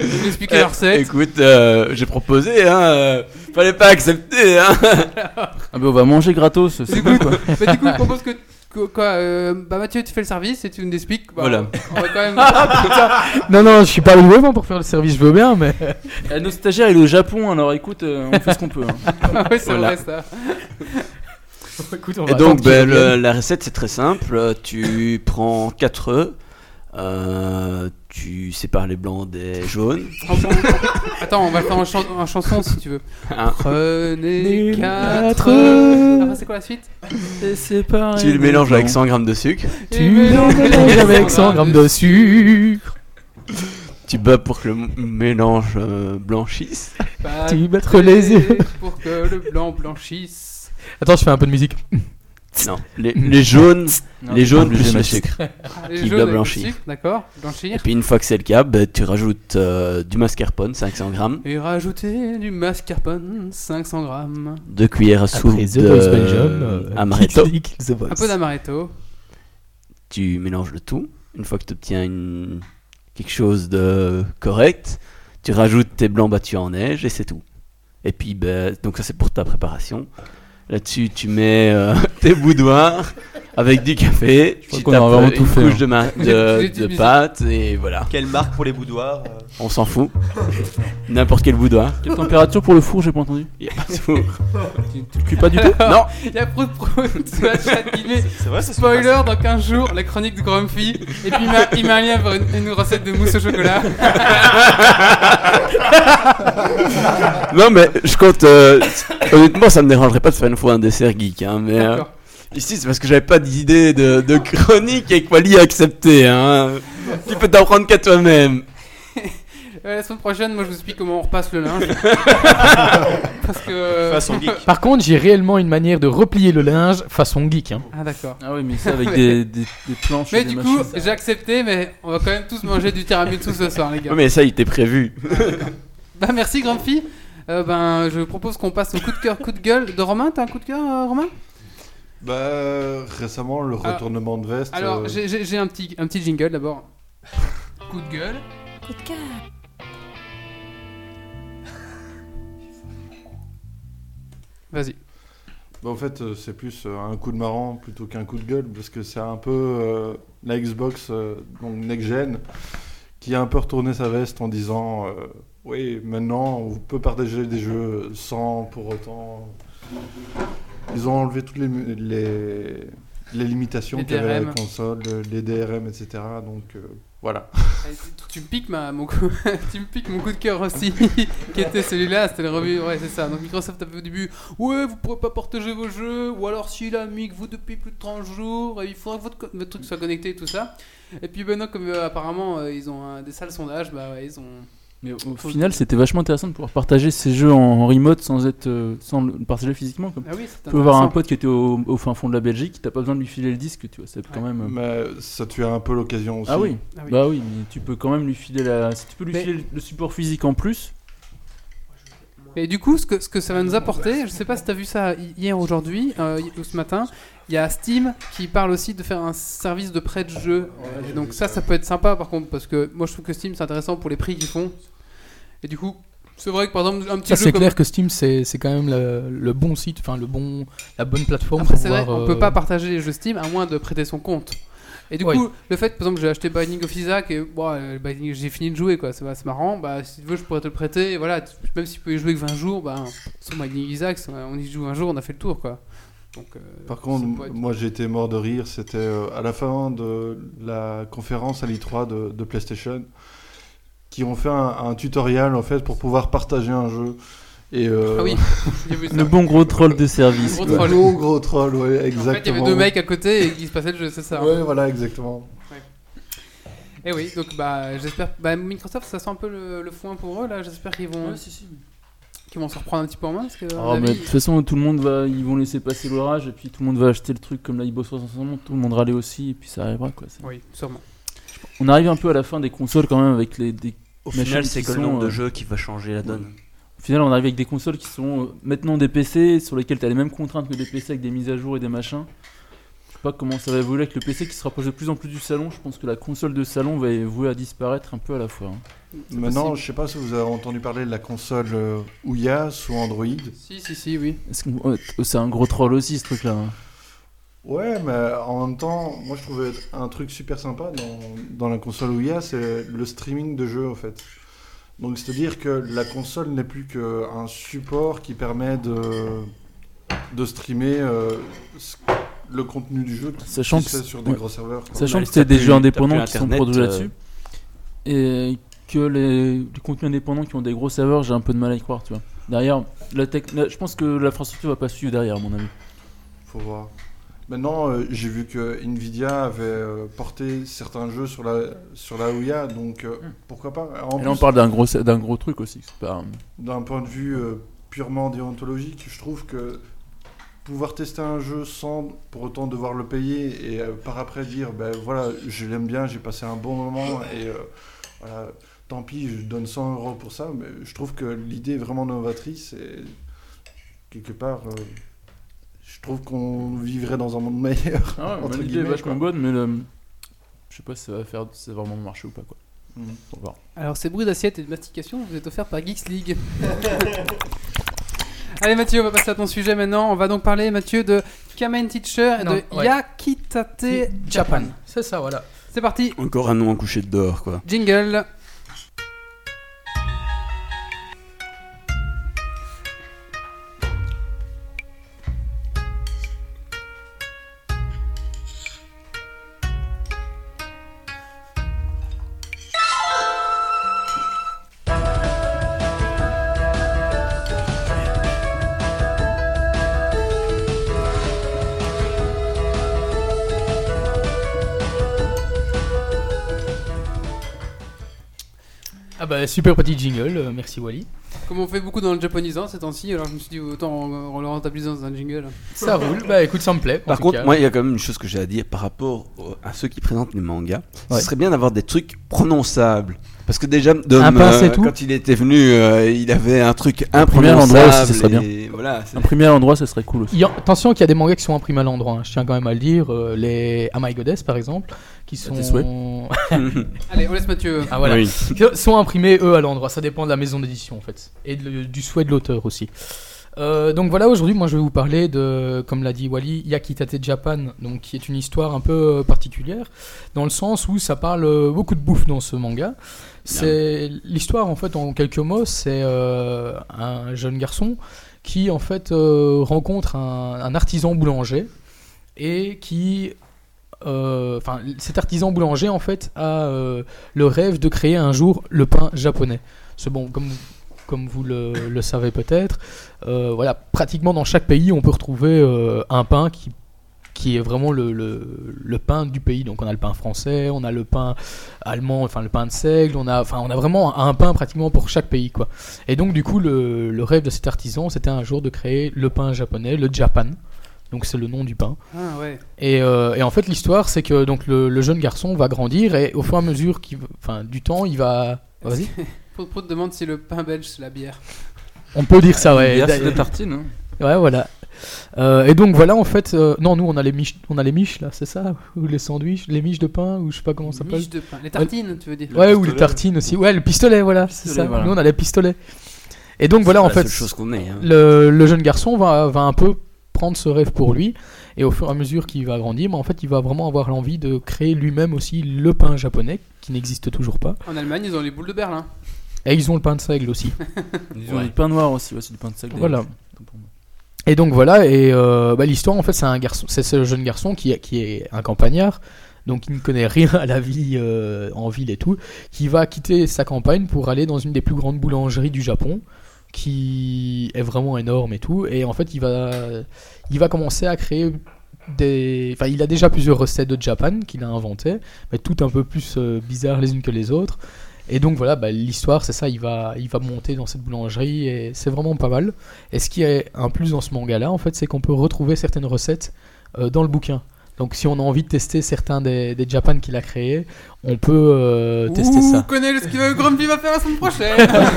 S1: Je vais expliquer la recette.
S3: Écoute, euh, j'ai proposé, hein. euh, Fallait pas accepter, hein.
S7: Ah bah on va manger gratos, c'est
S1: Du
S7: bon
S1: coup,
S7: quoi.
S1: bah, du coup, je propose que. que- Quoi, euh, bah Mathieu, tu fais le service et tu nous expliques. Bah,
S3: Voilà.
S1: On va quand même.
S6: Non, non, je suis pas loué moi, pour faire le service, je veux bien, mais.
S7: Eh, Nos stagiaires il est au Japon alors écoute euh, on fait ce qu'on peut. hein.
S1: Ah ouais, c'est
S3: Voilà.
S1: vrai ça.
S6: Écoute, on
S3: Et
S6: va
S3: donc,
S6: attendre qu'il
S3: ben,
S6: revienne.
S3: le- la recette c'est très simple. Euh, Tu prends 4 œufs, euh, tu sépares les blancs des jaunes.
S1: En bon- Attends, on va le faire en, chan- en chanson si tu veux.
S3: Hein.
S1: Prenez
S6: Nul
S1: 4.
S6: quatre.
S1: Après, c'est quoi la suite
S3: Tu le mélanges avec 100 grammes de sucre.
S6: Tu mélanges avec 100 grammes de sucre.
S3: Tu bats pour que le m- mélange euh, blanchisse.
S1: Pas
S6: Tu battre les yeux.
S1: Pour que le blanc blanchisse.
S6: Attends, je fais un peu de musique.
S3: Non, les, les jaunes,
S7: Non, t'es
S3: les
S7: pas
S3: jaunes
S7: obligé,
S3: plus le
S7: Max.
S3: sucre.
S1: Les
S3: Ah, Qui
S1: jaunes
S3: doit
S1: avec
S3: blanchir.
S1: le sucre, D'accord, blanchir.
S3: Et puis une fois que c'est le cas, ben, tu rajoutes euh, du mascarpone, 500 grammes,
S1: Et rajouter du mascarpone, 500 grammes.
S3: 2 cuillères à soupe
S6: Après The
S3: de
S6: Voice Belgium, euh,
S3: amaretto.
S6: Kid League, The Voice.
S1: Un peu d'amaretto.
S3: tu mélanges le tout. Une fois que tu obtiens une... quelque chose de correct, tu rajoutes tes blancs battus en neige et c'est tout. Et puis, ben, donc ça c'est pour ta préparation. Là-dessus, tu mets euh, tes boudoirs avec du café,
S7: crois
S3: tu
S7: qu'on a
S3: tapes
S7: vraiment
S3: euh,
S7: tout
S3: une
S7: fait,
S3: couche
S7: hein.
S3: de, ma-
S1: J'ai-
S3: de,
S1: j'ai
S3: de
S1: utilisé.
S3: pâte et voilà.
S8: Quelle marque pour les boudoirs euh,
S3: On s'en fout. N'importe quel boudoir.
S7: Quelle température pour le four j'ai pas entendu.
S3: Il y a pas de four.
S7: Tu, tu le cuis pas du tout
S3: Non,
S1: Il y a prout prout sous la chatte qui met
S8: C'est vrai, ça se passe.
S1: Spoiler, dans 15 jours, la chronique de Grumpy. Et puis il m'a- il m'a un lien vers une, une recette de mousse au chocolat.
S3: non mais je compte. euh, honnêtement, ça me dérangerait pas de faire une fois un dessert geek, hein, mais. euh,
S1: D'accord.
S3: Ici, c'est parce que j'avais pas d'idée de, de chronique et que Wally a accepté. Hein. Tu peux t'apprendre qu'à toi-même.
S1: Euh, la semaine prochaine, moi je vous explique comment on repasse le linge. Parce que.
S8: Façon geek.
S6: Par contre, j'ai réellement une manière de replier le linge façon geek. hein.
S1: Ah d'accord.
S7: Ah oui, mais ça avec des, des, des planches. et
S1: Mais
S7: des
S1: du coup,
S7: machins.
S1: j'ai accepté, mais on va quand même tous manger du tiramisu ce soir, les gars.
S3: Ouais, mais ça, il était prévu.
S1: Bah merci, Grumpy. Euh, ben, je propose qu'on passe au coup de cœur, coup de gueule de Romain. T'as un coup de cœur, euh, Romain
S5: Bah, récemment, le
S4: Ah.
S1: Alors-
S5: retournement de veste.
S1: Alors,
S5: euh,
S1: j'ai- j'ai j'ai un petit, un petit jingle d'abord. Coup de gueule.
S4: Coup de cœur.
S1: Vas-y.
S5: Bah, en fait, euh, c'est plus euh, un coup de marrant plutôt qu'un coup de gueule, parce que c'est un peu euh, la Xbox, euh, donc Next Gen, qui a un peu retourné sa veste en disant euh, Oui, maintenant, on peut partager des jeux sans pour autant. Ils ont enlevé toutes les, mu- les, les limitations
S1: Les
S5: qu'avait la
S1: DRM.
S5: console, les DRM, etc. Donc euh, voilà.
S1: Allez, tu- Tu me piques ma, mon coup, tu me piques mon coup de cœur aussi, qui était celui-là, c'était le revue, ouais c'est ça. Donc Microsoft a fait au début, ouais vous pourrez pas partager vos jeux, ou alors si la mic vous depuis plus de 30 jours, et il faudra que votre, co- votre truc soit connecté et tout ça. Et puis maintenant comme euh, apparemment euh, ils ont un- des sales sondages, bah ouais, ils ont...
S7: Mais au final, c'était vachement intéressant de pouvoir partager ces jeux en, en remote sans être euh, sans le partager physiquement. Comme.
S1: Ah oui, c'est
S7: Tu peux avoir un
S1: intéressant.
S7: pote qui était au, au fin fond de la Belgique, t'as pas besoin de lui filer le disque, tu vois. C'est quand même. euh,
S5: Mais ça, tu as un peu l'occasion aussi.
S7: Ah oui.
S1: Ah oui.
S7: bah oui, mais tu peux quand même lui filer la. Si tu peux lui
S1: Mais-
S7: filer le support physique en plus.
S1: Et du coup, ce que, ce que ça va nous apporter, je sais pas si t'as vu ça hi- hier, aujourd'hui, euh, hi- ou ce matin, il y a Steam qui parle aussi de faire un service de prêt de jeu. Euh, et donc ça, ça peut être sympa par contre, parce que moi je trouve que Steam c'est intéressant pour les prix qu'ils font. Et du coup, c'est vrai que par exemple, un petit
S6: Ça,
S1: jeu
S6: c'est
S1: comme...
S6: clair que Steam, c'est c'est quand même le, le bon site, enfin, le bon, la bonne plateforme
S1: Après,
S6: pour
S1: c'est vrai,
S6: pouvoir,
S1: on
S6: euh,
S1: peut pas partager les jeux Steam à moins de prêter son compte. Et du
S6: Ouais.
S1: coup, le fait, par exemple, j'ai acheté Binding of Isaac et bon, euh, Binding- j'ai fini de jouer, quoi, c'est c'est marrant. Bah, si tu veux, je pourrais te le prêter. Et voilà, tu- même si tu peux y jouer que 20 jours, bah, sur Binding of Isaac, on y joue 20 jours, on a fait le tour, quoi. Donc, euh,
S5: Par contre,
S1: ça peut être-
S5: moi j'étais mort de rire, c'était euh, à la fin de la conférence à l'I3 de, de PlayStation, qui ont fait un, un tutoriel en fait pour pouvoir partager un jeu. Et, euh,
S1: Ah oui, j'ai vu ça.
S7: Le bon gros troll de service.
S1: Gros
S5: le
S1: troll.
S5: gros gros troll, ouais,
S1: En fait, il y
S5: exactement.
S1: avait deux mecs à côté et il se passait le jeu, c'est ça. hein.
S5: Ouais, voilà, exactement.
S1: Et oui, donc bah, j'espère. Bah, Microsoft, ça sent un peu le, le foin pour eux, là. J'espère qu'ils vont, qu'ils vont se reprendre un petit peu en main. Parce que, à mon
S7: Ah, mais de
S1: avis,
S7: toute façon, tout le monde va, ils vont laisser passer l'orage et puis tout le monde va acheter le truc comme la Xbox 360, tout le monde râler aussi et puis ça arrivera quoi. C'est-
S1: Oui, sûrement.
S7: On arrive un peu à la fin des consoles quand même avec les. Des...
S3: Au
S7: Machines
S3: final, c'est
S7: qui
S3: que le
S7: sont,
S3: nombre
S7: euh,
S3: de jeux qui va changer la donne.
S7: Au final, on arrive avec des consoles qui sont euh, maintenant des PC sur lesquels t'as les mêmes contraintes que des PC avec des mises à jour et des machins. Je sais pas comment ça va évoluer avec le PC qui se rapproche de plus en plus du salon. Je pense que la console de salon va vouer à disparaître un peu à la fois. hein.
S5: Maintenant, je sais pas si vous avez entendu parler de la console euh, Ouya sous Android.
S1: Si, si, si, oui.
S7: Est-ce qu'on- euh, C'est un gros troll aussi ce hein. truc là.
S5: Ouais, mais en même temps, moi je trouvais un truc super sympa dans, dans la console Ouya, c'est le streaming de jeux en fait. Donc c'est-à-dire que la console n'est plus qu'un support qui permet de, de streamer euh, ce- le contenu du jeu qui
S7: Sachant
S5: qui
S7: que
S5: se fait
S7: c'est-
S5: sur des
S7: ouais.
S5: gros serveurs. quoi.
S7: Sachant
S3: Ouais,
S7: que c'est des
S3: t'as
S7: jeux
S3: plus-
S7: indépendants
S3: t'as
S7: qui
S3: plus
S7: sont
S3: Internet,
S7: produits
S3: euh,
S7: là-dessus. Et que les, les contenus indépendants qui ont des gros serveurs, j'ai un peu de mal à y croire, tu vois. Derrière, la tech, la- je pense que l'infrastructure va pas suivre derrière, à mon avis.
S5: Faut voir. Maintenant, euh, j'ai vu que Nvidia avait euh, porté certains jeux sur la sur la Ouya, donc euh,
S7: Hmm.
S5: pourquoi pas. En
S7: Et
S5: plus,
S7: là, on parle d'un gros, d'un gros truc aussi. c'est pas-
S5: d'un point de vue euh, purement déontologique, je trouve que pouvoir tester un jeu sans pour autant devoir le payer et euh, par après dire ben voilà je l'aime bien j'ai passé un bon moment et euh, voilà tant pis je donne 100 euros pour ça mais je trouve que l'idée est vraiment novatrice et quelque part euh, je trouve qu'on vivrait dans un monde meilleur
S7: Ah ouais,
S5: Entre
S7: l'idée est
S5: guillemets,
S7: vachement
S5: quoi.
S7: bonne, mais le- je sais pas si ça va faire, si ça va vraiment marcher ou pas, quoi.
S5: Mm.
S7: On va voir.
S1: Alors, ces bruits d'assiette et de mastication vous êtes offerts par Geeks League. Allez, Mathieu, on va passer à ton sujet maintenant. On va donc parler, Mathieu, de Kamen Teacher et
S6: Non,
S1: de
S6: ouais.
S1: Yakitate Japan.
S6: C'est ça, voilà.
S1: C'est parti,
S3: Encore un nom à coucher de dehors, quoi.
S1: jingle.
S6: bah, super petit jingle, euh, merci Wally.
S1: Comme on fait beaucoup dans le japonisant ces temps-ci, alors je me suis dit autant en, en le rentabilisant dans un jingle.
S6: Ça roule, bah écoute, ça me plaît. en
S3: Par
S6: tout
S3: contre,
S6: cas.
S3: moi, il y a quand même une chose que j'ai à dire par rapport au- à ceux qui présentent les mangas.
S7: Ouais.
S3: Ce serait bien d'avoir des trucs prononçables. Parce que déjà, Dom,
S7: Un pain,
S3: euh,
S7: c'est tout
S3: quand il était venu, euh, il avait un truc
S7: premier
S3: imprononçable.
S7: endroit aussi, ce serait bien.
S3: et Voilà, c'est-
S7: Un premier endroit, ça serait cool aussi.
S6: Il y a- attention qu'il y a des mangas qui sont imprimés à l'endroit, hein. je tiens quand même à le dire. euh, les Am I Goddess par exemple, qui
S7: tes souhaits.
S6: sont.
S1: Allez, on laisse Mathieu.
S6: ah voilà.
S3: Oui.
S6: Qui sont imprimés eux à l'endroit, ça dépend de la maison d'édition en fait. Et de- du souhait de l'auteur aussi. Euh, donc voilà, aujourd'hui, moi je vais vous parler de, comme l'a dit Wally, Yakitate Japan, donc, qui est une histoire un peu euh, particulière, dans le sens où ça parle euh, beaucoup de bouffe dans ce manga. C'est l'histoire en fait en quelques mots, c'est euh, un jeune garçon qui en fait euh, rencontre un, un artisan boulanger et qui, euh, enfin cet artisan boulanger en fait a euh, le rêve de créer un jour le pain japonais. C'est bon, comme comme vous le, le savez peut-être, euh, voilà, pratiquement dans chaque pays, on peut retrouver euh, un pain qui qui est vraiment le, le- le pain du pays. Donc on a le pain français, on a le pain allemand, enfin le pain de seigle, on a, enfin, on a vraiment un pain pratiquement pour chaque pays. quoi. Et donc du coup le, le rêve de cet artisan c'était un jour de créer le pain japonais, le Japan. Donc c'est le nom du pain.
S1: Ah ouais.
S6: Et, euh, et en fait, l'histoire, c'est que donc le, le jeune garçon va grandir et au fur et à mesure qu'il, enfin, du temps, il va. Vas-y.
S1: Pour, te demande si le pain belge c'est la bière.
S6: On peut dire ça, Ah ouais.
S7: Hier, c'est
S6: D'ailleurs-
S7: des tartines. hein.
S6: Ouais, voilà. Euh, et donc voilà, en fait, euh, non, nous on a les miches, on a les miches là, c'est ça, ou les sandwichs, les miches de pain, ou je sais pas comment ça s'appelle.
S1: Miche de pain. Les tartines, tu veux dire
S6: Ouais, ou les tartines aussi. Ouais, le pistolet, voilà, c'est
S7: Pistolet,
S6: ça.
S7: voilà.
S6: Nous on a les pistolets. Et donc voilà,
S3: c'est
S6: en
S3: la
S6: fait,
S3: seule chose qu'on ait. hein.
S6: le, le jeune garçon va, va un peu prendre ce rêve pour lui et au fur et à mesure qu'il va grandir, mais en fait il va vraiment avoir l'envie de créer lui-même aussi le pain japonais qui n'existe toujours pas.
S1: En Allemagne, ils ont les boules de Berlin.
S6: Et ils ont le pain de seigle aussi.
S7: Ils ont du pain noir aussi, ouais, c'est du pain de seigle.
S6: Voilà. Et donc voilà, et euh, bah, l'histoire en fait c'est un garçon, c'est ce jeune garçon qui, qui est un campagnard, donc il ne connaît rien à la vie euh, en ville et tout, qui va quitter sa campagne pour aller dans une des plus grandes boulangeries du Japon, qui est vraiment énorme et tout, et en fait il va, il va commencer à créer des, enfin il a déjà plusieurs recettes de Japan qu'il a inventées, mais toutes un peu plus euh, bizarres les unes que les autres, et donc voilà, bah, l'histoire c'est ça, il va, il va monter dans cette boulangerie et c'est vraiment pas mal. Et ce qui est un plus dans ce manga-là, en fait, c'est qu'on peut retrouver certaines recettes euh, dans le bouquin. Donc, si on a envie de tester certains des, des Japan qu'il a créés, on peut euh, tester
S1: Ouh,
S6: ça.
S1: connais ce que Grumpy va faire la semaine prochaine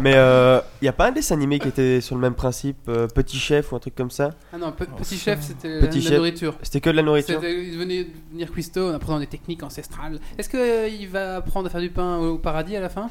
S8: Mais il euh, y a pas un dessin animé qui était sur le même principe, euh, Petit Chef ou un truc comme ça
S1: Ah non, pe-
S6: Oh,
S1: Petit Chef, c'était la,
S8: Petit
S1: la
S8: Chef.
S1: nourriture.
S8: C'était que de la nourriture.
S1: C'était- Il venait devenir cuistot en apprenant des techniques ancestrales. Est-ce qu'il va apprendre à faire du pain au paradis à la fin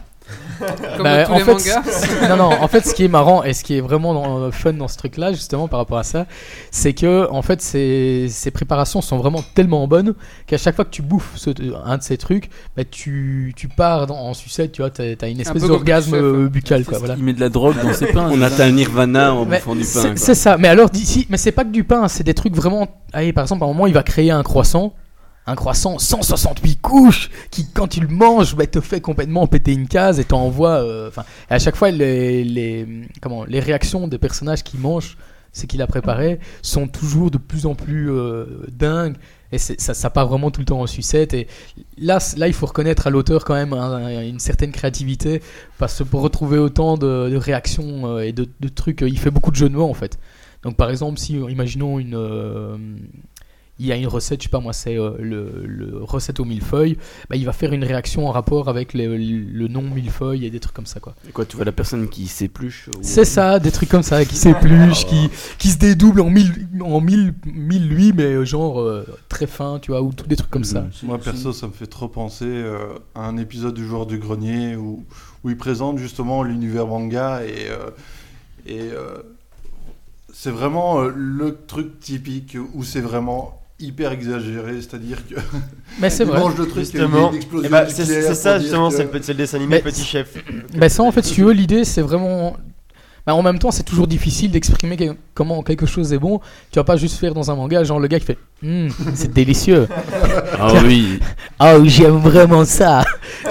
S1: Comme
S6: Bah,
S1: dans tous
S6: en
S1: les
S6: fait,
S1: mangas
S6: non, non, en fait, ce qui est marrant et ce qui est vraiment dans- fun dans ce truc-là, justement, par rapport à ça, c'est que, en fait, ces, ces préparations sont vraiment tellement bonnes qu'à chaque fois que tu bouffes ce- un de ces trucs, bah, tu, tu pars dans- en sucette, tu vois, t'as t'as une espèce
S1: peu comme
S6: d'orgasme
S1: le chef,
S6: euh,
S1: hein.
S6: buccal, quoi, voilà.
S7: Il met de la drogue dans ses pains.
S3: On atteint le nirvana en
S6: Mais
S3: bouffant du
S6: c'est-
S3: pain. quoi.
S6: C'est ça. Mais alors d'ici, mais c'est pas que du pain, c'est des trucs vraiment. Allez, par exemple, à un moment, il va créer un croissant. Un croissant 168 couches qui, quand tu le manges, bah, te fait complètement péter une case et t'envoie. euh, Enfin, et à chaque fois, les, les, comment, les réactions des personnages qui mangent ce qu'il a préparé sont toujours de plus en plus euh, dingues et c'est- ça, ça part vraiment tout le temps en sucette. Et là, c- là il faut reconnaître à l'auteur quand même un- une certaine créativité parce que pour retrouver autant de, de réactions euh, et de, de trucs, euh, il fait beaucoup de jeux de mots en fait. Donc par exemple, si euh, imaginons une, euh, il y a une recette, je sais pas moi, c'est euh, le, le recette au millefeuille, bah, il va faire une réaction en rapport avec les- le nom millefeuille et des trucs comme ça quoi.
S3: Et Quoi, tu vois la personne qui s'épluche ou-
S6: C'est ça, des trucs comme ça, qui s'épluchent, qui, qui se dédoublent en mille, en mille, mille lui, mais euh, genre euh, très fin, tu vois, ou tout- des trucs comme
S7: Mm-hmm.
S6: ça.
S5: Moi perso, ça me fait trop penser euh, à un épisode du Joueur du Grenier où, où il présente justement l'univers manga et, euh, et euh, c'est vraiment euh, le truc typique où c'est vraiment hyper exagéré, c'est-à-dire que
S6: Mais c'est
S5: il
S6: vrai.
S5: mange le truc et il y a
S8: Justement.
S5: une explosion
S8: Eh ben, c'est
S5: nucléaire
S8: c'est ça
S5: pour dire
S8: justement,
S5: que-
S8: c'est le, pe- c'est le dessin animé
S6: Mais-
S8: Petit Chef.
S6: Bah ça, en fait, si tu veux, l'idée, c'est vraiment... Bah, en même temps, c'est toujours difficile d'exprimer que- comment quelque chose est bon, tu vas pas juste faire dans un manga, genre le gars qui fait Hum, c'est délicieux.
S3: Ah oui.
S6: Ah oui, j'aime vraiment ça.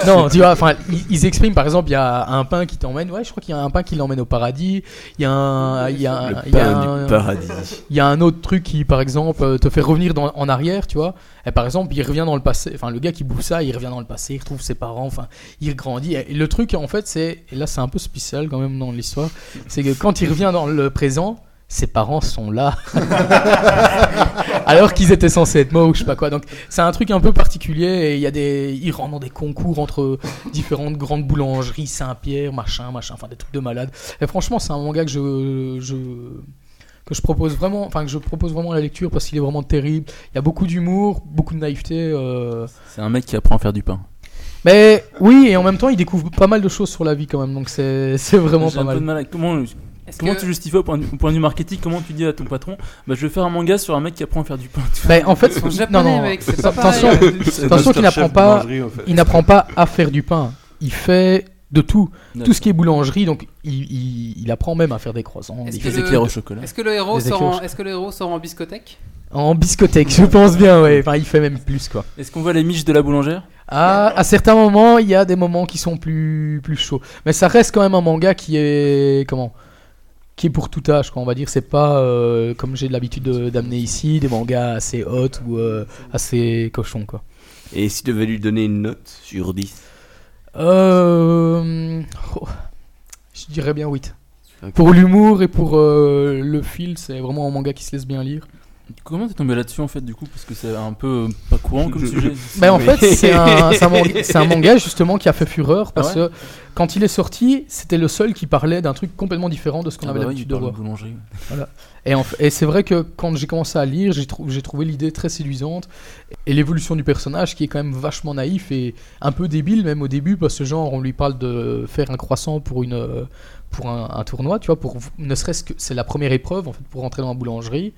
S6: non, tu vois, enfin, ils, ils expriment par exemple, il y a un pain qui t'emmène, ouais, je crois qu'il y a un pain qui l'emmène au paradis. Il y a un, il y a un-
S3: Le
S7: Ah,
S6: il y a
S3: pain
S6: un-
S3: du paradis.
S6: il y a un autre truc qui, par exemple, euh, te fait revenir dans- en arrière, tu vois. Et par exemple, il revient dans le passé. Enfin, le gars qui bouffe ça, il revient dans le passé, il retrouve ses parents, enfin, il grandit. Et le truc, en fait, c'est. Et là, c'est un peu spécial quand même dans l'histoire. C'est que quand il revient dans le présent, ses parents sont là. Alors qu'ils étaient censés être morts ou je sais pas quoi. Donc, c'est un truc un peu particulier. Et il y a des. Ils rentrent dans des concours entre différentes grandes boulangeries, Saint-Pierre, machin, machin. Enfin, des trucs de malade. Et franchement, c'est un manga que je. je que je propose vraiment, enfin que je propose vraiment à la lecture parce qu'il est vraiment terrible. Il y a beaucoup d'humour, beaucoup de naïveté. euh.
S7: C'est un mec qui apprend à faire du pain.
S6: Mais oui, et en même temps, il découvre pas mal de choses sur la vie quand même. Donc c'est c'est vraiment
S7: J'ai
S6: pas
S7: un peu
S6: mal.
S7: de mal avec- Comment, euh,
S1: Est-ce
S7: comment
S1: que-
S7: tu justifies au point, de, au point de vue marketing Comment tu dis à ton patron bah, Je vais faire un manga sur un mec qui apprend à faire du pain.
S6: Mais en fait,
S1: Ils sont
S6: non,
S1: japonais,
S6: non,
S1: mec, c'est pas
S6: attention,
S1: pareil.
S5: C'est
S6: Attention
S5: Masterchef
S6: qu'il n'apprend pas-
S5: boulangerie, en fait.
S6: il n'apprend pas à faire du pain. Il fait de tout, Bah, tout
S7: D'accord.
S6: ce qui est boulangerie. Donc il, il- il apprend même à faire des croissants,
S1: Est-ce
S6: des-
S1: que
S7: Des
S1: le-
S7: éclairs au chocolat.
S1: Est-ce que le héros
S6: Les
S1: sort en,
S6: éclairages.
S1: est-ce que le héros sort en biscothèque
S6: en biscothèque. Je pense bien, ouais. Enfin, il fait même plus quoi.
S7: Est-ce qu'on voit les miches de la boulangère
S6: Ah, à certains moments, il y a des moments qui sont plus, plus chauds. Mais ça reste quand même un manga qui est. Comment Qui est pour tout âge, quoi, on va dire. C'est pas, euh, comme j'ai l'habitude de- d'amener ici, des mangas assez hot ou euh, assez cochons, quoi.
S3: Et si tu devais lui donner une note sur 10
S6: Euh. oh, je dirais bien 8.
S3: Ok.
S6: Pour l'humour et pour euh, le fil, c'est vraiment un manga qui se laisse bien lire.
S7: Comment t'es tombé là-dessus en fait du coup Parce que c'est un peu euh, pas courant comme sujet.
S6: Mais Ben, Bah, en fait, c'est un, c'est un manga- c'est un manga justement qui a fait fureur parce
S7: Ah ouais
S6: que quand il est sorti, c'était le seul qui parlait d'un truc complètement différent de ce qu'on
S7: Ah
S6: avait
S7: bah oui, il
S6: l'habitude de
S7: parle de
S6: voir.
S7: boulangerie.
S6: Et, en f- et c'est vrai que quand j'ai commencé à lire, j'ai trou- j'ai trouvé l'idée très séduisante et l'évolution du personnage qui est quand même vachement naïf et un peu débile même au début parce que genre on lui parle de faire un croissant pour une euh, pour un, un tournoi, tu vois, pour ne serait-ce que c'est la première épreuve en fait pour rentrer dans la boulangerie.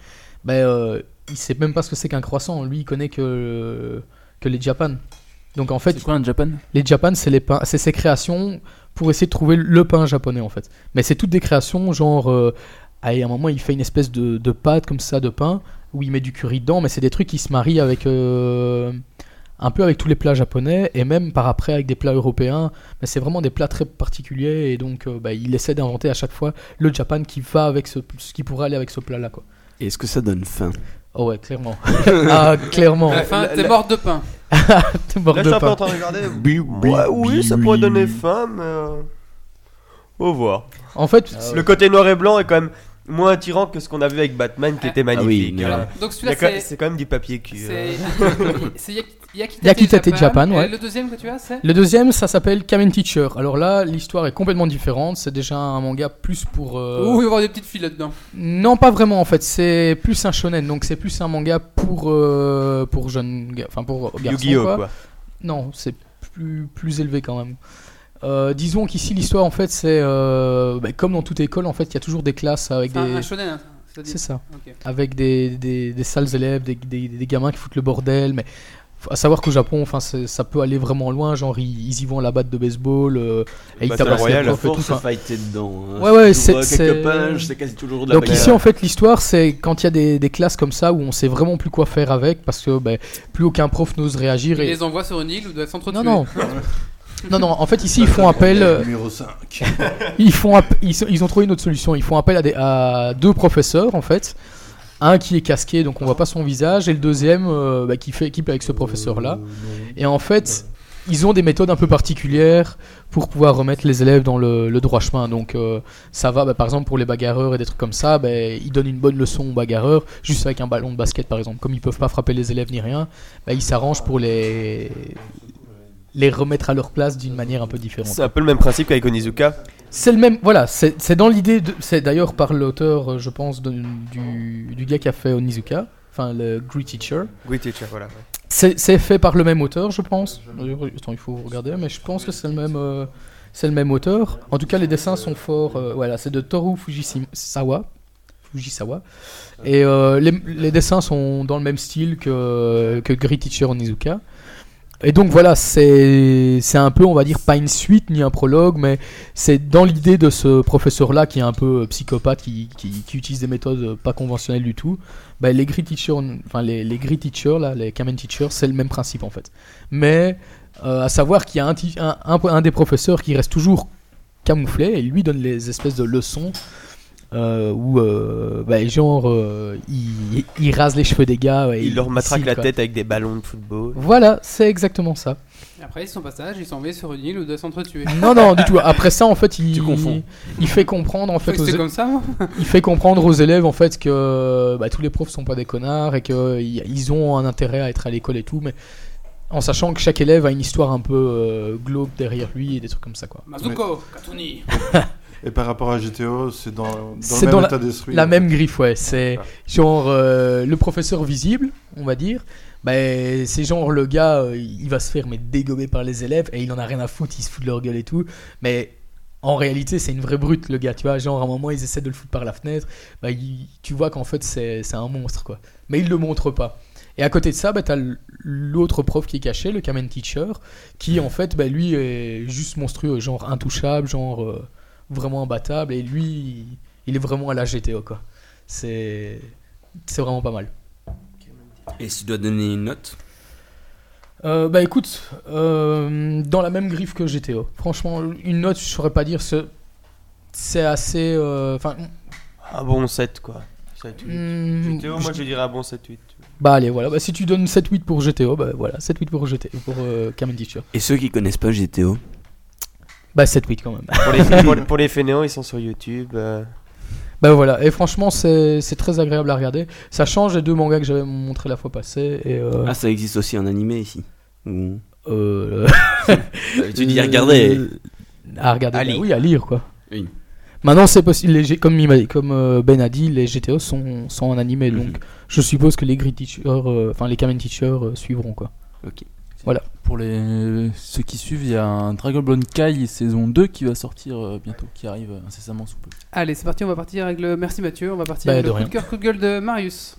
S6: Ben euh, il sait même pas ce que c'est qu'un croissant, lui il connaît que que les Japan. Donc en fait,
S7: C'est quoi un Japan
S6: les Japan, c'est les pains, c'est ses créations pour essayer de trouver le pain japonais en fait. Mais c'est toutes des créations genre, euh, à un moment il fait une espèce de, de pâte comme ça de pain où il met du curry dedans, mais c'est des trucs qui se marient avec euh, un peu avec tous les plats japonais et même par après avec des plats européens. Mais c'est vraiment des plats très particuliers et donc euh, bah, il essaie d'inventer à chaque fois le Japan qui va avec ce, ce qui pourrait aller avec ce plat là quoi.
S3: Est-ce que ça donne faim
S6: Oh ouais, clairement. ah clairement.
S1: À la fin,
S8: la-
S1: t'es
S8: la-
S1: mort de pain.
S6: T'es mort
S8: Là,
S6: de
S8: je suis un peu
S6: pain.
S8: en train de regarder. Ouais, oui, ça pourrait donner faim, mais. euh, Au voir.
S3: Ah
S6: En fait,
S8: Le côté noir et blanc est quand même moins attirant que ce qu'on a vu avec Batman qui
S1: Ah.
S8: était magnifique.
S3: oui,
S8: hein.
S1: Voilà. Donc
S8: Il y a
S1: celui-là,
S8: quand-
S1: c'est.
S8: C'est quand même du papier cul. hein.
S1: C'est c'est Yak- Yakitate,
S6: Yakitate euh Japan, ouais.
S1: Et le deuxième que tu as, c'est
S6: Le deuxième, ça s'appelle Kamen Teacher. Alors là, l'histoire est complètement différente. C'est déjà un manga plus pour. euh,
S1: Ouh, il va y avoir des petites filles là-dedans.
S6: Non, pas vraiment en fait. C'est plus un shonen, donc c'est plus un manga pour euh, pour jeunes, ga- enfin pour garçons.
S8: Yu-Gi-Oh!
S6: quoi.
S8: quoi.
S6: Non, c'est plus plus élevé quand même. Euh, disons qu'ici l'histoire en fait c'est euh, bah, comme dans toute école en fait il y a toujours des classes avec
S1: C'est un,
S6: des
S1: un shonen. hein, c'est-à-dire.
S6: c'est ça.
S1: Ok.
S6: Avec des, des, des sales élèves, des, des, des gamins qui foutent le bordel. Mais faut- à savoir qu'au Japon, enfin, c'est- ça peut aller vraiment loin. Genre, ils, ils y vont à la batte de baseball euh, et ils
S8: Battle
S6: tabassent les
S8: Royale,
S6: profs et tout.
S3: Force à
S6: enfin.
S3: fighter dedans. hein.
S6: Ouais, ouais,
S3: C'est toujours,
S6: c'est-
S3: euh, quelques
S6: c'est-
S3: pages, c'est quasi toujours de la
S6: Donc
S3: bagarre.
S6: ici, en fait, l'histoire, c'est quand il y a des, des classes comme ça où on sait vraiment plus quoi faire avec parce que ben, plus aucun prof n'ose réagir.
S1: Il
S6: Et...
S1: les envoie sur une île où ils doivent s'entretuer.
S6: Non, non. Non, non, en fait, ici, ils font appel. euh,
S5: Numéro 5.
S6: ils font app- ils, sont- ils ont trouvé une autre solution. Ils font appel à, des- à deux professeurs en fait. Un qui est casqué, donc on voit pas son visage, et le deuxième euh, bah, qui fait équipe avec ce professeur-là. Et en fait, ils ont des méthodes un peu particulières pour pouvoir remettre les élèves dans le, le droit chemin. Donc euh, ça va, bah, par exemple, pour les bagarreurs et des trucs comme ça, bah, ils donnent une bonne leçon aux bagarreurs, juste avec un ballon de basket par exemple. Comme ils peuvent pas frapper les élèves ni rien, bah, ils s'arrangent pour les... les remettre à leur place d'une manière un peu différente.
S8: C'est un peu le même principe qu'avec Onizuka.
S6: C'est le même, voilà, c'est c'est dans l'idée, de- c'est d'ailleurs par l'auteur, euh, je pense, de- du, du gars qui a fait Onizuka, enfin le Great Teacher.
S8: Oui, teacher, voilà. ouais.
S6: C'est c'est fait par le même auteur, je pense. D'ailleurs, Attends, il faut regarder, mais je pense que c'est le même, euh, c'est le même auteur. En tout cas, les dessins sont forts. euh, voilà, c'est de Toru Fujisawa. Fujisawa. Et euh, les, les dessins sont dans le même style que, que Great Teacher Onizuka. Et donc voilà, c'est c'est un peu, on va dire, pas une suite ni un prologue, mais c'est dans l'idée de ce professeur-là qui est un peu euh, psychopathe, qui, qui, qui utilise des méthodes euh, pas conventionnelles du tout. Bah, les gris teachers, enfin les, les gris teachers, là, les Kamen teachers, c'est le même principe en fait. Mais euh, à savoir qu'il y a un, ti- un, un- un des professeurs qui reste toujours camouflé et lui donne les espèces de leçons euh, où, euh, bah, genre, euh, il, il rase les cheveux des gars. ouais,
S8: Il leur matraque
S6: cille,
S8: la
S6: quoi.
S8: tête avec des ballons de football.
S6: Voilà, c'est exactement ça.
S1: Après son passage, ils sont envoyés sur une île où ils doivent s'entretuer.
S6: Non, non, du tout. Après ça, en fait, il,
S3: Tu confonds.
S6: il fait comprendre en fait, aux,
S1: C'est comme ça, hein. moi
S6: il fait comprendre aux élèves en fait que bah, tous les profs sont pas des connards et que y- ils ont un intérêt à être à l'école et tout, mais en sachant que chaque élève a une histoire un peu euh, glauque derrière lui et des trucs comme ça quoi.
S1: Mazuko, Katuni.
S5: Et par rapport à GTO, c'est dans, dans
S6: C'est
S5: le même
S6: dans
S5: état d'esprit.
S6: La même griffe, ouais. C'est genre euh, le professeur visible, on va dire. Ben, c'est genre le gars, euh, il va se faire mais dégommer par les élèves et il en a rien à foutre, il se fout de leur gueule et tout. Mais en réalité, c'est une vraie brute le gars, tu vois. Genre à un moment, ils essaient de le foutre par la fenêtre. Ben, il- tu vois qu'en fait, c'est c'est un monstre, quoi. Mais il le montre pas. Et à côté de ça, ben, t'as l- l'autre prof qui est caché, le Kamen Teacher, qui en fait, ben, lui est juste monstrueux, genre intouchable, genre euh, vraiment imbattable. Et lui, il est vraiment à la GTO quoi. C'est c'est vraiment pas mal.
S3: Et si tu dois donner une note
S6: Euh, bah écoute, euh, dans la même griffe que GTO. Franchement, une note, je saurais pas dire. ce- C'est assez. euh, Enfin,
S8: Un bon 7, quoi. 7, 8.
S6: mm,
S8: GTO, moi je dirais un bon 7, 8.
S6: bah allez, voilà. Bah, si tu donnes 7-8 pour GTO, bah voilà, 7-8 pour GTO pour euh, Kamen Teacher.
S3: Et ceux qui connaissent pas GTO
S6: Bah 7-8 quand même.
S8: Pour les, pour, pour les fainéants, ils sont sur YouTube. euh,
S6: bah voilà. Et franchement, c'est c'est très agréable à regarder. Ça change les deux mangas que j'avais montré la fois passée. Et euh,
S3: Ah, ça existe aussi en animé ici. Ou-
S6: euh,
S3: Ah, tu dis, regardez.
S6: à regarder.
S8: À
S6: bah
S8: lire.
S6: oui, à lire quoi.
S3: Oui.
S6: Maintenant, c'est possible. Les G- comme, il m'a- comme euh, Ben a dit, les GTO sont, sont en animé,
S3: Mhm.
S6: donc je suppose que les Grid Teachers, euh, enfin les Kamen Teachers euh, suivront quoi.
S7: Pour les... ceux qui suivent, il y a un Dragon Ball Kai saison 2 qui va sortir euh, bientôt, qui arrive euh, incessamment sous peu.
S1: Allez, c'est parti, on va partir avec le. Merci Mathieu, on va partir
S6: Bah,
S1: avec
S6: de
S1: le coup
S6: rien.
S1: de cœur, coup de gueule de Marius.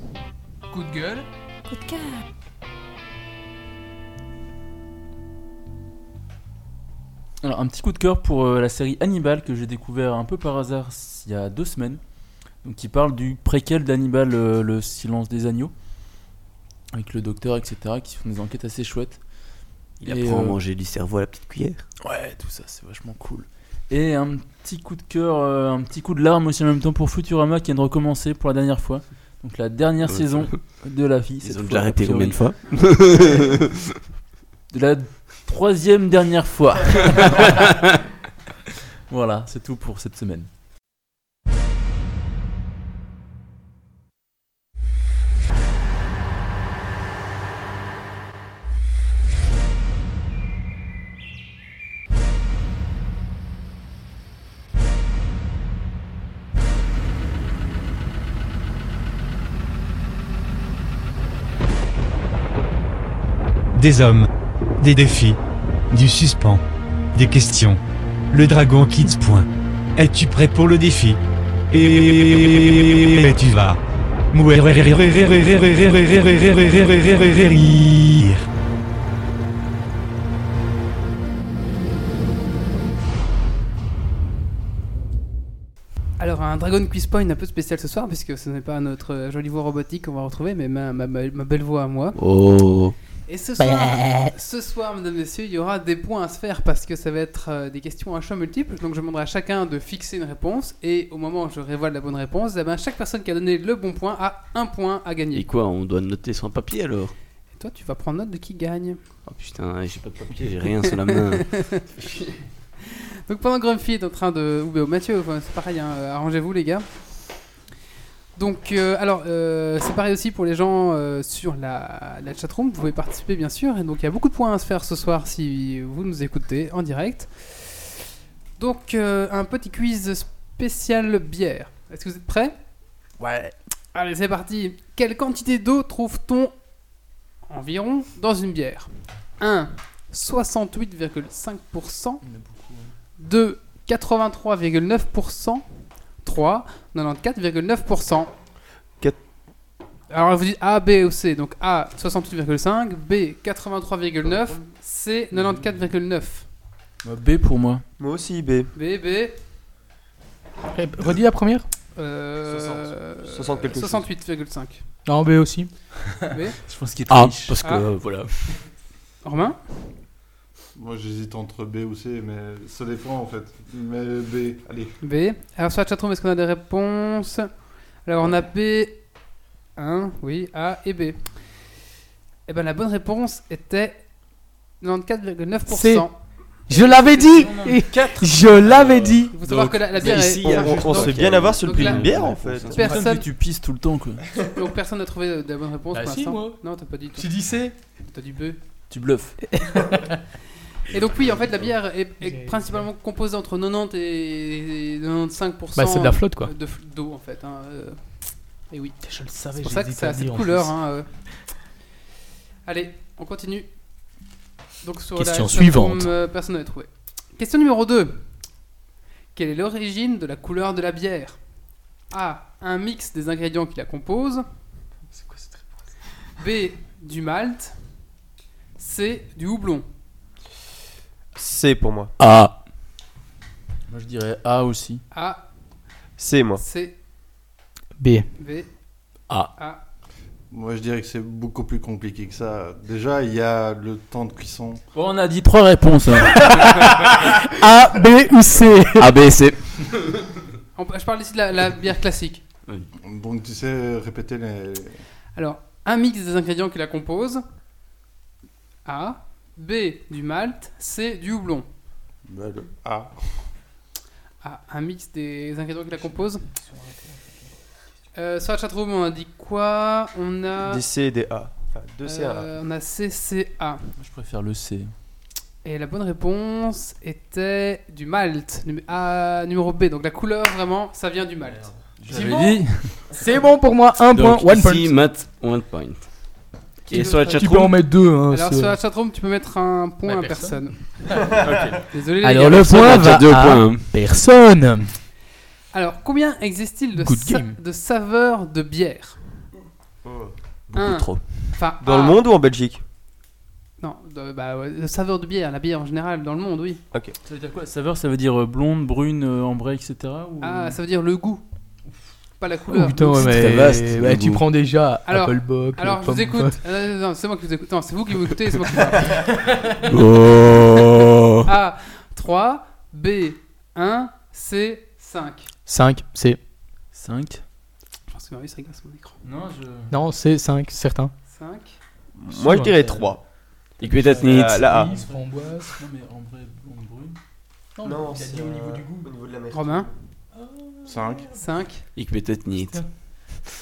S2: Coup de gueule.
S7: Alors, un petit coup de cœur pour euh, la série Hannibal que j'ai découvert un peu par hasard s- il y a deux semaines. Donc, qui parle du préquel d'Hannibal, euh, le silence des agneaux, avec le docteur, etc., qui font des enquêtes assez chouettes.
S3: Il
S7: Et,
S3: apprend à
S7: euh,
S3: manger du cerveau à la petite cuillère.
S7: Ouais, tout ça, c'est vachement cool. Et un petit coup de cœur, euh, un petit coup de larme aussi en même temps pour Futurama qui vient de recommencer pour la dernière fois. Donc la dernière
S3: Ouais.
S7: saison de la vie. cette
S3: Ils ont
S7: fois,
S3: déjà
S7: a
S3: arrêté
S7: priori.
S3: combien de fois
S7: De la troisième dernière fois. voilà, c'est tout pour cette semaine.
S11: Des hommes. Des défis. Du suspens. Des questions. Le Dragon Kids. Point. Es-tu prêt pour le défi Et tu vas. Mourir.
S1: Alors, un Dragon Quiz Point un peu spécial ce soir, puisque ce n'est pas notre euh, jolie voix robotique qu'on va retrouver, mais ma, ma- ma- ma belle voix à moi.
S3: Oh
S1: Et ce soir,
S6: Bah.
S1: ce soir, mesdames et messieurs, il y aura des points à se faire parce que ça va être euh, des questions à choix multiples. Donc, je demanderai à chacun de fixer une réponse. Et au moment où je révèle la bonne réponse, eh ben, chaque personne qui a donné le bon point a un point à gagner.
S3: Et quoi, on doit noter sur un papier alors
S1: Et toi, tu vas prendre note de qui gagne.
S3: Oh putain, j'ai pas de papier, j'ai rien sur la main.
S1: Donc pendant que Grumpy est en train de... Ou bien Mathieu, enfin, c'est pareil, hein, euh, arrangez-vous les gars. Donc euh, alors, euh, c'est pareil aussi pour les gens euh, sur la, la chatroom, vous pouvez participer bien sûr. Et donc il y a beaucoup de points à se faire ce soir si vous nous écoutez en direct. Donc euh, un petit quiz spécial bière. Est-ce que vous êtes prêts
S7: Ouais.
S1: Allez, c'est parti. Quelle quantité d'eau trouve-t-on environ dans une bière 1. 68,5%. 2. 83,9%. 3. 94,9%. Alors on vous dit A, B ou C. Donc A 68,5, B 83,9, C 94,9.
S7: Bah, B pour moi.
S8: Moi aussi, B.
S1: B, B.
S6: Eh, Redis la première
S1: Euh,
S8: 60 quelque chose.
S1: 68,5.
S6: Non, B aussi.
S1: B.
S7: Je pense qu'il
S3: Ah,
S7: triche.
S3: parce que
S1: Ah.
S3: euh, voilà.
S1: Romain
S5: Moi j'hésite entre B ou C, mais ça dépend en fait. Mais B, allez.
S1: B. Alors sur la chatroom, est-ce qu'on a des réponses Alors on a B, 1, oui, A et B. Eh ben la bonne réponse était 94,9%.
S6: C. Je l'avais dit Je l'avais dit
S1: Il faut savoir que la,
S6: bah,
S1: la bière
S3: mais
S1: est-
S3: ici,
S1: est.
S8: On, on- on se fait bien avoir sur le
S1: Donc
S8: prix
S1: là-
S8: d'une bière en fait.
S1: Personne-
S7: Personne tu pisses tout le temps quoi.
S1: Donc personne n'a trouvé de la bonne réponse
S7: Bah
S1: pour
S7: si,
S1: l'instant.
S7: moi.
S1: Non, t'as pas dit. toi.
S7: dis C
S1: T'as dit B.
S7: Tu bluffes.
S1: Et donc oui, en fait, la bière est, est principalement composée entre 90 et 95
S6: Bah, c'est de la flotte, quoi.
S1: de f- D'eau en fait. hein, euh, Et oui,
S6: Je le savais,
S1: c'est pour ça que ça a cette couleur. hein, euh. Allez, on continue. Donc sur
S7: Question
S1: la
S7: suivante.
S1: plateforme, euh, personne n'avait trouvé. Question numéro 2. Quelle est l'origine de la couleur de la bière A. Un mix des ingrédients qui la composent. B. Du malt. C. Du houblon.
S8: C pour moi.
S3: Ah,
S7: Moi je dirais A aussi.
S1: A.
S8: C moi.
S1: C.
S6: B.
S1: B.
S3: Ah.
S1: A.
S5: Moi je dirais que c'est beaucoup plus compliqué que ça. Déjà il y a le temps de cuisson.
S7: Bon, on a dit trois réponses. hein.
S6: A, B ou C
S3: A, B, C.
S1: On peut- je parle ici de la, la bière classique.
S5: Donc tu sais répéter les...
S1: Alors, un mix des ingrédients qui la composent. A, B du malt, C du houblon.
S5: bah, le A.
S1: A, un mix des ingrédients qui la composent. Euh, sur la chatroom, on a dit quoi On a
S8: Des C et des A. Enfin, deux C, un A.
S1: euh, on a CCA.
S7: Moi je préfère le C.
S1: Et la bonne réponse était du malt, numé- A, numéro B. Donc la couleur, vraiment, ça vient du malt.
S7: J'avais dit.
S6: C'est bon pour moi, un point,
S3: Donc
S6: one
S3: ici,
S6: point.
S3: Matt, one point.
S1: Qui
S3: Et
S1: veut
S3: sur la
S1: faire-
S6: Tu peux en
S3: chatroom,
S6: mettre deux. Hein,
S1: Alors
S6: c'est-
S1: sur la chatroom, tu peux mettre un point
S2: Bah,
S1: à personne. Désolé les
S6: Alors
S1: gars.
S6: le point
S3: on a
S6: va
S3: deux
S6: à
S3: points.
S6: personne.
S1: Alors, combien existe-t-il de,
S6: Good
S1: sa-
S6: game.
S1: de saveurs de bière
S3: Beaucoup
S1: Un.
S3: trop.
S1: Enfin,
S8: Oh. Dans
S1: ah,
S8: le monde ou en Belgique
S1: Non, de, bah, ouais, de saveurs de bière, la bière en général, dans le monde, oui.
S7: Ça veut dire quoi Saveur, ça veut dire euh, blonde, brune, euh, ambrée, etc. ou-
S1: Ah, ça veut dire le goût, pas la
S6: Oh,
S1: couleur.
S6: putain, ouais,
S3: c'est
S6: mais
S3: très vaste,
S6: ouais,
S3: le
S6: tu
S3: goût.
S6: prends déjà
S1: Alors-
S6: Apple Bock,
S1: Alors, je vous
S6: Pomme-
S1: écoute. Euh, non, c'est moi qui vous écoute. Non, c'est vous qui vous écoutez, c'est moi qui parle.
S3: Oh.
S1: A, 3, B, 1, C, 5.
S6: 5, c'est.
S7: 5.
S1: Je pense que Marius rigole sur mon écran.
S7: Non, je.
S6: Non, c'est 5, certain.
S1: 5.
S8: Moi je dirais
S7: euh,
S8: 3.
S3: Ich will das nicht.
S6: Euh,
S8: La,
S6: ah.
S8: la A.
S6: framboise.
S7: Non, mais ambrée, blonde, brune.
S8: c'est au niveau du goût. Au niveau de la mer.
S1: Romain,
S5: 5.
S1: 5.
S3: Ich will das nicht.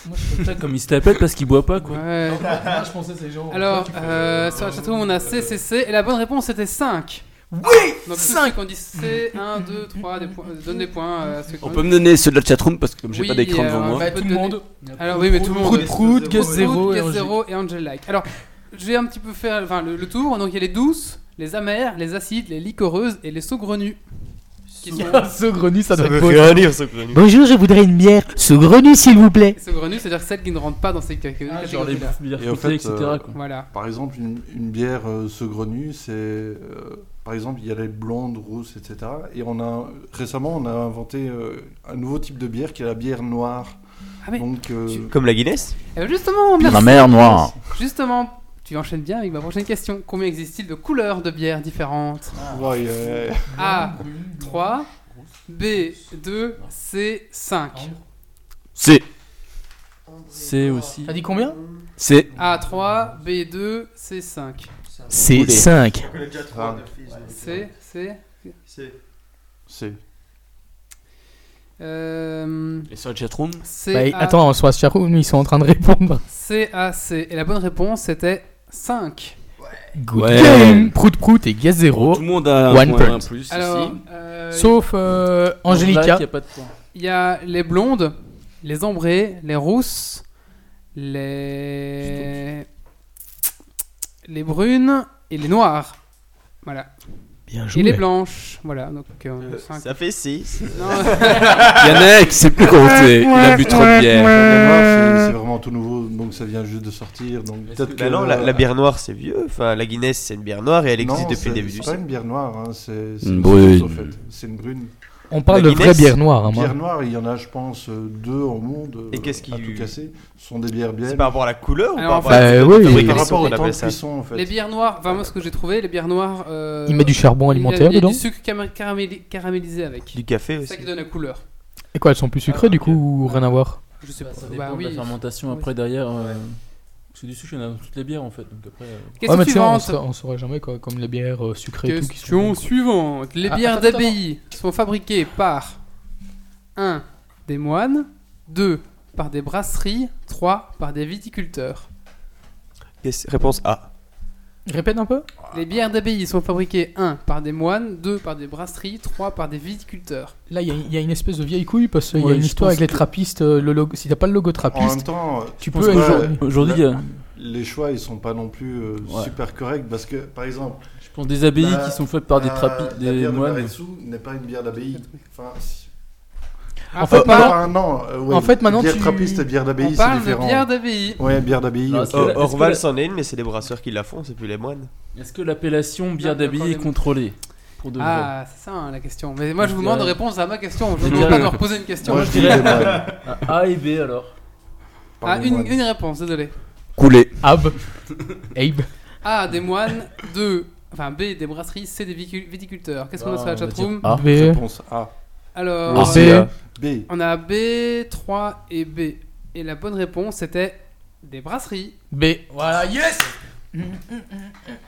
S7: Moi je fais ça comme il se la pète parce qu'il boit pas quoi.
S1: Ouais.
S6: je pensais c'est genre.
S1: Alors, euh, sur la chatroom, on a C, C, C, et la bonne réponse c'était 5. Oui Donc, 5 On dit C, 1, 2, 3, des points, euh, donne des points euh, à ceux qui
S3: On
S1: ont-
S3: peut me donner ceux de la chatroom parce que comme j'ai
S1: Oui,
S3: pas d'écran
S1: euh,
S3: devant
S1: on
S3: moi.
S1: va-
S6: Bah, tout le monde.
S1: Alors, oui, mais tout le monde.
S6: Prout, prout, Guess
S1: Prout,
S6: 0
S1: Guess Zero et Angel Like. Alors, je vais un petit peu faire enfin, le, le tour. Donc, il y a les douces, les amères, les acides, les liquoreuses et les saugrenues. Qui sont...
S6: Ce grenu, ça doit
S8: Ça veut
S6: être beau.
S8: rien dire ce connu.
S10: Bonjour, je voudrais une bière saugrenue, s'il vous plaît.
S1: les saugrenues, c'est-à-dire celles qui ne rentrent pas dans ces
S6: Ah,
S1: catégories-là.
S7: Genre les bières
S5: Et au
S7: fruitées,
S5: fait,
S7: etc.
S5: euh,
S7: quoi.
S1: Voilà.
S5: Par exemple, une, une bière euh, saugrenue, c'est. euh, par exemple, il y a les blondes, rousses, etc. Et on a, récemment, on a inventé euh, un nouveau type de bière qui est la bière noire.
S1: Ah oui.
S5: Donc, euh,
S1: Tu-
S8: Comme la Guinness
S1: Eh ben, justement,
S7: La
S1: merci.
S7: mer noire.
S1: Justement, tu enchaînes bien avec ma prochaine question. Combien existe-t-il de couleurs de bières différentes
S5: ouais, euh,
S1: A 3, B 2, C 5.
S3: C'est,
S7: C'est aussi.
S6: T'as dit combien
S3: c'est,
S1: A 3, B 2, C 5.
S6: C'est
S3: Oulé.
S6: 5.
S5: trois
S1: C, C.
S5: c'est.
S1: euh,
S3: et sur la chatroom,
S1: C,
S6: Bah,
S1: A,
S6: attends, soit Charoum, ils sont en train de répondre.
S1: C, A, C. Et la bonne réponse c'était 5.
S6: Good
S3: Ouais.
S6: game. Prout, prout et guess
S3: tout
S6: 0.
S1: Euh,
S3: le monde a un
S6: One
S3: point
S6: point.
S3: en plus
S1: Alors,
S3: ici.
S1: euh,
S6: Sauf euh, Angelica.
S7: Il a pas de point.
S1: il y a les blondes, les ambrées, les rousses, les. les brunes et les noires. Voilà.
S10: Bien
S1: Et
S10: joué.
S1: les blanches, voilà. Donc, ok, on
S7: Euh,
S1: est cinq.
S8: Euh, Ça fait Bah 6.
S1: Non.
S7: Bah,
S12: Il y en a un qui sait plus compter, il a bu trop de bière.
S5: La mémoire, c'est- c'est vraiment tout nouveau, donc ça vient juste de sortir. Donc peut-être que
S8: Bah non, la, la bière noire c'est vieux. Enfin, la Guinness c'est une bière noire et elle existe
S5: Non,
S8: depuis
S5: c'est-
S8: le début du
S5: C'est pas
S8: siècle.
S5: une bière noire, hein, c'est c'est
S3: Une
S5: sauce,
S3: brune.
S5: au fait. C'est une brune.
S6: On parle
S8: La
S6: de vraie
S8: Guinness,
S6: bière noire. hein, moi.
S5: Bière noire, il y en a, je pense, euh, deux au monde.
S8: Et qu'est-ce qui-
S5: a tout cassé Ce sont des bières
S8: C'est
S5: bielles.
S8: par rapport à la couleur ou
S1: Alors,
S8: par
S1: Ah, en
S8: rapport
S1: fait,
S8: à la
S6: Bah,
S8: fabrication
S6: oui.
S8: qu'on
S5: Par rapport au
S8: appelle
S5: temps de
S8: ça
S5: cuisson, en fait.
S1: Les bières noires, enfin moi ce que j'ai trouvé, les bières noires. euh,
S6: Il met du charbon alimentaire
S1: il y a, il y a
S6: dedans
S1: Du sucre cama- caraméli- caramélisé avec.
S8: Du café
S1: C'est ça
S8: aussi.
S1: qui donne la couleur.
S6: Et quoi, elles sont plus sucrées du coup ou rien à voir
S1: Je sais
S7: Bah,
S1: pas.
S7: ça
S1: Bah
S7: dépend de
S1: oui.
S7: la fermentation
S1: Oui.
S7: après derrière. euh, Parce que du sucre, il y en a dans toutes les bières en fait. Donc après, euh,
S1: Question
S6: Ah, mais tu sais, on,
S1: suivante.
S6: sa- on saurait jamais quoi, comme les bières euh, sucrées et tout qui sont.
S1: Question
S6: bonnes, quoi.
S1: suivante. Les
S6: Ah,
S1: bières
S6: attends, attends,
S1: d'abbaye sont fabriquées par 1. des moines, 2. par des brasseries, 3. par des viticulteurs.
S8: Yes, Réponse A.
S6: Répète un peu
S1: Les bières d'abbaye sont fabriquées 1. par des moines, 2. par des brasseries, 3. par des viticulteurs.
S6: Là, il y a- il y, a une espèce de vieille couille parce qu'il y
S7: Ouais,
S6: a une
S7: je
S6: histoire
S7: pense
S6: avec les
S7: que-
S6: trappistes. euh, Le logo... Si t'as pas le logo
S5: En même
S6: trappiste,
S5: temps, euh, je
S6: tu
S5: pense
S6: peux.
S5: pas-
S6: aujourd'hui-
S7: aujourd'hui, euh, il y a-
S5: les choix ils sont pas non plus euh,
S7: Ouais.
S5: super corrects parce que par exemple
S7: je pense des abbayes
S5: la-
S7: qui sont faites par des
S5: la-
S7: trappistes,
S5: la
S7: des
S5: bière de
S7: moines.
S5: Maretsu n'est pas une bière d'abbaye. Enfin, si-
S1: Ah,
S6: En fait,
S1: on
S5: Ah,
S6: maintenant-
S1: parle,
S5: bah, non, euh, ouais,
S6: en fait, maintenant,
S5: bière
S6: tu-
S5: trappiste et bière
S1: on
S5: d'abbaye c'est
S1: parle de
S5: différent.
S1: bières d'abbaye.
S5: Ouais, bière d'abbaye.
S7: Non,
S5: ok.
S7: est-ce
S8: Or-
S7: que la-
S8: Orval c'en est une, mais c'est les brasseurs qui la font, c'est plus les moines.
S7: Est-ce que l'appellation
S1: Non,
S7: bière
S1: d'accord,
S7: d'abbaye est
S1: des-
S7: contrôlée pour de vrai
S1: Ah, c'est ça hein, la question. Mais moi je
S7: Je
S1: vous demande
S7: dirais-
S1: réponse à ma question. Je ne
S7: Je
S1: demande
S7: dirais-
S1: pas de reposer une question.
S5: Moi je dirais bah,
S7: Ah, A et B alors.
S1: Ah,
S5: pardon,
S1: une,
S5: moi.
S1: une réponse, désolé.
S12: Coulé.
S6: Ab. Abe.
S1: A, des moines. 2. Enfin, B, des brasseries. C, des viticul- viticulteurs. Qu'est-ce qu'on a
S7: Bah,
S1: sur la
S7: on va
S1: chatroom
S7: dire A.
S6: B.
S5: Réponse A.
S1: Alors,
S12: Ah,
S6: B.
S12: c'est, euh,
S5: B.
S1: on a B, 3 et B. Et la bonne réponse c'était des brasseries.
S6: B. Voilà, yes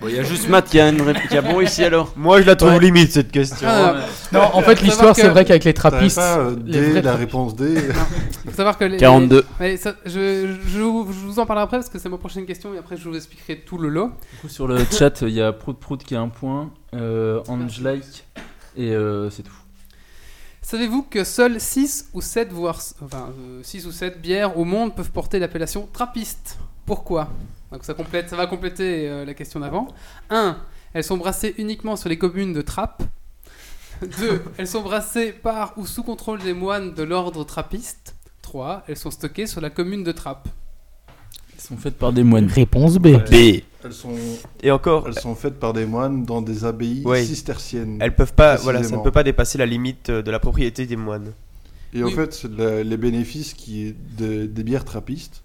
S12: Bon, il y a juste Matt qui a une réplique. Ah bon, ici alors
S8: Moi je la trouve limite cette question.
S1: Ah, non,
S6: Non, en fait,
S1: Faut
S6: l'histoire,
S1: savoir que-
S6: c'est vrai qu'avec les
S5: T'avais
S6: trappistes.
S5: pas euh,
S6: les
S5: D,
S6: vrais
S5: la
S6: trappistes-
S5: réponse D.
S1: faut savoir que les,
S12: 42.
S1: Mais ça- je, je- je vous je vous en parlerai après parce que c'est ma prochaine question et après je vous expliquerai tout le lot.
S7: Du coup, sur le chat, il y a Prout Prout qui a un point, euh, Angelike, et euh, c'est tout.
S1: Savez-vous que seuls 6 ou 7 voire enfin, euh, 6 ou 7 bières au monde peuvent porter l'appellation trappiste Pourquoi Donc ça complète, ça va compléter euh, la question d'avant. 1. Elles sont brassées uniquement sur les communes de Trappes. 2. Elles sont brassées par ou sous contrôle des moines de l'ordre trappiste. 3. Elles sont stockées sur la commune de Trappes.
S7: Ils sont faites par des moines.
S10: Réponse B.
S12: B.
S5: Elles sont,
S8: Et encore,
S5: elles sont faites par des moines dans des abbayes
S8: Ouais.
S5: cisterciennes.
S8: elles peuvent pas, voilà, ça ne
S5: Précisément.
S8: peut pas dépasser la limite euh, de la propriété des moines.
S5: Et en
S1: Oui.
S5: fait, la- les bénéfices qui, de- des bières trappistes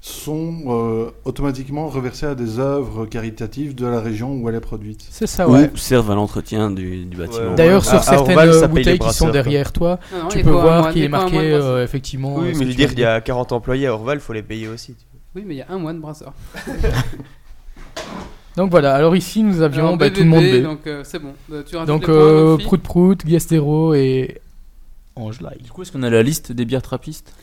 S5: sont euh, automatiquement reversés à des œuvres caritatives de la région où elle est produite.
S6: C'est ça, ouais.
S12: Ou servent à l'entretien du, du bâtiment.
S8: Ouais.
S6: D'ailleurs,
S8: À- à
S6: sur certaines
S8: Orval, ça
S6: euh,
S8: paye les
S6: bouteilles qui
S8: brasseurs,
S6: sont
S8: quoi.
S6: derrière toi,
S1: Non, non, Ah, il y
S6: tu
S1: a
S6: peux
S1: quoi, un
S6: voir
S1: moine-
S6: qu'il
S1: il y
S6: est
S1: a quoi, un moine
S6: marqué
S1: brasseur
S6: euh, effectivement.
S8: oui,
S6: euh, ce
S8: mais je
S6: que
S8: veux dire,
S6: tu as
S8: il
S6: dit.
S8: y a 40 employés à Orval, faut les payer aussi.
S6: euh,
S1: Oui, mais il y a un moine brasseur.
S6: Donc voilà, alors ici, nous avions
S1: Alors,
S6: bah, tout le monde
S1: BBB,
S6: B.
S1: Donc euh, c'est bon. Euh, tu rajoutes
S6: Donc,
S1: les points,
S6: euh,
S1: Sophie
S6: Prout Prout, Guestero et Angelike.
S7: Du coup, est-ce qu'on a la liste des bières trappistes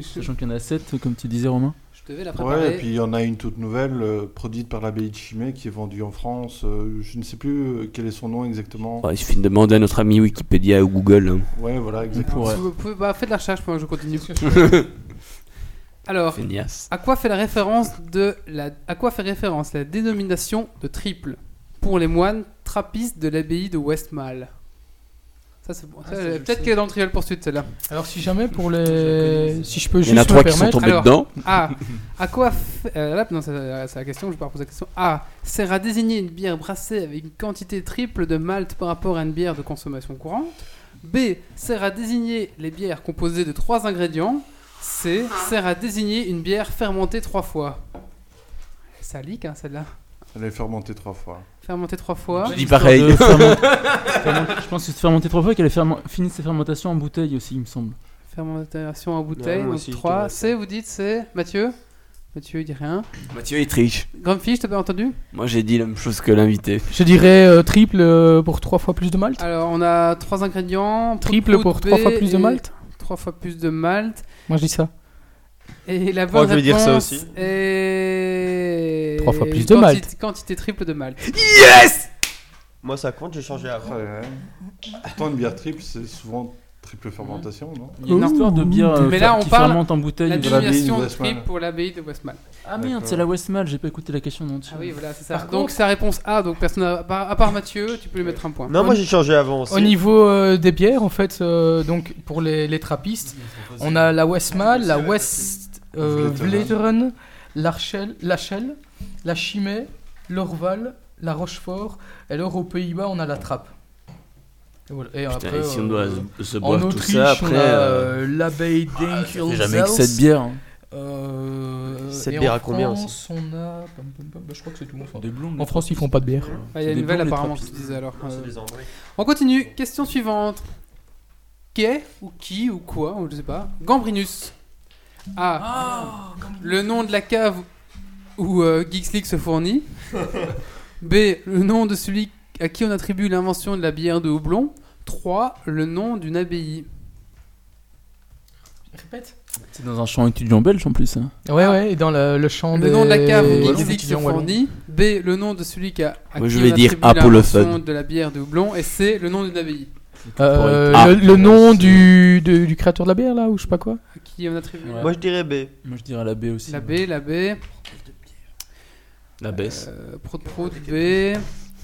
S7: Sachant qu'il y en a 7, comme tu disais, Romain.
S1: Je devais la préparer.
S5: Ouais, et puis il y en a une toute nouvelle euh, produite par l'abbaye de Chimay qui est vendue en France. euh, je ne sais plus euh, quel est son nom exactement.
S12: Ouais, il suffit de demander à notre ami Wikipédia ou Google. hein.
S5: Ouais, voilà, exactement.
S1: Alors,
S7: pourrait.
S1: si vous pouvez- bah, faites de la recherche, moi je continue. Alors,
S12: Feignasse.
S1: à quoi fait la référence de la à quoi fait référence la dénomination de triple pour les moines trappistes de l'abbaye de Westmalle Ça c'est bon. Ça,
S6: Ah,
S1: euh,
S6: ça, je le
S1: Peut-être
S6: sais.
S1: qu'elle est dans le trivial poursuite celle-là.
S6: Alors si jamais pour les... Si je peux
S12: Il
S6: juste
S12: y en a
S6: me
S12: trois qui sont
S6: permettre...
S12: tombés
S1: Alors.
S12: dedans.
S1: Ah, à quoi fait... euh, là, non, c'est euh, c'est la question, je vais pas reposer la question. A, sert à désigner une bière brassée avec une quantité triple de malt par rapport à une bière de consommation courante. B, sert à désigner les bières composées de trois ingrédients. C, sert à désigner une bière fermentée trois fois. Ça leak, hein, celle-là.
S5: Elle est fermentée trois fois.
S1: Fermentée trois fois.
S12: Je dis pareil.
S7: De ferment- ferment- Je pense que c'est fermenté trois fois et qu'elle a ferment- fini ses fermentations en bouteille aussi, il me semble.
S1: Fermentation en bouteille,
S8: Ouais, moi
S1: donc
S8: aussi, je
S1: trois.
S8: devrais
S1: C, vous dites, c'est Mathieu Mathieu, il dit rien.
S12: Mathieu, il triche.
S1: Grumpy, je t'ai pas entendu
S12: Moi, j'ai dit la même chose que l'invité.
S6: Je dirais euh, triple euh, pour trois fois plus de malt
S1: Alors, on a trois ingrédients.
S6: Triple pour trois
S1: trois
S6: fois plus de malt
S1: Trois fois plus de malt.
S6: Moi je dis ça.
S1: Et la
S8: crois
S1: bonne
S8: que je vais dire
S1: réponse
S8: ça aussi.
S1: est...
S6: Trois fois plus
S1: une
S6: de malt.
S1: quantité- Quantité triple de malt.
S8: Moi ça compte, j'ai changé avant.
S5: Ouais, ouais. Pourtant, une bière triple, c'est souvent Triple fermentation, non
S7: Il y a une histoire de bière euh,
S1: Mais là,
S7: fer-
S1: on
S7: qui
S1: parle
S7: fermente en bouteille.
S1: la
S7: de l'abbaye de
S1: dénomination
S7: Westmalle.
S1: triple pour l'abbaye de Westmalle.
S7: Ah merde, c'est la Westmalle, j'ai pas écouté la question non
S1: Ah oui, voilà, c'est ça.
S7: Par
S1: Donc
S7: contre-
S1: sa réponse A, donc personne à part, à part Mathieu, tu peux lui mettre un point.
S8: Non, moi j'ai changé avant.
S6: Au
S8: aussi.
S6: niveau euh, des bières, en fait, euh, donc pour les, les trappistes, on a la Westmalle, la West euh, Vleteren, l'Archel, la Chelle, la Chimay, l'Orval, la Rochefort, et alors aux Pays-Bas, on a la Trappe. Et voilà. Et
S3: Putain,
S6: après,
S3: et si on
S6: euh,
S3: doit se- se
S6: en
S3: boire tout
S6: Autriche,
S3: ça, après,
S6: on a,
S3: euh,
S6: euh, l'abbaye
S3: ah, ça
S6: d'Enfield.
S3: fait jamais que cette bière, hein.
S6: Cette
S3: Cette
S6: bière
S3: bière
S6: euh, en
S3: à combien
S6: France,
S3: aussi
S6: on a. pom, pom, pom, bah, je crois que c'est tout. enfin.
S7: Des blondes,
S6: en
S7: les
S6: France, ils
S7: trappistes.
S6: font pas de bière.
S1: Ah, il y a
S7: C'est
S1: une
S7: des
S1: nouvelle
S7: blondes, les
S1: apparemment que tu
S7: trappistes.
S1: disais alors.
S8: Non, Ah, c'est
S1: Euh,
S8: des Anglais.
S1: On continue, question suivante. Qu'est ou qui ou quoi, on ne sait pas. Gambrinus. A. le nom de la cave où euh, Geeks League se fournit. B. Le nom de celui à qui on attribue l'invention de la bière de houblon. 3. Le nom d'une abbaye.
S6: Répète.
S7: C'est dans un champ étudiant belge en plus. hein.
S6: Ouais, ouais, et dans la- le champ
S1: Le
S6: des-
S1: nom de la cave où
S6: des
S1: Geeks League se
S6: étudiants wallons.
S1: fournit. B. Le nom de celui qui a à
S3: Moi,
S1: qui
S3: je
S1: on
S3: vais dire
S1: attribue
S3: A pour le fun.
S1: l'invention de la bière de houblon. Et C. Le nom d'une abbaye.
S6: Euh,
S3: Ah.
S6: le, le nom du, du, du créateur de la bière, là, ou je sais pas quoi
S1: À qui on attribue
S8: Moi je dirais B.
S7: Moi je dirais la B aussi.
S1: la B. euh, La B.
S3: La baisse.
S1: Euh, Prout Prout B.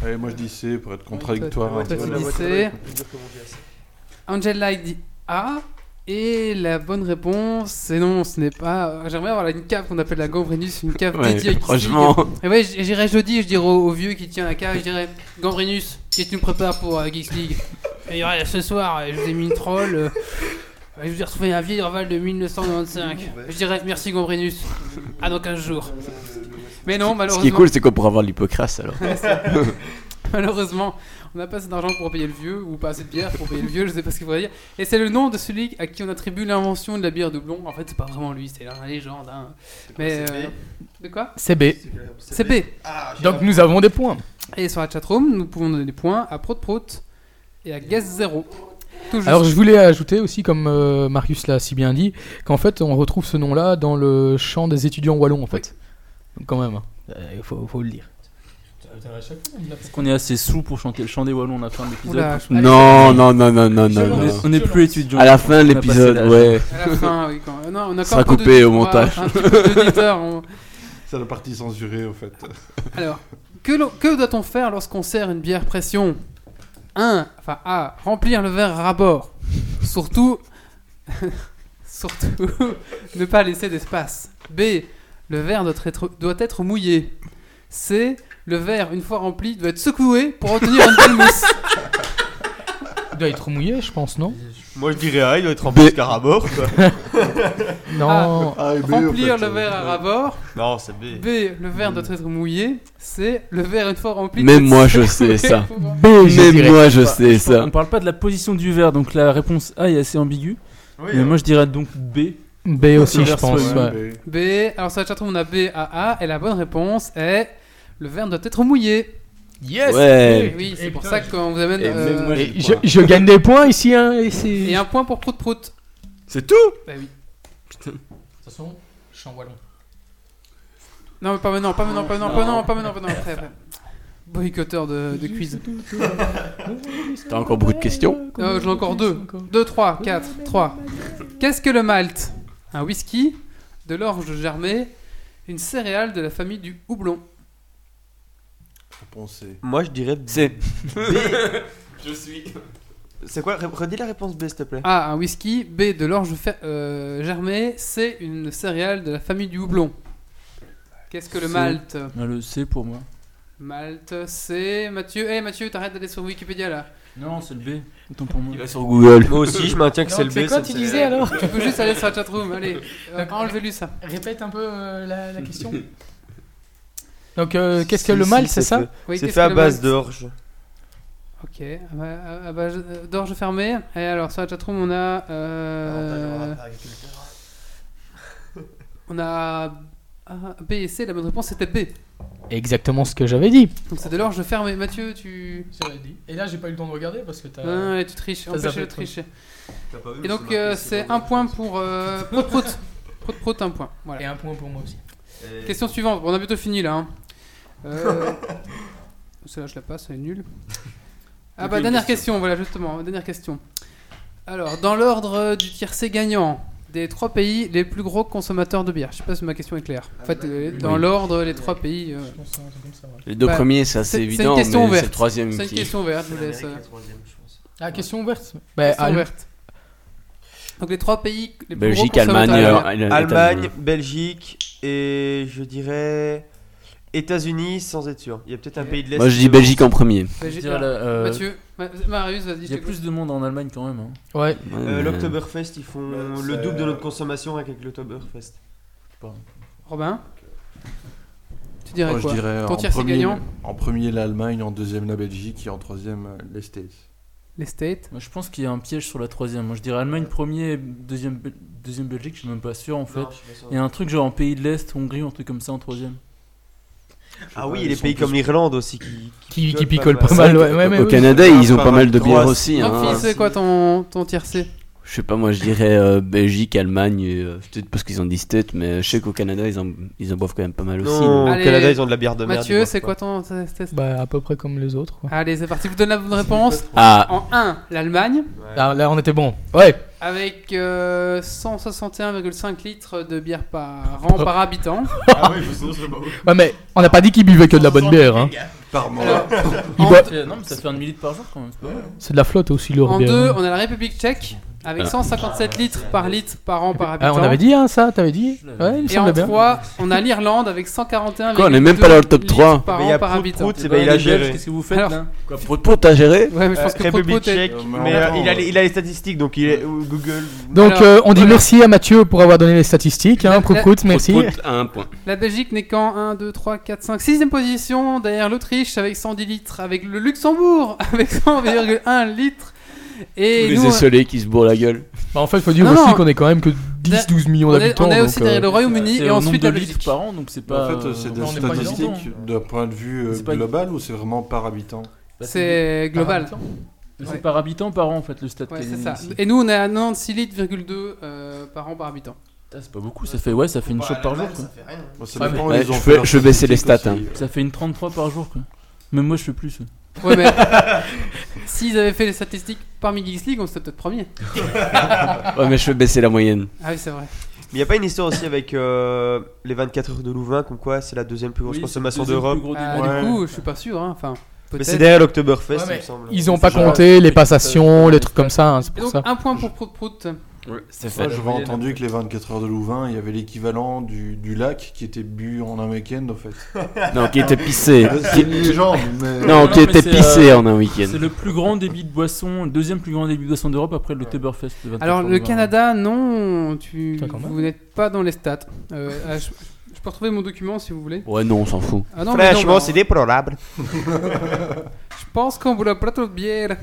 S5: Allez, moi je dis C pour être contradictoire.
S1: Ouais,
S5: hein.
S1: toi, tu
S5: Voilà.
S1: dis C. Angel Light dit A. Et la bonne réponse, c'est non, ce n'est pas. euh, J'aimerais avoir une cave qu'on appelle la Gambrinus, une cave
S3: Ouais,
S1: dédiée à Geeks
S3: franchement.
S1: League. Et ouais, j- j'irai jeudi et je dirai au, au vieux qui tient la cave, je dirais Gambrinus, qu'est-ce que tu me prépares pour euh, Geeks League Et il y aura, ce soir, euh, je vous ai mis une troll. euh, je vous ai retrouvé un vieil Orval de 1995. Je dirais merci Gambrinus. À dans 15 jours. Mais non,
S3: Ce
S1: malheureusement.
S3: qui est cool, c'est qu'on pourra avoir l'hypocrase alors.
S1: Malheureusement, on n'a pas assez d'argent pour payer le vieux, ou pas assez de bière pour payer le vieux, je sais pas ce qu'il faudrait dire. Et c'est le nom de celui à qui on attribue l'invention de la bière de blond. En fait, c'est pas vraiment lui, c'est la légende. hein. Mais. euh, de quoi
S6: C'est B.
S1: C'est B.
S6: Donc nous avons des points.
S1: Et sur la chatroom, nous pouvons donner des points à Prot Prot et à Guess 0. Tout juste.
S6: Alors je voulais ajouter aussi, comme euh, Marius l'a si bien dit, qu'en fait on retrouve ce nom-là dans le champ des étudiants wallons en fait. Donc quand même, hein. il faut, faut le dire.
S7: Est-ce qu'on est assez sous pour chanter le chant des Wallons à la fin de l'épisode
S1: Oula.
S7: parce qu'on-
S3: Non, non, non, non, non,
S7: On
S3: non.
S7: est-
S3: non.
S7: On est plus étudiant.
S3: À la fin de l'épisode, ouais.
S1: À la fin, oui, quand... Non, on a
S3: Ça sera
S1: encore deux-
S3: coupé au
S1: on va-
S3: montage.
S1: hein, un petit peu d'auditeurs, on-
S5: C'est la partie censurée, au fait.
S1: Alors, que, l'on- que doit-on faire lorsqu'on sert une bière pression 1. Enfin, A. Remplir le verre à bord. Surtout. surtout. ne pas laisser d'espace. B. Le verre doit être, doit être mouillé. C. Le verre, une fois rempli, doit être secoué pour obtenir une belle mousse.
S6: Il doit être mouillé, je pense, non
S8: Moi je dirais A, il doit être en Oscar à bord quoi.
S1: Ah.
S6: Non.
S5: A et B, au
S1: Remplir
S5: fait, euh,
S1: le verre à bord.
S8: Non, c'est B.
S1: B. Le verre doit être mouillé. C. Le verre, une fois rempli. doit
S3: Même
S1: être
S3: moi, je
S1: secoué
S3: sais ça.
S1: pour-
S6: B, je
S3: Même
S6: dirais.
S3: moi, je sais ça.
S7: On parle pas de la position du verre, donc la réponse A est assez ambiguë.
S8: Oui,
S7: mais
S8: hein.
S7: moi je dirais donc B.
S6: B aussi, je
S7: Verse
S6: pense.
S7: ouais.
S6: ouais.
S5: B.
S1: B. Alors sur la chatroom, on a B à A et la bonne réponse est le verre doit être mouillé.
S6: Yes
S3: Ouais.
S1: Oui, c'est pour ça qu'on vous amène
S3: Et
S1: euh,
S3: même moi, j'ai
S6: Et
S3: le
S6: Je,
S3: point.
S6: je gagne des points ici. Hein, et c'est-
S1: et un point pour prout prout.
S3: C'est tout
S1: Bah oui.
S6: De toute façon, champ wallon.
S1: Non, mais pas maintenant, pas maintenant, pas maintenant, pas maintenant, pas maintenant, pas maintenant, après, après. Boycotteur de, de quiz.
S3: T'as encore beaucoup de questions
S1: Euh, J'en ai encore deux. 2, 3, 4, 3. Qu'est-ce que le malt Un whisky, de l'orge germée, une céréale de la famille du houblon.
S5: Réponse C.
S8: Moi je dirais B.
S3: C'est.
S8: Je suis. C'est quoi Re- Redis la réponse B s'il te plaît.
S1: A. Un whisky. B. De l'orge fer- euh, germée. C. Une céréale de la famille du houblon. Qu'est-ce que le
S7: C'est-
S1: malt
S7: Ah, le C pour moi.
S1: Malt, c'est Mathieu. Eh Mathieu, t'arrêtes d'aller sur Wikipédia là.
S7: Non, c'est le B. Autant pour moi.
S3: Il va sur Google.
S8: Moi aussi je maintiens que c'est le B. ça me fait-
S6: alors
S1: Euh, Tu peux juste aller sur la chatroom. Allez, euh, enlevez-lui ça.
S6: Répète un peu euh, la, question. Donc, euh, qu'est-ce que le mal, c'est ça
S1: Oui,
S8: C'est
S1: qu'est-ce
S8: fait à
S1: que le malt
S8: base d'orge.
S1: Ok. ah bah, ah bah, je- euh, D'orge fermée. Et alors sur la chatroom, on a. euh, on a. A, B et C, la bonne réponse c'était B.
S6: Exactement ce que j'avais dit.
S1: Donc c'est de l'orge fermée. Mathieu, tu.
S6: Et là, j'ai pas eu le temps de regarder parce que t'as.
S1: Non, non, allez, tu triches. Empêchez
S6: zappé,
S1: le
S6: toi.
S1: tricher. Et donc euh, c'est un point pour euh, Prout Prout. Prout Prout, un point. Voilà.
S6: Et un point pour moi aussi.
S1: Question suivante, on a bientôt fini là. hein. Euh, Celle-là, je la passe, elle est nulle. Ah bah, dernière question. voilà, justement, dernière question. Alors, dans l'ordre euh, du tiercé gagnant des trois pays les plus gros consommateurs de bière. Je sais pas si ma question est claire. En fait, euh, dans
S3: Oui.
S1: l'ordre, les trois pays. euh,
S3: Les deux premiers, c'est assez
S1: Bah,
S3: évident,
S1: C'est une question
S3: mais
S1: ouverte.
S3: c'est le troisième
S1: C'est une
S3: qui-
S1: question ouverte. Je vous laisse. euh.
S6: Ah, question ouverte
S1: Bah,
S6: Bah, Allem-
S1: ouverte. Donc les trois pays les plus
S3: Belgique,
S1: gros consommateurs
S3: Allemagne,
S1: de bière.
S3: euh, Allemagne.
S8: Allemagne, Belgique et je dirais États-Unis sans être sûr. Il y a peut-être un pays de l'Est.
S3: Moi, je dis
S8: qui est-
S3: Belgique en premier.
S1: Belgique,
S7: Je dirais la- euh,
S1: Mathieu, Ma- Marius, vas-y.
S7: Il y a plus de monde en Allemagne quand même. hein.
S6: Ouais.
S8: Euh, L'Oktoberfest, ils font
S5: Ouais,
S8: le
S5: c'est-
S8: double de notre consommation avec l'Oktoberfest.
S1: Robin Tu dirais
S7: Oh,
S5: Moi,
S1: quoi
S5: je dirais
S1: Ton
S5: en
S1: tiercé
S5: premier,
S1: gagnant
S5: en premier l'Allemagne, en deuxième la Belgique et en troisième euh, les States.
S1: Les States
S7: Moi, je pense qu'il y a un piège sur la troisième. Moi, je dirais Allemagne premier, deuxième, Bel- deuxième Belgique, je suis même pas sûr en fait.
S8: je suis pas sûr.
S7: Il y a un truc genre en pays de l'Est, Hongrie, un truc comme ça en troisième.
S8: Ah
S7: pas,
S8: oui,
S7: ils
S8: et les
S7: sont
S8: pays
S7: plus-
S8: comme l'Irlande aussi qui,
S6: Qui- qui picolent pas mal, ouais, ouais, ouais,
S3: Au
S6: oui.
S3: Canada, ils ont
S8: Pas
S3: pas mal de
S8: mal.
S3: bières
S8: Trois,
S3: aussi.
S8: un
S3: hein.
S1: Fils, c'est quoi ton, ton tiercé
S3: Je sais pas, moi je dirais euh, Belgique, Allemagne, et, euh, peut-être parce qu'ils en disent tête, mais je sais qu'au Canada ils en, ils en boivent quand même pas mal aussi.
S8: Non,
S3: donc.
S8: au Canada, ils ont de la bière de merde.
S1: Mathieu,
S8: ils
S1: c'est
S8: boivent
S1: quoi ton test
S6: Bah, à peu près comme les autres. quoi.
S1: Allez, c'est parti. Je vous donne la bonne réponse.
S3: Ah.
S1: En 1, l'Allemagne,
S6: Là, là, on était bon. Ouais.
S1: avec euh, 161,5 litres de bière par an
S6: Oh.
S1: par habitant.
S12: Ah oui, parce que sinon, je serais pas ouf.
S6: Ouais, mais on n'a pas dit qu'ils buvaient que de la bonne bière. Hein.
S5: Par
S1: Alors,
S6: Ils
S1: en-
S6: boivent-
S7: Euh, Non, mais ça fait un demi-litre par jour quand même. c'est pas mal.
S6: C'est de la flotte aussi, leur
S1: En
S6: bière.
S1: 2,
S6: hein.
S1: on a la République tchèque, avec
S3: Ah.
S1: 157 litres par litre par an par habitant.
S6: Ah, on avait dit hein, ça, t'avais dit Ouais, il me
S1: Et en
S6: semblait bien.
S1: 3, on a l'Irlande avec 141
S3: Quoi, on est même pas dans le top
S1: litres
S3: 3.
S1: par
S8: Mais
S1: an
S8: il y a
S1: par
S8: Prout,
S1: habitant.
S8: Prout, c'est
S7: Et
S8: bah,
S7: bah,
S8: il a
S7: les Belges,
S8: géré.
S7: Qu'est-ce que vous faites
S1: Alors-
S7: là
S3: Quoi, Prout, t'as géré
S1: Ouais, mais je pense
S8: Euh,
S1: que
S8: République
S1: Prout est-
S8: tchèque,
S5: Euh, mais
S8: mais
S5: attends,
S8: euh, il a
S5: euh,
S8: les- il a les statistiques, donc il est ou Google.
S6: Donc,
S1: Alors,
S6: euh, on dit
S1: voilà.
S6: merci à Mathieu pour avoir donné les statistiques.
S1: La-
S6: Hein,
S1: la-
S6: Prout, merci.
S3: Prout, à un point.
S1: La Belgique n'est qu'en 1, 2, 3, 4, 5, 6ème position derrière l'Autriche avec 110 litres, avec le Luxembourg avec 100,1 litres. Et
S3: Tous les
S1: nous, hein. on-
S3: esselés qui se bourrent la gueule.
S6: Bah, en fait, faut dire
S1: Non,
S6: aussi
S1: non.
S6: qu'on est quand même que
S10: Bah,
S6: 10-12 millions
S1: on est-
S6: d'habitants.
S1: on est
S6: donc,
S1: aussi derrière
S6: euh,
S1: le Royaume-Uni
S7: C'est
S1: et
S7: au
S1: ensuite
S7: nombre
S1: la
S7: de litres
S1: Belgique.
S7: par an, donc c'est
S5: En
S7: pas.
S5: fait, c'est
S7: euh,
S5: des
S7: on est pas dedans.
S5: statistiques d'un point de vue euh,
S7: C'est pas-
S5: global ou c'est vraiment par habitant
S7: Bah,
S1: C'est global.
S7: Par habitant.
S1: Ouais.
S7: C'est par habitant par an en fait le stade
S1: Ouais,
S7: canadien
S1: c'est ça.
S7: Ah, ici.
S1: Et nous, on est à 96 litres,2 euh, par an par habitant.
S7: Putain, Ah, C'est pas beaucoup, ça fait ouais, ça fait une shot par jour quoi.
S5: Bon, ça
S7: Ouais,
S5: dépend,
S3: mais-
S5: ils
S3: Ouais,
S5: ont
S3: je
S5: fait
S3: vais-
S5: leurs
S3: je vais baisser les
S5: statistiques
S3: stats, hein.
S5: aussi.
S7: Ça fait une 33 par jour quoi. Même moi je fais plus. ouais.
S1: Ouais, mais s'ils avaient fait les statistiques parmi Geeks League, on serait peut-être premier.
S3: Ouais, mais je vais baisser la moyenne.
S1: Ah oui, c'est vrai.
S8: Mais il n'y a pas une histoire aussi avec euh, les 24 heures de Louvain, comme quoi c'est la deuxième plus grosse
S7: Oui,
S8: consommation
S7: c'est le deuxième
S8: d'Europe.
S7: plus gros
S1: Ah,
S7: débit.
S1: Du coup, je suis pas sûr. hein. Enfin,
S8: Mais c'est
S1: peut-être.
S8: derrière l'Oktoberfest,
S6: Ouais,
S8: il
S6: mais
S8: me semble.
S6: Ils ont pas
S5: genre-
S6: compté les passations, les trucs comme ça, hein, c'est
S1: Et
S6: pour
S1: donc,
S6: ça.
S1: un point pour Prout Prout.
S3: C'est
S5: Moi, j'avais entendu que les 24 heures de Louvain, il y avait l'équivalent du, du lac qui était bu en un week-end, en fait.
S3: Non, qui était pissé.
S5: C'est
S3: Qui-
S5: une légende, mais...
S3: Non, qui
S7: mais
S3: était
S7: c'est,
S3: pissé
S7: euh,
S3: en un week-end.
S7: C'est le plus grand débit de boisson, le deuxième plus grand débit de boisson d'Europe après le Tuberfest.
S1: Alors,
S3: hein.
S1: le Canada, non, tu,
S6: Putain, quand même.
S1: vous n'êtes pas dans les stats. Euh, ah, je, je peux retrouver mon document si vous voulez.
S3: Ouais, non, on s'en fout.
S1: Ah non, mais non,
S8: Franchement,
S1: bah,
S8: c'est déplorable.
S1: Je pense qu'on vous la pas trop de bière.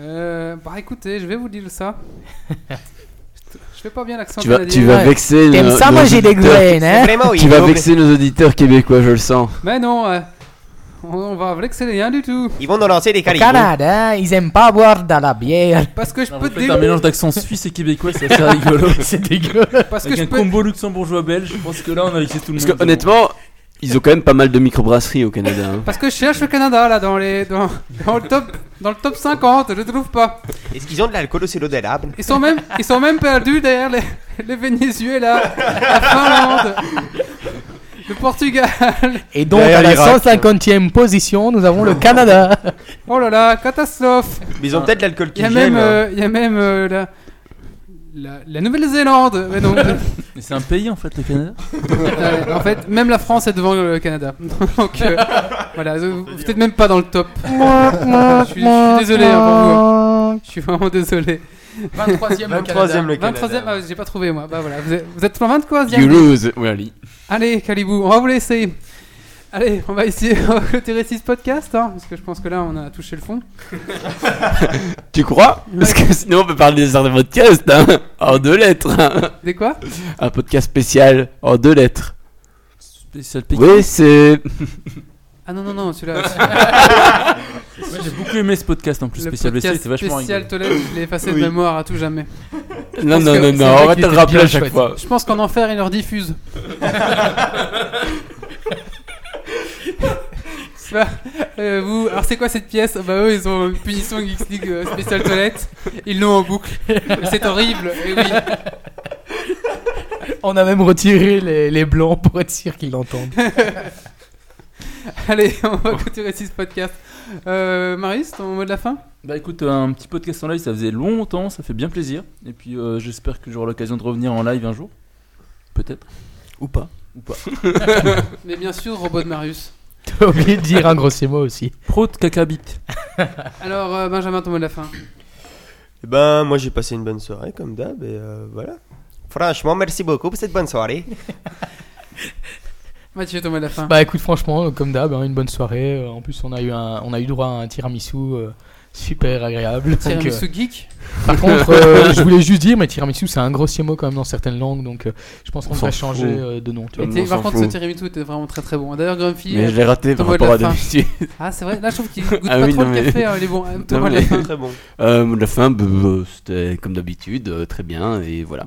S1: Euh, bah écoutez, je vais vous dire ça. Je- Je fais pas bien l'accent
S3: Tu vas,
S1: canadien.
S3: tu vas vexer.
S10: T'aimes
S3: nos-
S10: ça,
S3: nos
S10: moi j'ai des
S3: auditeurs.
S10: graines, hein
S8: Vraiment,
S3: Tu
S8: il
S3: vas
S8: faut-
S3: vexer nos auditeurs québécois, je le sens.
S1: Mais non, euh, on, on va avec c'est rien du tout.
S8: Ils vont nous lancer des
S10: Au
S8: caribous.
S10: Canada, hein, ils aiment pas boire de la bière.
S1: Parce que je
S7: Non,
S1: peux
S7: en
S1: te
S7: fait, un
S1: dire,
S7: mélange d'accent suisse et québécois, c'est assez rigolo.
S6: C'est dégueu.
S1: parce que
S7: Avec
S1: je
S7: un
S1: peux,
S7: combo luxembourgeois-belge, je pense que là on a vexé tout le
S3: Parce
S7: monde.
S3: que honnêtement, ils ont quand même pas mal de microbrasseries au Canada. hein.
S1: parce que je cherche le Canada là dans les, dans, dans le top, dans le top 50, je trouve pas.
S8: Est-ce qu'ils ont de l'alcool aussi odérable
S1: Ils sont même, ils sont même perdus derrière les, les Venezuela, la Finlande, le Portugal.
S10: Et donc,
S8: Derrière
S10: à la
S8: l'Irak.
S10: 150e position, nous avons le Canada.
S1: Oh là là, catastrophe.
S8: Mais ils ont peut-être de l'alcool
S1: Il y a
S8: qu'ils
S1: même,
S8: aiment.
S1: euh, il y a même euh, la, la, la Nouvelle-Zélande. Mais non.
S7: Mais c'est un pays en fait le Canada.
S1: Ouais, en fait, même la France est devant le Canada. Donc euh, voilà, vous vous êtes même pas dans le top. je, suis, je suis désolé hein, pour vous. Je suis vraiment désolé.
S6: 23ème
S8: 23ème
S1: 23 e
S8: le Canada.
S1: ah, j'ai pas trouvé moi. Bah voilà, vous êtes, vous êtes en 23
S3: You
S1: e
S3: lose, really.
S1: Allez, Calibou, on va vous laisser. Allez, on va essayer de clôturer 6 podcasts, hein, parce que je pense que là on a touché le fond.
S3: Tu crois Parce que sinon on peut parler des heures de podcast, hein, en deux lettres. hein.
S1: C'est quoi
S3: Un podcast spécial en deux lettres.
S7: Spécial pays.
S3: Oui, c'est...
S1: Ah non, non, non, celui-là.
S7: Ouais, J'ai beaucoup aimé ce podcast en plus.
S1: Le
S7: spécial BC,
S1: podcast
S7: c'était vachement
S1: spécial
S7: rigolo.
S1: Tolède, je l'ai effacé de
S3: Oui.
S1: mémoire à tout jamais.
S3: Non, non,
S1: que
S3: non,
S1: c'est
S3: non,
S1: vrai
S3: on va
S1: qu'il
S3: te le
S1: était
S3: rappeler
S1: bien
S3: à chaque
S1: chouette.
S3: fois.
S1: Je pense qu'en enfer, il leur diffuse. Bah, euh, vous, alors c'est quoi cette pièce Ah Bah eux ils ont une punition Geeks League euh, spéciale toilette, ils l'ont en boucle. C'est horrible. eh oui.
S10: On a même retiré les, les blancs pour être sûr qu'ils l'entendent.
S1: Allez, on va continuer ce podcast. Euh, Marius, ton mot de la fin
S7: Bah écoute, un petit podcast en live, ça faisait longtemps, ça fait bien plaisir. Et puis euh, j'espère que j'aurai l'occasion de revenir en live un jour. Peut-être. Ou pas. Ou pas.
S1: Mais bien sûr, robot de Marius.
S10: T'as oublié de dire un grossier mot aussi.
S7: Pro de cacabit.
S1: Alors, euh, Benjamin, ton mot de la fin
S8: Eh ben, moi j'ai passé une bonne soirée comme d'hab et euh, voilà. Franchement, merci beaucoup pour cette bonne soirée.
S1: Mathieu, ton mot de la fin
S6: Bah écoute, franchement, euh, comme d'hab, hein, une bonne soirée. Euh, En plus, on a eu, un- on a eu droit à un tiramisu euh, super agréable. Donc,
S1: Tiramisu
S6: euh,
S1: geek
S6: Par contre, euh, je voulais juste dire, mais tiramisu, c'est un grossier mot quand même dans certaines langues, donc euh, je pense qu'on
S1: s'en
S6: va changer
S1: fout.
S6: euh, de nom. tu
S1: Mais
S6: vois.
S1: t'es- par contre, ce tiramisu était vraiment très très bon. D'ailleurs, Grumpy.
S6: Mais
S1: euh,
S6: je l'ai raté
S1: ton
S6: par
S1: mot de
S6: rapport
S1: la
S6: à
S1: fin.
S6: d'habitude.
S1: Ah, c'est vrai, là je trouve qu'il goûte
S3: Ah
S1: pas
S3: oui,
S1: trop
S3: non,
S1: le
S3: mais-
S1: café, hein, il est bon. Ton
S3: Non,
S1: mot de la
S3: mais-
S1: fin.
S3: Euh, la fin, bah, euh, c'était comme d'habitude, euh, très bien, et voilà.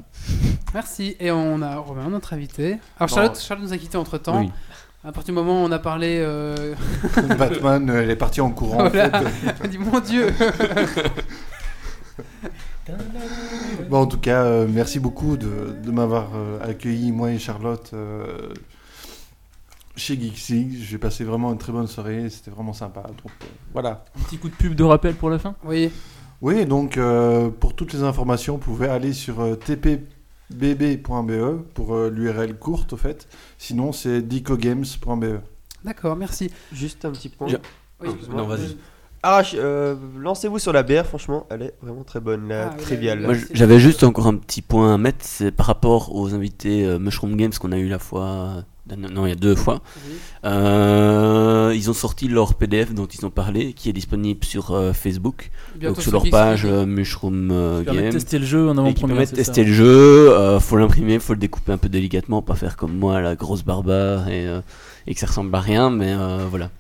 S1: Merci. Et on a Romain, notre invité. Alors Charlotte,
S5: Bon.
S1: Charlotte nous a quitté entre temps.
S3: Oui.
S1: À partir du moment où on a parlé. euh,
S5: Batman, euh, elle est partie en courant.
S1: Voilà.
S5: en fait.
S1: Elle dit, mon Dieu
S5: Bon, en tout cas, euh, merci beaucoup de, de m'avoir euh, accueilli, moi et Charlotte, euh, chez Geeksig. J'ai passé vraiment une très bonne soirée, c'était vraiment sympa. Donc, euh, voilà.
S7: Un petit coup de pub de rappel pour la fin
S1: Oui.
S5: Oui, donc euh, pour toutes les informations, vous pouvez aller sur euh, tpbb.be pour euh, l'URL courte, au fait. Sinon, c'est dicogames.be.
S1: D'accord, merci.
S8: Juste un petit point.
S5: Ja-
S1: Oui.
S8: Excuse-moi.
S3: Non, vas-y.
S8: Ah, je- euh, lancez-vous sur la bière, franchement, elle est vraiment très bonne,
S1: Ah,
S8: la
S1: oui,
S8: triviale.
S3: Moi, j- j'avais juste encore un petit point à mettre, c'est par rapport aux invités euh, Mushroom Games qu'on a eu la fois. Non, non, il y a deux fois. Euh, ils ont sorti leur PDF dont ils ont parlé, qui est disponible sur euh, Facebook,
S7: Bientôt
S3: donc
S7: sur
S3: sur leur
S7: Geeks
S3: page
S7: League.
S3: euh, Mushroom euh,
S7: Qui
S3: Game.
S7: permet de tester le jeu en
S3: Et qui
S7: avant-première,
S3: permet de
S7: c'est
S3: tester
S7: ça.
S3: le jeu. euh, faut l'imprimer, faut le découper un peu délicatement, pas faire comme moi la grosse barbare et, euh, et que ça ressemble à rien, mais euh, voilà.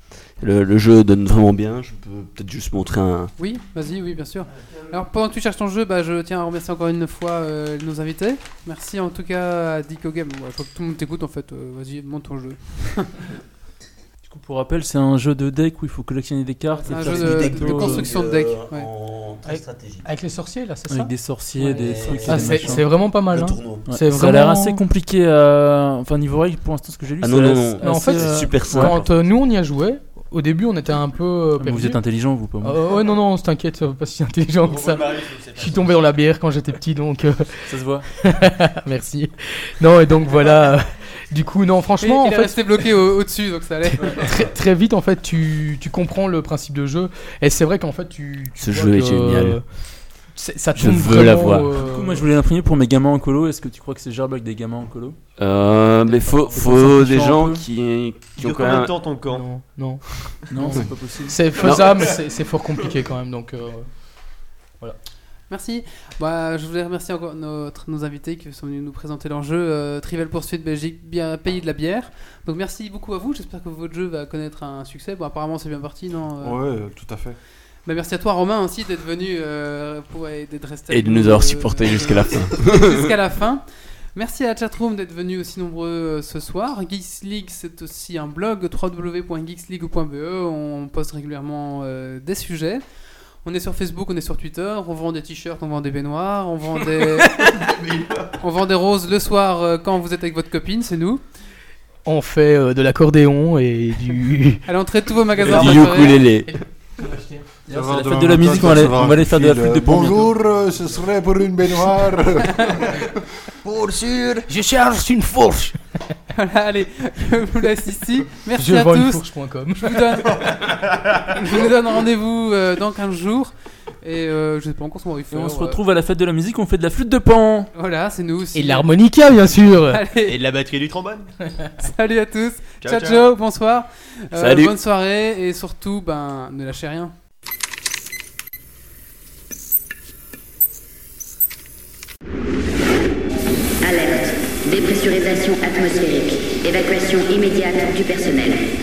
S3: Le, le jeu donne vraiment bien. Je peux peut-être juste montrer un,
S1: Oui, vas-y, oui, bien sûr. Alors, pendant que tu cherches ton jeu, bah, je tiens à remercier encore une fois euh, nos invités. Merci en tout cas à Dico Game. Ouais, je crois que tout le monde t'écoute en fait. Euh, vas-y, monte ton jeu.
S7: Du coup, pour rappel, c'est un jeu de deck où il faut collectionner des cartes.
S1: C'est
S7: et
S1: un
S7: faire
S1: jeu
S7: des
S1: de-
S7: technos,
S1: de
S7: euh,
S1: construction de deck. ouais.
S6: Avec, avec les sorciers, là, c'est ça
S7: Avec des sorciers,
S6: Ouais.
S7: des trucs.
S6: Ah,
S7: et des
S6: c'est
S7: machins.
S6: c'est vraiment pas mal. hein.
S7: Ouais.
S6: C'est
S7: Ça a l'air
S6: vraiment-
S7: assez compliqué. à- Enfin, niveau règles, pour l'instant, ce que j'ai lu,
S3: Ah non,
S7: ça
S3: non,
S7: a-
S3: non.
S7: assez,
S6: Mais en fait,
S7: euh,
S6: quand euh, nous on y a joué, au début on était un peu. euh,
S7: Ah, mais vous
S6: perdus.
S7: êtes intelligent, vous, pas moi.
S6: Euh, ouais, non, non, on se t'inquiète, ça va pas si intelligent que ça. Je suis tombé dans la bière quand j'étais petit, donc. euh,
S7: Ça se voit.
S6: Merci. Non, et donc voilà. euh, Du coup, non,
S1: il,
S6: franchement, en
S1: il est
S6: fait.
S1: resté bloqué au- au-dessus, donc ça allait.
S6: Très, très vite, en fait, tu, tu comprends le principe de jeu. Et c'est vrai qu'en fait, tu. tu
S3: Ce
S6: vois
S3: jeu est
S6: que,
S3: génial.
S6: euh, c'est- Ça
S3: Je
S6: tourne
S3: veux la
S6: vraiment,
S3: voir.
S6: euh,
S7: Du coup, moi, je voulais l'imprimer pour mes gamins en colo. Est-ce que tu crois que c'est gerbe avec des gamins en colo
S3: Euh, mais faut,
S7: Peut-être
S3: faut
S7: un
S3: des
S7: peu.
S3: gens qui, qui ont quand même.
S8: ton camp
S6: Non, non.
S7: Non, c'est pas possible.
S6: C'est
S7: Non.
S6: faisable, mais c'est c'est fort compliqué quand même. Donc, euh, voilà.
S1: Merci. Bah, je voulais remercier encore notre, nos invités qui sont venus nous présenter leur jeu euh, Trivial Pursuit Belgique, bien pays de la bière. Donc merci beaucoup à vous. J'espère que votre jeu va connaître un succès. Bon, apparemment c'est bien parti, non euh,
S5: Ouais, euh, tout à fait.
S1: Bah, merci à toi Romain aussi d'être venu euh, pour et d'être resté
S3: Et
S1: avec
S3: de nous avoir
S1: euh,
S3: supportés jusqu'à la fin.
S1: jusqu'à la fin. Merci à la chatroom d'être venus aussi nombreux euh, ce soir. Geeks League, c'est aussi un blog www.geeksleague.be. On poste régulièrement euh, des sujets. On est sur Facebook, on est sur Twitter. On vend des t-shirts, on vend des baignoires, on vend des, on vend des roses le soir euh, quand vous êtes avec votre copine, c'est nous.
S6: On fait euh, de l'accordéon et du.
S1: À l'entrée de tous vos magasins.
S6: Et du
S1: préférés.
S6: ukulélé.
S7: C'est la fête de la musique, on va aller, on va aller faire de la flûte de pan bientôt.
S5: Bonjour, euh, ce serait pour une baignoire. pour sûr.
S10: Je cherche une fourche.
S1: Voilà, allez, je vous laisse ici. Merci
S6: Je
S1: à
S6: vends une
S1: tous.
S6: fourche.com.
S1: Je vous donne, je vous donne rendez-vous euh, dans 15 jours. Et euh, je sais pas encore ce qu'on va y
S7: Et
S1: faire.
S7: on se
S1: euh,
S7: retrouve à la fête de la musique, on fait de la flûte de pan
S1: Voilà, c'est nous aussi.
S6: Et de l'harmonica, bien sûr.
S1: Allez,
S8: Et de la batterie du trombone.
S1: salut à tous. Ciao,
S8: Ciao,
S1: ciao,
S8: ciao.
S1: bonsoir. Euh,
S8: Salut.
S1: Bonne soirée et surtout, ben, ne lâchez rien.
S13: Alerte. Dépressurisation atmosphérique. Évacuation immédiate du personnel.